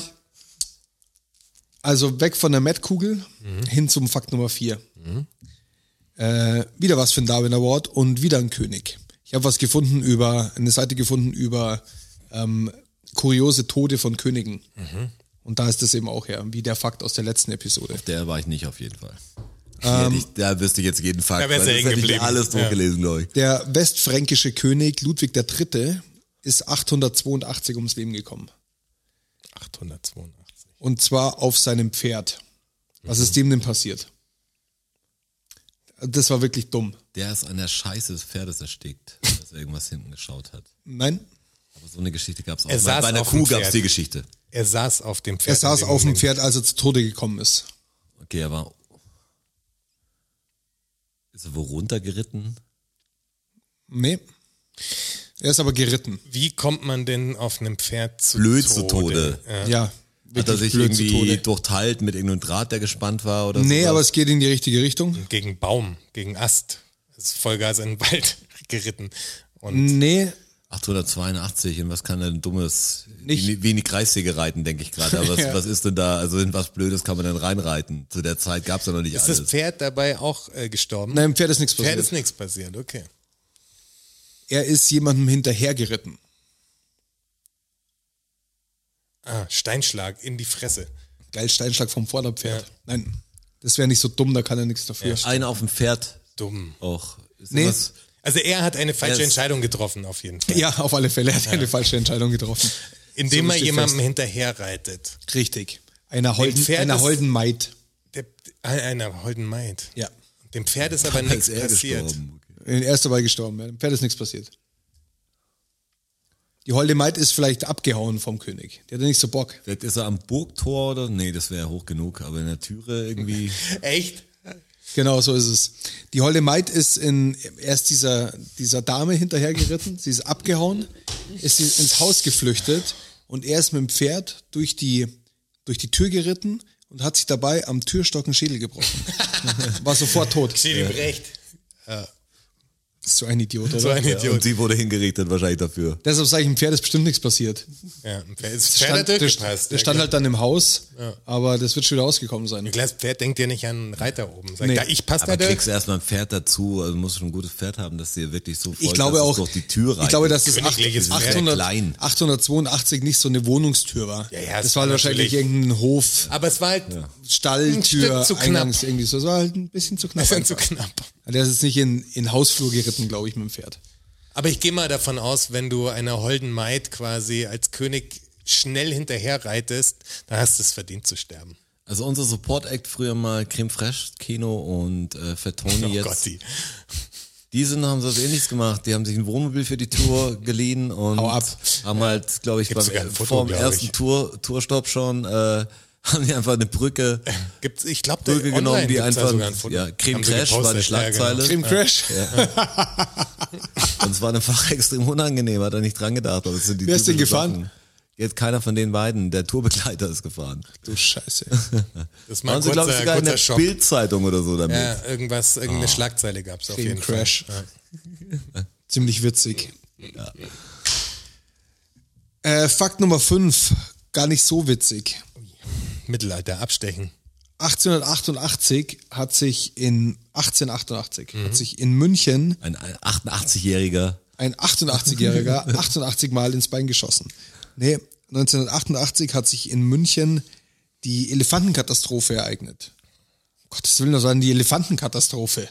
also weg von der Met-Kugel hin zum Fakt Nummer 4. Äh, wieder was für ein Darwin Award und wieder ein König. Ich habe was gefunden über, eine Seite gefunden über ähm, kuriose Tode von Königen. Und da ist das eben auch her, wie der Fakt aus der letzten Episode. Der war ich nicht auf jeden Fall. Hätte ich, da wüsste ich jetzt jeden Fakt. Ähm, Da wär's weil ja das hätte ich hängen alles geblieben. Ja. durchgelesen, glaube ich. Der westfränkische König Ludwig III. ist 882 ums Leben gekommen. 882. Und zwar auf seinem Pferd. Was ist dem denn passiert? Das war wirklich dumm. Der ist an der Scheiße des Pferdes erstickt, *laughs* dass er irgendwas hinten geschaut hat. Nein, Aber so eine Geschichte gab's auch. Er bei saß bei einer auf dem Kuh gab's Pferd. die Geschichte. Er saß auf dem Pferd. er saß in dem auf dem Moment. Pferd, als er zu Tode gekommen ist. Okay, er war. Ist er wo runtergeritten? Nee. Er ist aber geritten. Wie kommt man denn auf einem Pferd zu Blöd Tode? zu Tode. Ja. Hat er sich blöd zu irgendwie Tode. durchteilt mit irgendeinem Draht, der gespannt war oder Nee, aber sowas? es geht in die richtige Richtung. Äh, Gegen Baum, gegen Ast. Ist Vollgas in den Wald *laughs* geritten. Und Nee, 882, in was kann denn dummes, Nicht- wie, wie in die Kreissäge reiten, denke ich gerade. *laughs* Aber was, Ja. was ist denn da, also in was Blödes kann man denn reinreiten? Zu der Zeit gab's ja noch nicht ist das alles. Pferd dabei auch äh, gestorben? nein, dem Pferd ist nichts Pferd passiert. ist nichts passiert, okay. er ist jemandem hinterhergeritten. Ah, Steinschlag in die Fresse. Geil, Steinschlag vom Vorderpferd. Ja. Nein, das wäre nicht so dumm, da kann er nichts dafür. Einen auf dem Pferd Dumm. auch. Ist Nee. was- Also er hat eine falsche Er ist- Entscheidung getroffen, auf jeden Fall. ja, auf alle Fälle. Er hat eine falsche Entscheidung getroffen. Indem So er steht jemandem hinterherreitet. Richtig. Einer holden, Pferd einer ist- holden Maid. Der, einer holden Maid. Ja. Dem Pferd ist aber Da nichts ist er passiert. gestorben. Er ist dabei gestorben. ja. Dem Pferd ist nichts passiert. Die holde Maid ist vielleicht abgehauen vom König. Der hat nicht so Bock. *laughs* Vielleicht ist er am Burgtor oder? Nee, das wäre hoch genug, aber in der Türe irgendwie. Echt? Genau, so ist es. Die Holde Maid ist in, erst dieser, dieser Dame hinterhergeritten, sie ist abgehauen, ist sie ins Haus geflüchtet und er ist mit dem Pferd durch die, durch die Tür geritten und hat sich dabei am Türstock einen Schädel gebrochen. *laughs* War sofort tot. Ich sehe ihm recht. Ist so ein Idiot, oder? So ein Ja, und Idiot. sie wurde hingerichtet wahrscheinlich dafür. Deshalb sage ich, dem Pferd ist bestimmt nichts passiert. Ja, ein Pferd ist Stand- Pferd hat der, durchgepasst. der Ja, stand klar. halt dann im Haus, aber das wird schon wieder ausgekommen sein. Ein kleines Pferd denkt ja nicht an einen Reiter oben. Sagt, Nee. ja, ich passe da Aber durch. kriegst erstmal ein Pferd dazu, also musst schon ein gutes Pferd haben, dass dir wirklich so voll Ich glaube dass es auch, durch die Tür ich glaube, dass reicht. das Königliches Pferd, 800, klein. 882 nicht so eine Wohnungstür war. Ja, ja, das es war war wahrscheinlich natürlich- irgendein Hof, Aber es war halt *laughs* Ein Stalltür, Stück zu knapp. Eingangs irgendwie so. Das war halt ein bisschen zu knapp. bisschen zu einfach. knapp. Der ist jetzt nicht in, in Hausflur geritten, glaube ich, mit dem Pferd. Aber ich gehe mal davon aus, wenn du einer holden Maid quasi als König schnell hinterher reitest, dann hast du es verdient zu sterben. Also unser Support Act früher mal Creme Fraiche, Kino und äh, *laughs* Fettoni Oh jetzt. Gott, die. Die sind, haben so was ähnliches gemacht. Die haben sich ein Wohnmobil für die *laughs* Tour geliehen und Hau ab. haben halt, glaube ich, Gibt's beim, sogar ein Foto, vor dem glaub ersten ich. Tour, Tourstopp schon, äh, *laughs* haben die einfach eine Brücke, Gibt's, ich glaube, der Brücke genommen, online die gibt's da einfach, sogar ein Foto. ja, Creme Haben sie Crash war die gepostet, ja, genau. Schlagzeile. Im Crash. Und es war dem Fach extrem unangenehm, hat er nicht dran gedacht. Aber das sind die Wer ist denn typischen gefahren? Sachen. Jetzt keiner von den beiden. Der Tourbegleiter ist gefahren. Du Scheiße. *laughs* Das war ein Waren sie, glaube ich, kurzer, sogar in der Ah. kurzer Schock. Bildzeitung oder so damit. Ja, irgendwas, irgendeine Schlagzeile gab es auf Creme jeden Crash. Fall. Ziemlich witzig. Äh, Fakt Nummer 5. Gar nicht so witzig. Ja. Mittelalter halt abstechen. 1888 hat sich in 1888 hat sich in München Ein 88-Jähriger. ein 88-Jähriger 88 Mal ins Bein geschossen. Nee, 1988 hat sich in München die Elefantenkatastrophe ereignet. Um Gottes Willen, das war denn die Elefantenkatastrophe.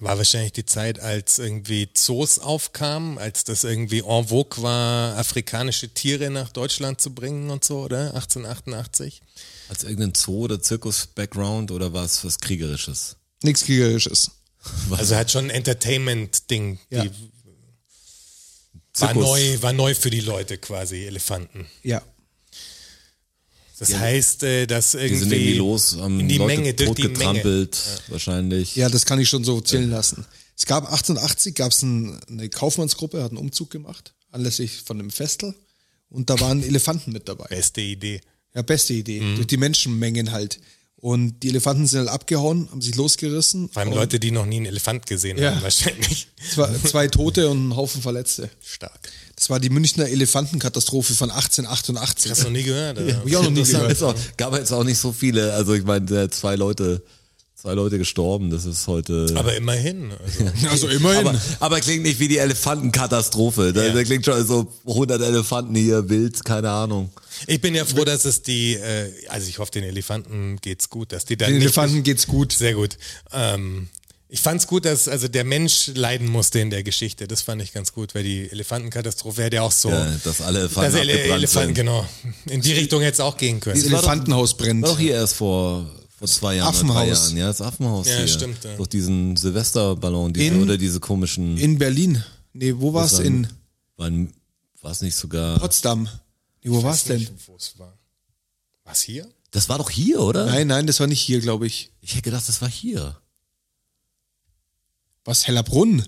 War wahrscheinlich die Zeit, als irgendwie Zoos aufkamen, als das irgendwie en vogue war, afrikanische Tiere nach Deutschland zu bringen und so, oder? 1888. Als irgendein Zoo- oder Zirkus-Background oder was, was Kriegerisches? Nichts Kriegerisches. Also hat schon ein Entertainment-Ding. Ja. Die War Zirkus. neu, war neu für die Leute quasi, Elefanten. Ja. Das heißt, äh, dass irgendwie Die sind irgendwie los, haben in die Leute Menge, durch tot die Menge. getrampelt, *laughs* wahrscheinlich. Ja, das kann ich schon so zählen lassen. Es gab 1880 gab es ein, eine Kaufmannsgruppe, hat einen Umzug gemacht, anlässlich von einem Festel. Und da waren Elefanten mit dabei. Beste Idee. Ja, beste Idee. Mhm. Durch die Menschenmengen halt. Und die Elefanten sind halt abgehauen, haben sich losgerissen. Vor allem und Leute, die noch nie einen Elefant gesehen Ja. haben, wahrscheinlich. *laughs* Zwei, zwei Tote und einen Haufen Verletzte. Stark. Das war die Münchner Elefantenkatastrophe von 1888. Hast du noch nie gehört? Oder? Hab ich auch noch nie Das gehört. ist auch, gab jetzt auch nicht so viele. Also ich meine, da hat zwei Leute, zwei Leute gestorben. Das ist heute. Aber immerhin. *laughs* Also. Also immerhin. aber, aber klingt nicht wie die Elefantenkatastrophe. Da, Ja. da klingt schon so 100 Elefanten hier wild, keine Ahnung. Ich bin ja froh, dass es die, äh, also ich hoffe, den Elefanten geht's gut, dass die dann den nicht- Elefanten geht's gut. Sehr gut. Ähm, ich fand's gut, dass also der Mensch leiden musste in der Geschichte. Das fand ich ganz gut, weil die Elefantenkatastrophe hätte ja auch so. Ja, dass alle Elefanten dass Ele abgebrannt Elefanten, sind. genau. In die Richtung hätte es auch gehen Das können. war doch- Elefantenhaus brennt. War doch hier erst vor, vor zwei Jahren, oder drei Affenhaus. Jahren. Ja, das Affenhaus Ja, hier. stimmt, ja. Durch diesen Silvesterballon diese, In- oder diese komischen. In Berlin. Nee, wo war's? In War es nicht sogar. Potsdam. Nee, wo war's denn? Wo es war. Was hier? Das war doch hier, oder? Nein, nein, das war nicht hier, glaube ich. Ich hätte gedacht, das war hier. Was? Hellerbrunn?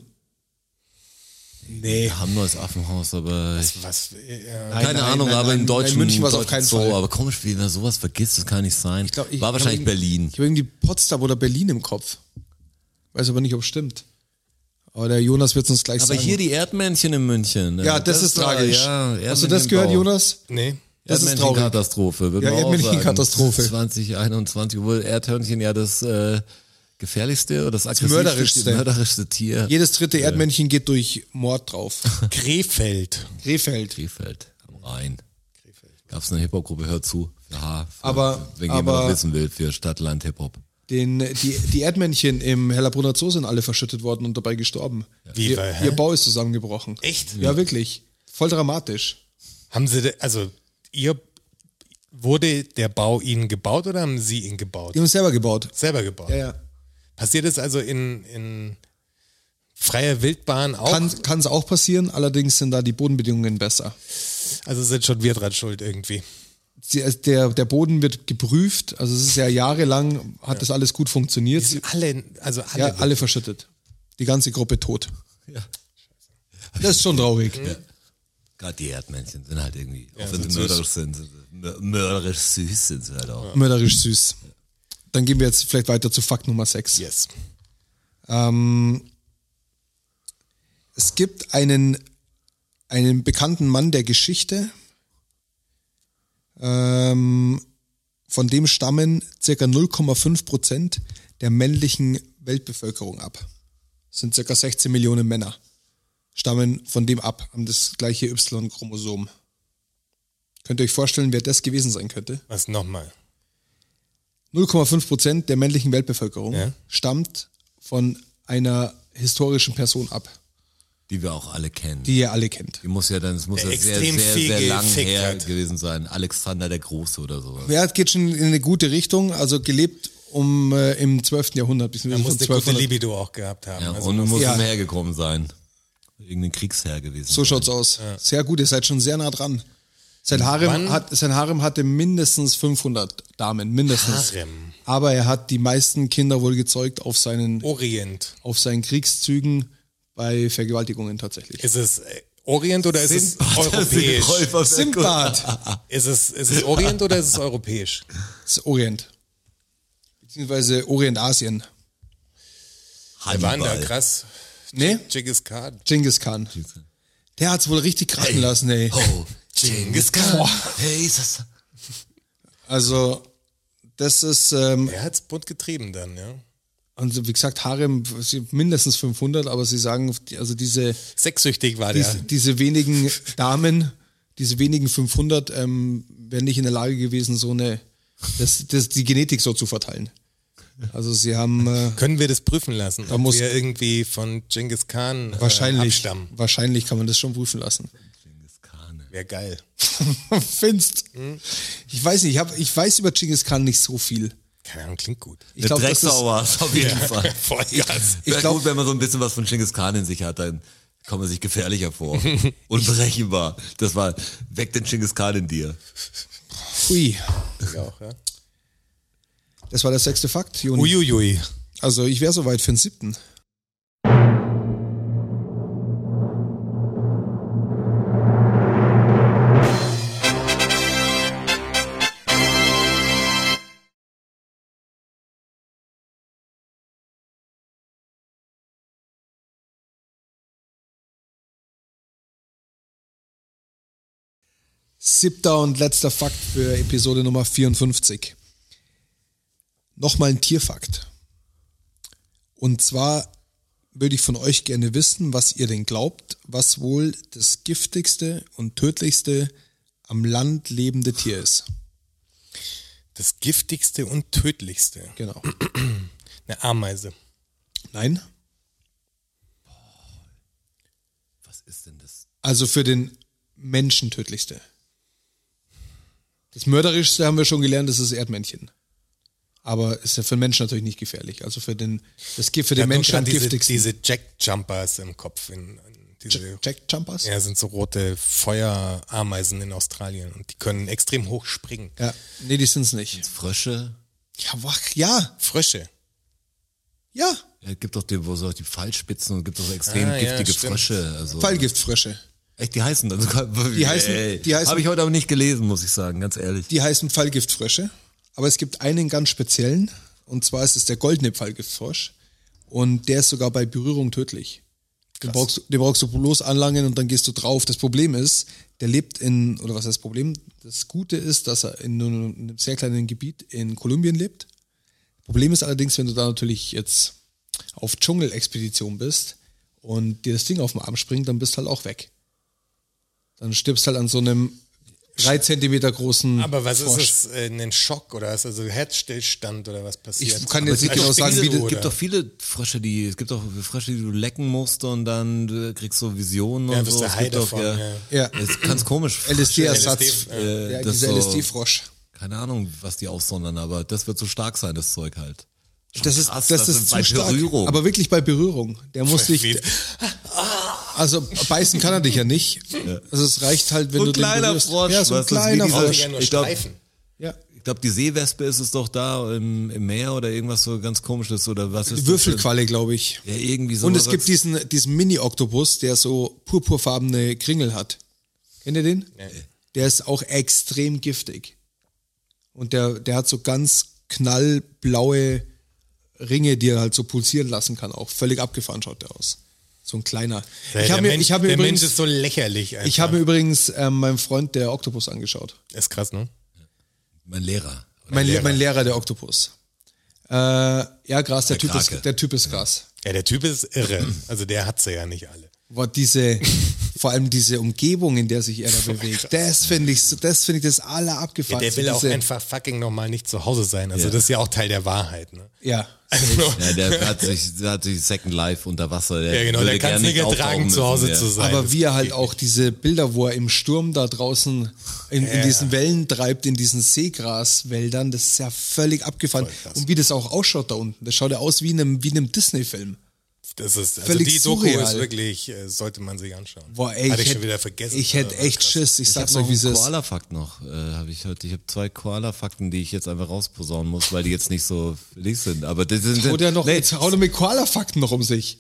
Nee. Wir haben neues Affenhaus, aber. Ich, Was? Äh, Nein, keine nein, Ahnung, nein, aber nein, im deutschen. nein, München war's auf deutschen keinen Zoo, Fall. Aber komisch, wie man sowas vergisst, das kann nicht sein. Ich glaub, ich- war wahrscheinlich ich hab irgendwie- Berlin. Ich habe irgendwie Potsdam oder Berlin im Kopf. Weiß aber nicht, ob es stimmt. Aber der Jonas wird uns gleich Aber sagen. hier die Erdmännchen in München. ne? ja, das, ist tragisch. Hast du das gehört, Jonas? nee. Das ist traurig. Katastrophe. Ja, Erdmännchenkatastrophe. 2021, obwohl Erdhörnchen ja das äh, gefährlichste oder das aggressivste, mörderischste. mörderischste Tier. Jedes dritte Erdmännchen geht durch Mord *laughs* drauf. Krefeld. Krefeld. Krefeld am Rhein. Gab es eine Hip-Hop-Gruppe, hör zu. Für H, für, Aber- wenn jemand aber- wissen will, für Stadtland Hip-Hop. Den, die, die Erdmännchen im Hellerbrunner Zoo sind alle verschüttet worden und dabei gestorben. Wie, ihr, weil, hä? ihr Bau ist zusammengebrochen. Echt? Ja, wirklich. Voll dramatisch. Haben sie, de- also ihr, wurde der Bau ihnen gebaut oder haben sie ihn gebaut? Die haben es selber gebaut. Selber gebaut. Ja, ja. Passiert es also in, in freier Wildbahn auch? Kann es auch passieren, allerdings sind da die Bodenbedingungen besser. also sind schon wir dran schuld irgendwie. sie, also der, der Boden wird geprüft, also es ist ja jahrelang, hat das alles gut funktioniert. Die sind alle, also alle. ja, alle verschüttet. Die ganze Gruppe tot. Das ist schon traurig. Gerade die Erdmännchen sind halt irgendwie, auch wenn sie mörderisch sind, sind sie mör- mörderisch süß sind sie halt auch. Mörderisch süß. Dann gehen wir jetzt vielleicht weiter zu Fakt Nummer 6. yes. Es gibt einen, einen bekannten Mann der Geschichte, ähm, von dem stammen circa 0,5 Prozent der männlichen Weltbevölkerung ab. Das sind circa 16 Millionen Männer. Stammen von dem ab, haben das gleiche Y-Chromosom. Könnt ihr euch vorstellen, wer das gewesen sein könnte? Was nochmal? 0,5 Prozent der männlichen Weltbevölkerung Ja. stammt von einer historischen Person ab, Die wir auch alle kennen. die ihr alle kennt. Die muss ja dann, es muss ja Der sehr, extrem sehr, viel sehr lang gefickt her hat. gewesen sein. Alexander der Große oder sowas. Ja, es geht schon in eine gute Richtung. Also gelebt um äh, im 12. Jahrhundert. Da beziehungsweise muss eine vom gute 1200. Libido auch gehabt haben. Ja, also und muss Ja. umhergekommen sein. Irgendein Kriegsherr gewesen. So sein. schaut's aus. Sehr gut, ihr seid schon sehr nah dran. Sein Harem, Wann- hat, sein Harem hatte mindestens 500 Damen, mindestens. Harem. Aber er hat die meisten Kinder wohl gezeugt auf seinen, Orient. auf seinen Kriegszügen bei Vergewaltigungen tatsächlich. Ist es äh, Orient oder ist es Das ist die europäisch? Räuber- Sindbad, Ist es, ist es Orient oder ist es europäisch? das ist Orient. Beziehungsweise Orientasien. Wir waren da Hannibal. krass. Nee? Genghis Khan. Genghis Khan. Der hat's wohl richtig krachen lassen, ey. Oh, Genghis Khan. Hey, ist das. Also, das ist, ähm, Er hat's bunt getrieben dann, ja. und wie gesagt, Harem sie- mindestens 500, aber sie sagen, die- also diese, Sexsüchtig war diese, der. diese wenigen Damen, diese wenigen 500 ähm, wären nicht in der Lage gewesen, so eine, das, das, die Genetik so zu verteilen. Also sie haben äh, Können wir das prüfen lassen? ob muss- wir irgendwie von Genghis Khan äh, wahrscheinlich, abstammen. wahrscheinlich kann man das schon prüfen lassen. Wäre geil. *laughs* Findest. Ich weiß nicht, ich, hab, ich weiß über Genghis Khan nicht so viel. Keine Ahnung, klingt gut. Ich Eine glaub, das ist- Drecksauer ist auf jeden Fall. *laughs* Vollgas. Ich Wäre glaub- gut, wenn man so ein bisschen was von Genghis Khan in sich hat, dann kommt man sich *laughs* gefährlicher vor. Unberechenbar. Das war, weg den Genghis Khan in dir. Ui, Ich auch, ja. das war der sechste Fakt, Juni. Uiuiui. Also ich wäre soweit für den siebten. Siebter und letzter Fakt für Episode Nummer 54. Nochmal ein Tierfakt. Und zwar würde ich von euch gerne wissen, was ihr denn glaubt, was wohl das giftigste und tödlichste am Land lebende Tier ist. Das giftigste und tödlichste. Genau. Eine Ameise. Nein? Was ist denn das? Also für den Menschen tödlichste. Das mörderischste haben wir schon gelernt, das ist das Erdmännchen. Aber ist ja für den Menschen natürlich nicht gefährlich. Also für den, das Gift für den Ich hab nur Menschen am grad diese, giftigsten. diese Jack-Jumpers im Kopf. In, in diese, Jack Jumpers? ja, sind so rote Feuerameisen in Australien und die können extrem hoch springen. ja. Nee, die sind's nicht. Frösche? Ja, wach, ja, Frösche. ja. Ja, gibt doch den, wo so die Pfeilspitzen und gibt doch so extrem Ah, ja, giftige stimmt. Frösche. Also, Fallgiftfrösche. echt, die heißen dann sogar. Die heißen- die heißen- Habe ich heute aber nicht gelesen, muss ich sagen, ganz ehrlich. Die heißen Fallgiftfrösche, aber es gibt einen ganz speziellen und zwar ist es der goldene Fallgiftfrosch und der ist sogar bei Berührung tödlich. Den brauchst, du- den brauchst du bloß anlangen und dann gehst du drauf. Das Problem ist, der lebt in, oder was heißt Problem? Das Gute ist, dass er in nur einem sehr kleinen Gebiet in Kolumbien lebt. Problem ist allerdings, wenn du da natürlich jetzt auf Dschungelexpedition bist und dir das Ding auf den Arm springt, dann bist du halt auch weg. Dann stirbst halt an so einem drei Zentimeter großen Aber was Hm. Frosch. ist es? Äh, ein Schock oder was? Also Herzstillstand oder was passiert? Ich kann jetzt nicht Also genau sagen, wie Spinne das- Es oder- gibt doch viele Frösche, die, es gibt doch Frösche, die du lecken musst und dann du kriegst so Visionen Ja, und wirst so. du Es high gibt doch, davon, ja. Ja. Es ist ganz komisch. LSD-Ersatz. äh, ja, das dieser so- LSD-Frosch. Keine Ahnung, was die aussondern, aber das wird so stark sein, das Zeug halt. Schon Das ist, krass, das dass ist bei zu stark. Berührung. Aber wirklich bei Berührung. Der muss Wie- sich, Also beißen kann er dich ja nicht. Also es reicht halt, wenn So ein du kleiner den berührst. Frosch, Ja, so ein weißt du, wie kleiner dieser- Frosch. ja nur Ich glaub- Streifen. Ja. Ich glaube, die Seewespe ist es doch da im, im Meer oder irgendwas so ganz komisches oder was ist das? Würfelqualle, glaube ich. Ja, irgendwie so. Und es gibt diesen, diesen Mini-Oktopus, der so purpurfarbene Kringel hat. Kennt ihr den? Der ist auch extrem giftig. Und der, der hat so ganz knallblaue Ringe, die er halt so pulsieren lassen kann. Auch völlig abgefahren schaut der aus. So ein kleiner. ich der habe mir, Mensch, ich hab mir der übrigens, Mensch ist so lächerlich. Einfach. ich hab mir übrigens ähm, meinem Freund der Oktopus angeschaut. ist krass, ne? Mein Lehrer. Mein, Lehrer. Lehrer. mein Lehrer der Oktopus. Äh, ja, krass, der, Der typ Krake. ist, der Typ ist krass. Ja, der Typ ist irre. Also der hat sie ja nicht alle. war diese, *laughs* vor allem diese Umgebung, in der sich *laughs* er da bewegt. Das finde ich, so- das finde ich das aller Oh Ja, abgefahren. der will auch diese, einfach fucking nochmal nicht zu Hause sein. Also Ja. das ist ja auch Teil der Wahrheit, ne? Ja. Also, Ja, der hat sich, der hat sich Second Life unter Wasser. Der ja, genau, würde der kann es gern nicht auftauchen ertragen, müssen, zu Hause ja. zu sein. Aber Das wie er halt geht auch diese Bilder, wo er im Sturm da draußen in, in diesen Wellen treibt, in diesen Seegraswäldern, das ist ja völlig abgefahren. Voll krass. Und wie das auch ausschaut da unten, das schaut ja aus wie in einem, wie in einem Disney-Film. nicht. Das ist, also völlig die Doku ist surreal. wirklich, äh, sollte man sich anschauen. Boah, ey, Hatte ich ich schon hätte wieder vergessen. ich hätt Aber echt krass. Schiss, ich Ich hab sag's noch euch, wie es einen ist. Koala-Fakt noch, äh, habe ich heute. Ich habe zwei Koala-Fakten, die ich jetzt einfach rausposaunen muss, weil die jetzt nicht so links sind. Aber das sind Oder ja noch, nee, jetzt haut er mit Koala-Fakten noch um sich.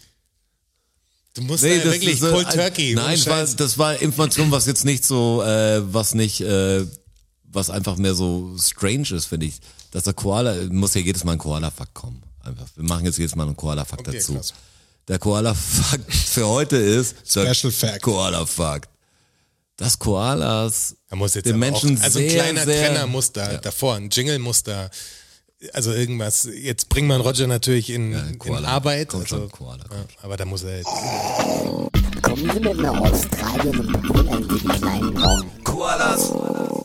Du musst nee, da das wirklich ist, äh, Cold ein- Turkey. ohne Nein, war, Scheiß. das war Information, was jetzt nicht so, äh, was nicht, äh, was einfach mehr so strange ist, finde ich. Dass der Koala muss ja jedes Mal ein Koala-Fakt kommen. Einfach. Wir machen jetzt jedes Mal einen Koala-Fakt Okay, dazu. krass. Der Koala-Fakt *laughs* für heute ist der Special Fact. Koala-Fakt. Dass Koalas Da muss jetzt den aber Menschen auch, also sehr, ein kleiner sehr, Trenner muss da davor, ein Jingle muss da, also irgendwas. Jetzt bringt man Roger natürlich in, in Koala. Arbeit. Kommt also, schon, Koala, kommt ja, aber da muss er jetzt. Kommen Sie mit nach Australien und bewohnen Sie den kleinen Raum. Koalas.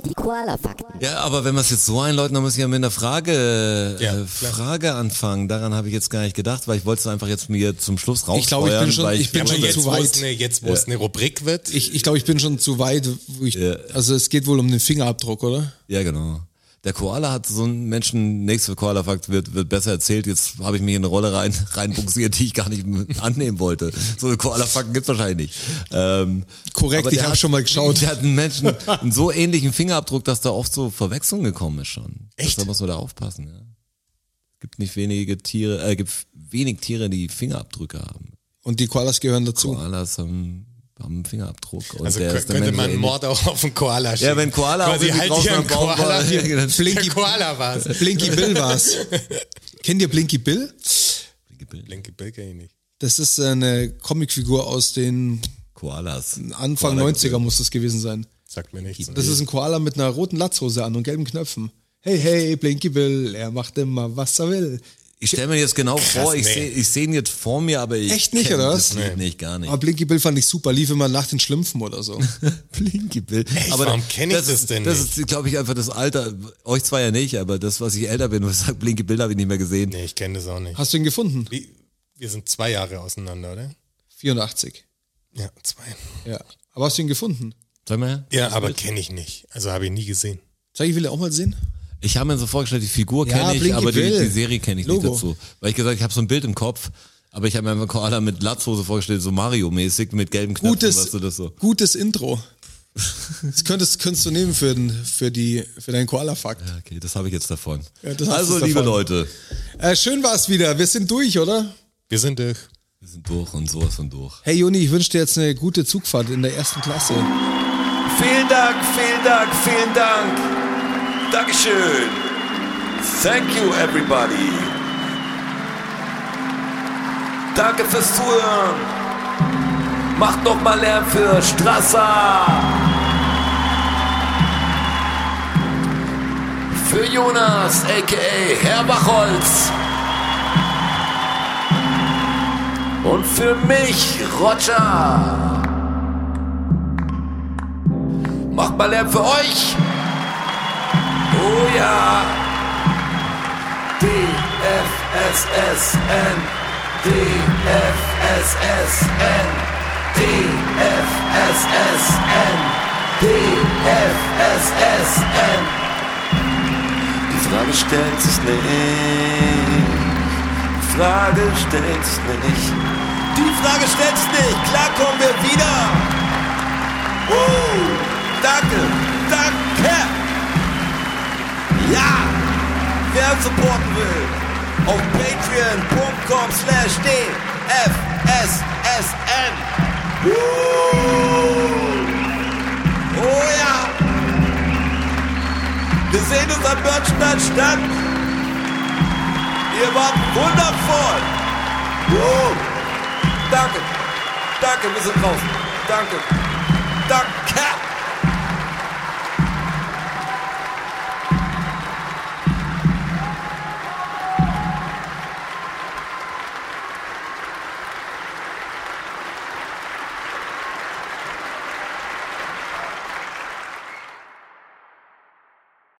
Die Koala-Fakten. Ja, aber wenn wir es jetzt so einläuten, dann müssen wir ja mit einer Frage, Ja, äh, klar. Frage anfangen. Daran habe ich jetzt gar nicht gedacht, weil ich wollte es einfach jetzt mir zum Schluss rausfeuern. Ich glaube, ich bin schon- weil ich bin Ja, aber schon jetzt, zu wo es weit. eine, jetzt, wo es eine Rubrik wird, Ich, ich glaube, ich bin schon zu weit. Wo ich, Also es geht wohl um den Fingerabdruck, oder? Ja, genau. Der Koala hat so einen Menschen, nächster Koala-Fakt wird, wird besser erzählt. Jetzt habe ich mich in eine Rolle rein, *laughs* reinbuxiert, die ich gar nicht *laughs* m- annehmen wollte. So einen Koala-Fakten gibt's wahrscheinlich nicht. Ähm, Korrekt, aber ich der habe hat- schon mal geschaut. *laughs* Der hat einen Menschen einen so ähnlichen Fingerabdruck, dass da oft so Verwechslung gekommen ist schon. Echt? Da muss man da aufpassen, ja. Gibt nicht wenige Tiere, äh, gibt wenig Tiere, die Fingerabdrücke haben. Und die Koalas gehören dazu. Koalas haben, haben einen Fingerabdruck. Und also der kö- ist der könnte Mensch so man ähnlich. Mord auch auf den Koala schieben. wenn Koala Quasi auch irgendwie halt hier draußen ein am Baum war, *laughs* Koala, ja, hier, dann Blinky Koala war es. *laughs* Blinky Bill war's. Kennt ihr Blinky Bill? Blinky Bill kenn ich eh nicht. Das ist eine Comicfigur aus den Koalas. Anfang Koala- 90er muss das gewesen sein. Sagt mir nichts. Das ist ein Koala mit einer roten Latzhose an und gelben Knöpfen. Hey, hey, Blinky Bill, er macht immer, was er will. Ich stelle mir jetzt genau vor, ich nee. sehe ich seh ihn jetzt vor mir, aber ich Echt nicht, kenn oder das was? Lied nicht, gar nicht. Aber Blinky Bill fand ich super, lief immer nach den Schlümpfen oder *laughs* so. Blinky Bill. warum kenn ich das ist, denn Das nicht? ist, glaube ich, einfach das Alter. Euch zwar ja nicht, aber das, was ich älter bin, was sagt Blinky Bill, habe ich nicht mehr gesehen. Nee, ich kenne das auch nicht. Hast du ihn gefunden? Wie, wir sind zwei Jahre auseinander, oder? 84. Ja, zwei. Ja. Aber hast du ihn gefunden? Sag mal her. Ja, aber kenne ich nicht. Also habe ich nie gesehen. Sag ich, will er auch mal sehen? Ich habe mir so vorgestellt, die Figur Ja, kenne ich, Blinky aber die, Bill. die Serie kenne ich Logo. nicht dazu. Weil ich gesagt ich habe so ein Bild im Kopf, aber ich habe mir einfach Koala mit Latzhose vorgestellt, so Mario-mäßig, mit gelben Knöpfen, Gutes, weißt du, das so. gutes *laughs* Intro. Das könntest, könntest du nehmen für, den, für, die, für deinen Koala-Fakt. Okay, das habe ich jetzt davon. Ja, das hast also, du liebe davon. Leute, Äh, schön war's wieder. Wir sind durch, oder? Wir sind durch. wir sind durch und sowas von durch. Hey Juni, ich wünsche dir jetzt eine gute Zugfahrt in der ersten Klasse. Vielen Dank, vielen Dank, vielen Dank. Dankeschön. Thank you, everybody. Danke fürs Zuhören. Macht noch mal Lärm für Strasser. Für Jonas, a.k.a. Herr Wachholz. Und für mich, Roger. Macht mal Lärm für euch. Oh ja. DFSSN. DFSSN. DFSSN. DFSSN. Die Frage stellt sich nicht. Frage stellst nicht. Die Frage stellst nicht. Klar kommen wir wieder. Uh, danke, danke. Ja, wer uns supporten will, auf patreon.com slash dfssn. Uh, oh ja. Wir sehen uns am Börnstein statt. Ihr wart wundervoll. Uh, danke. Danke, wir sind draußen. Danke. Danke.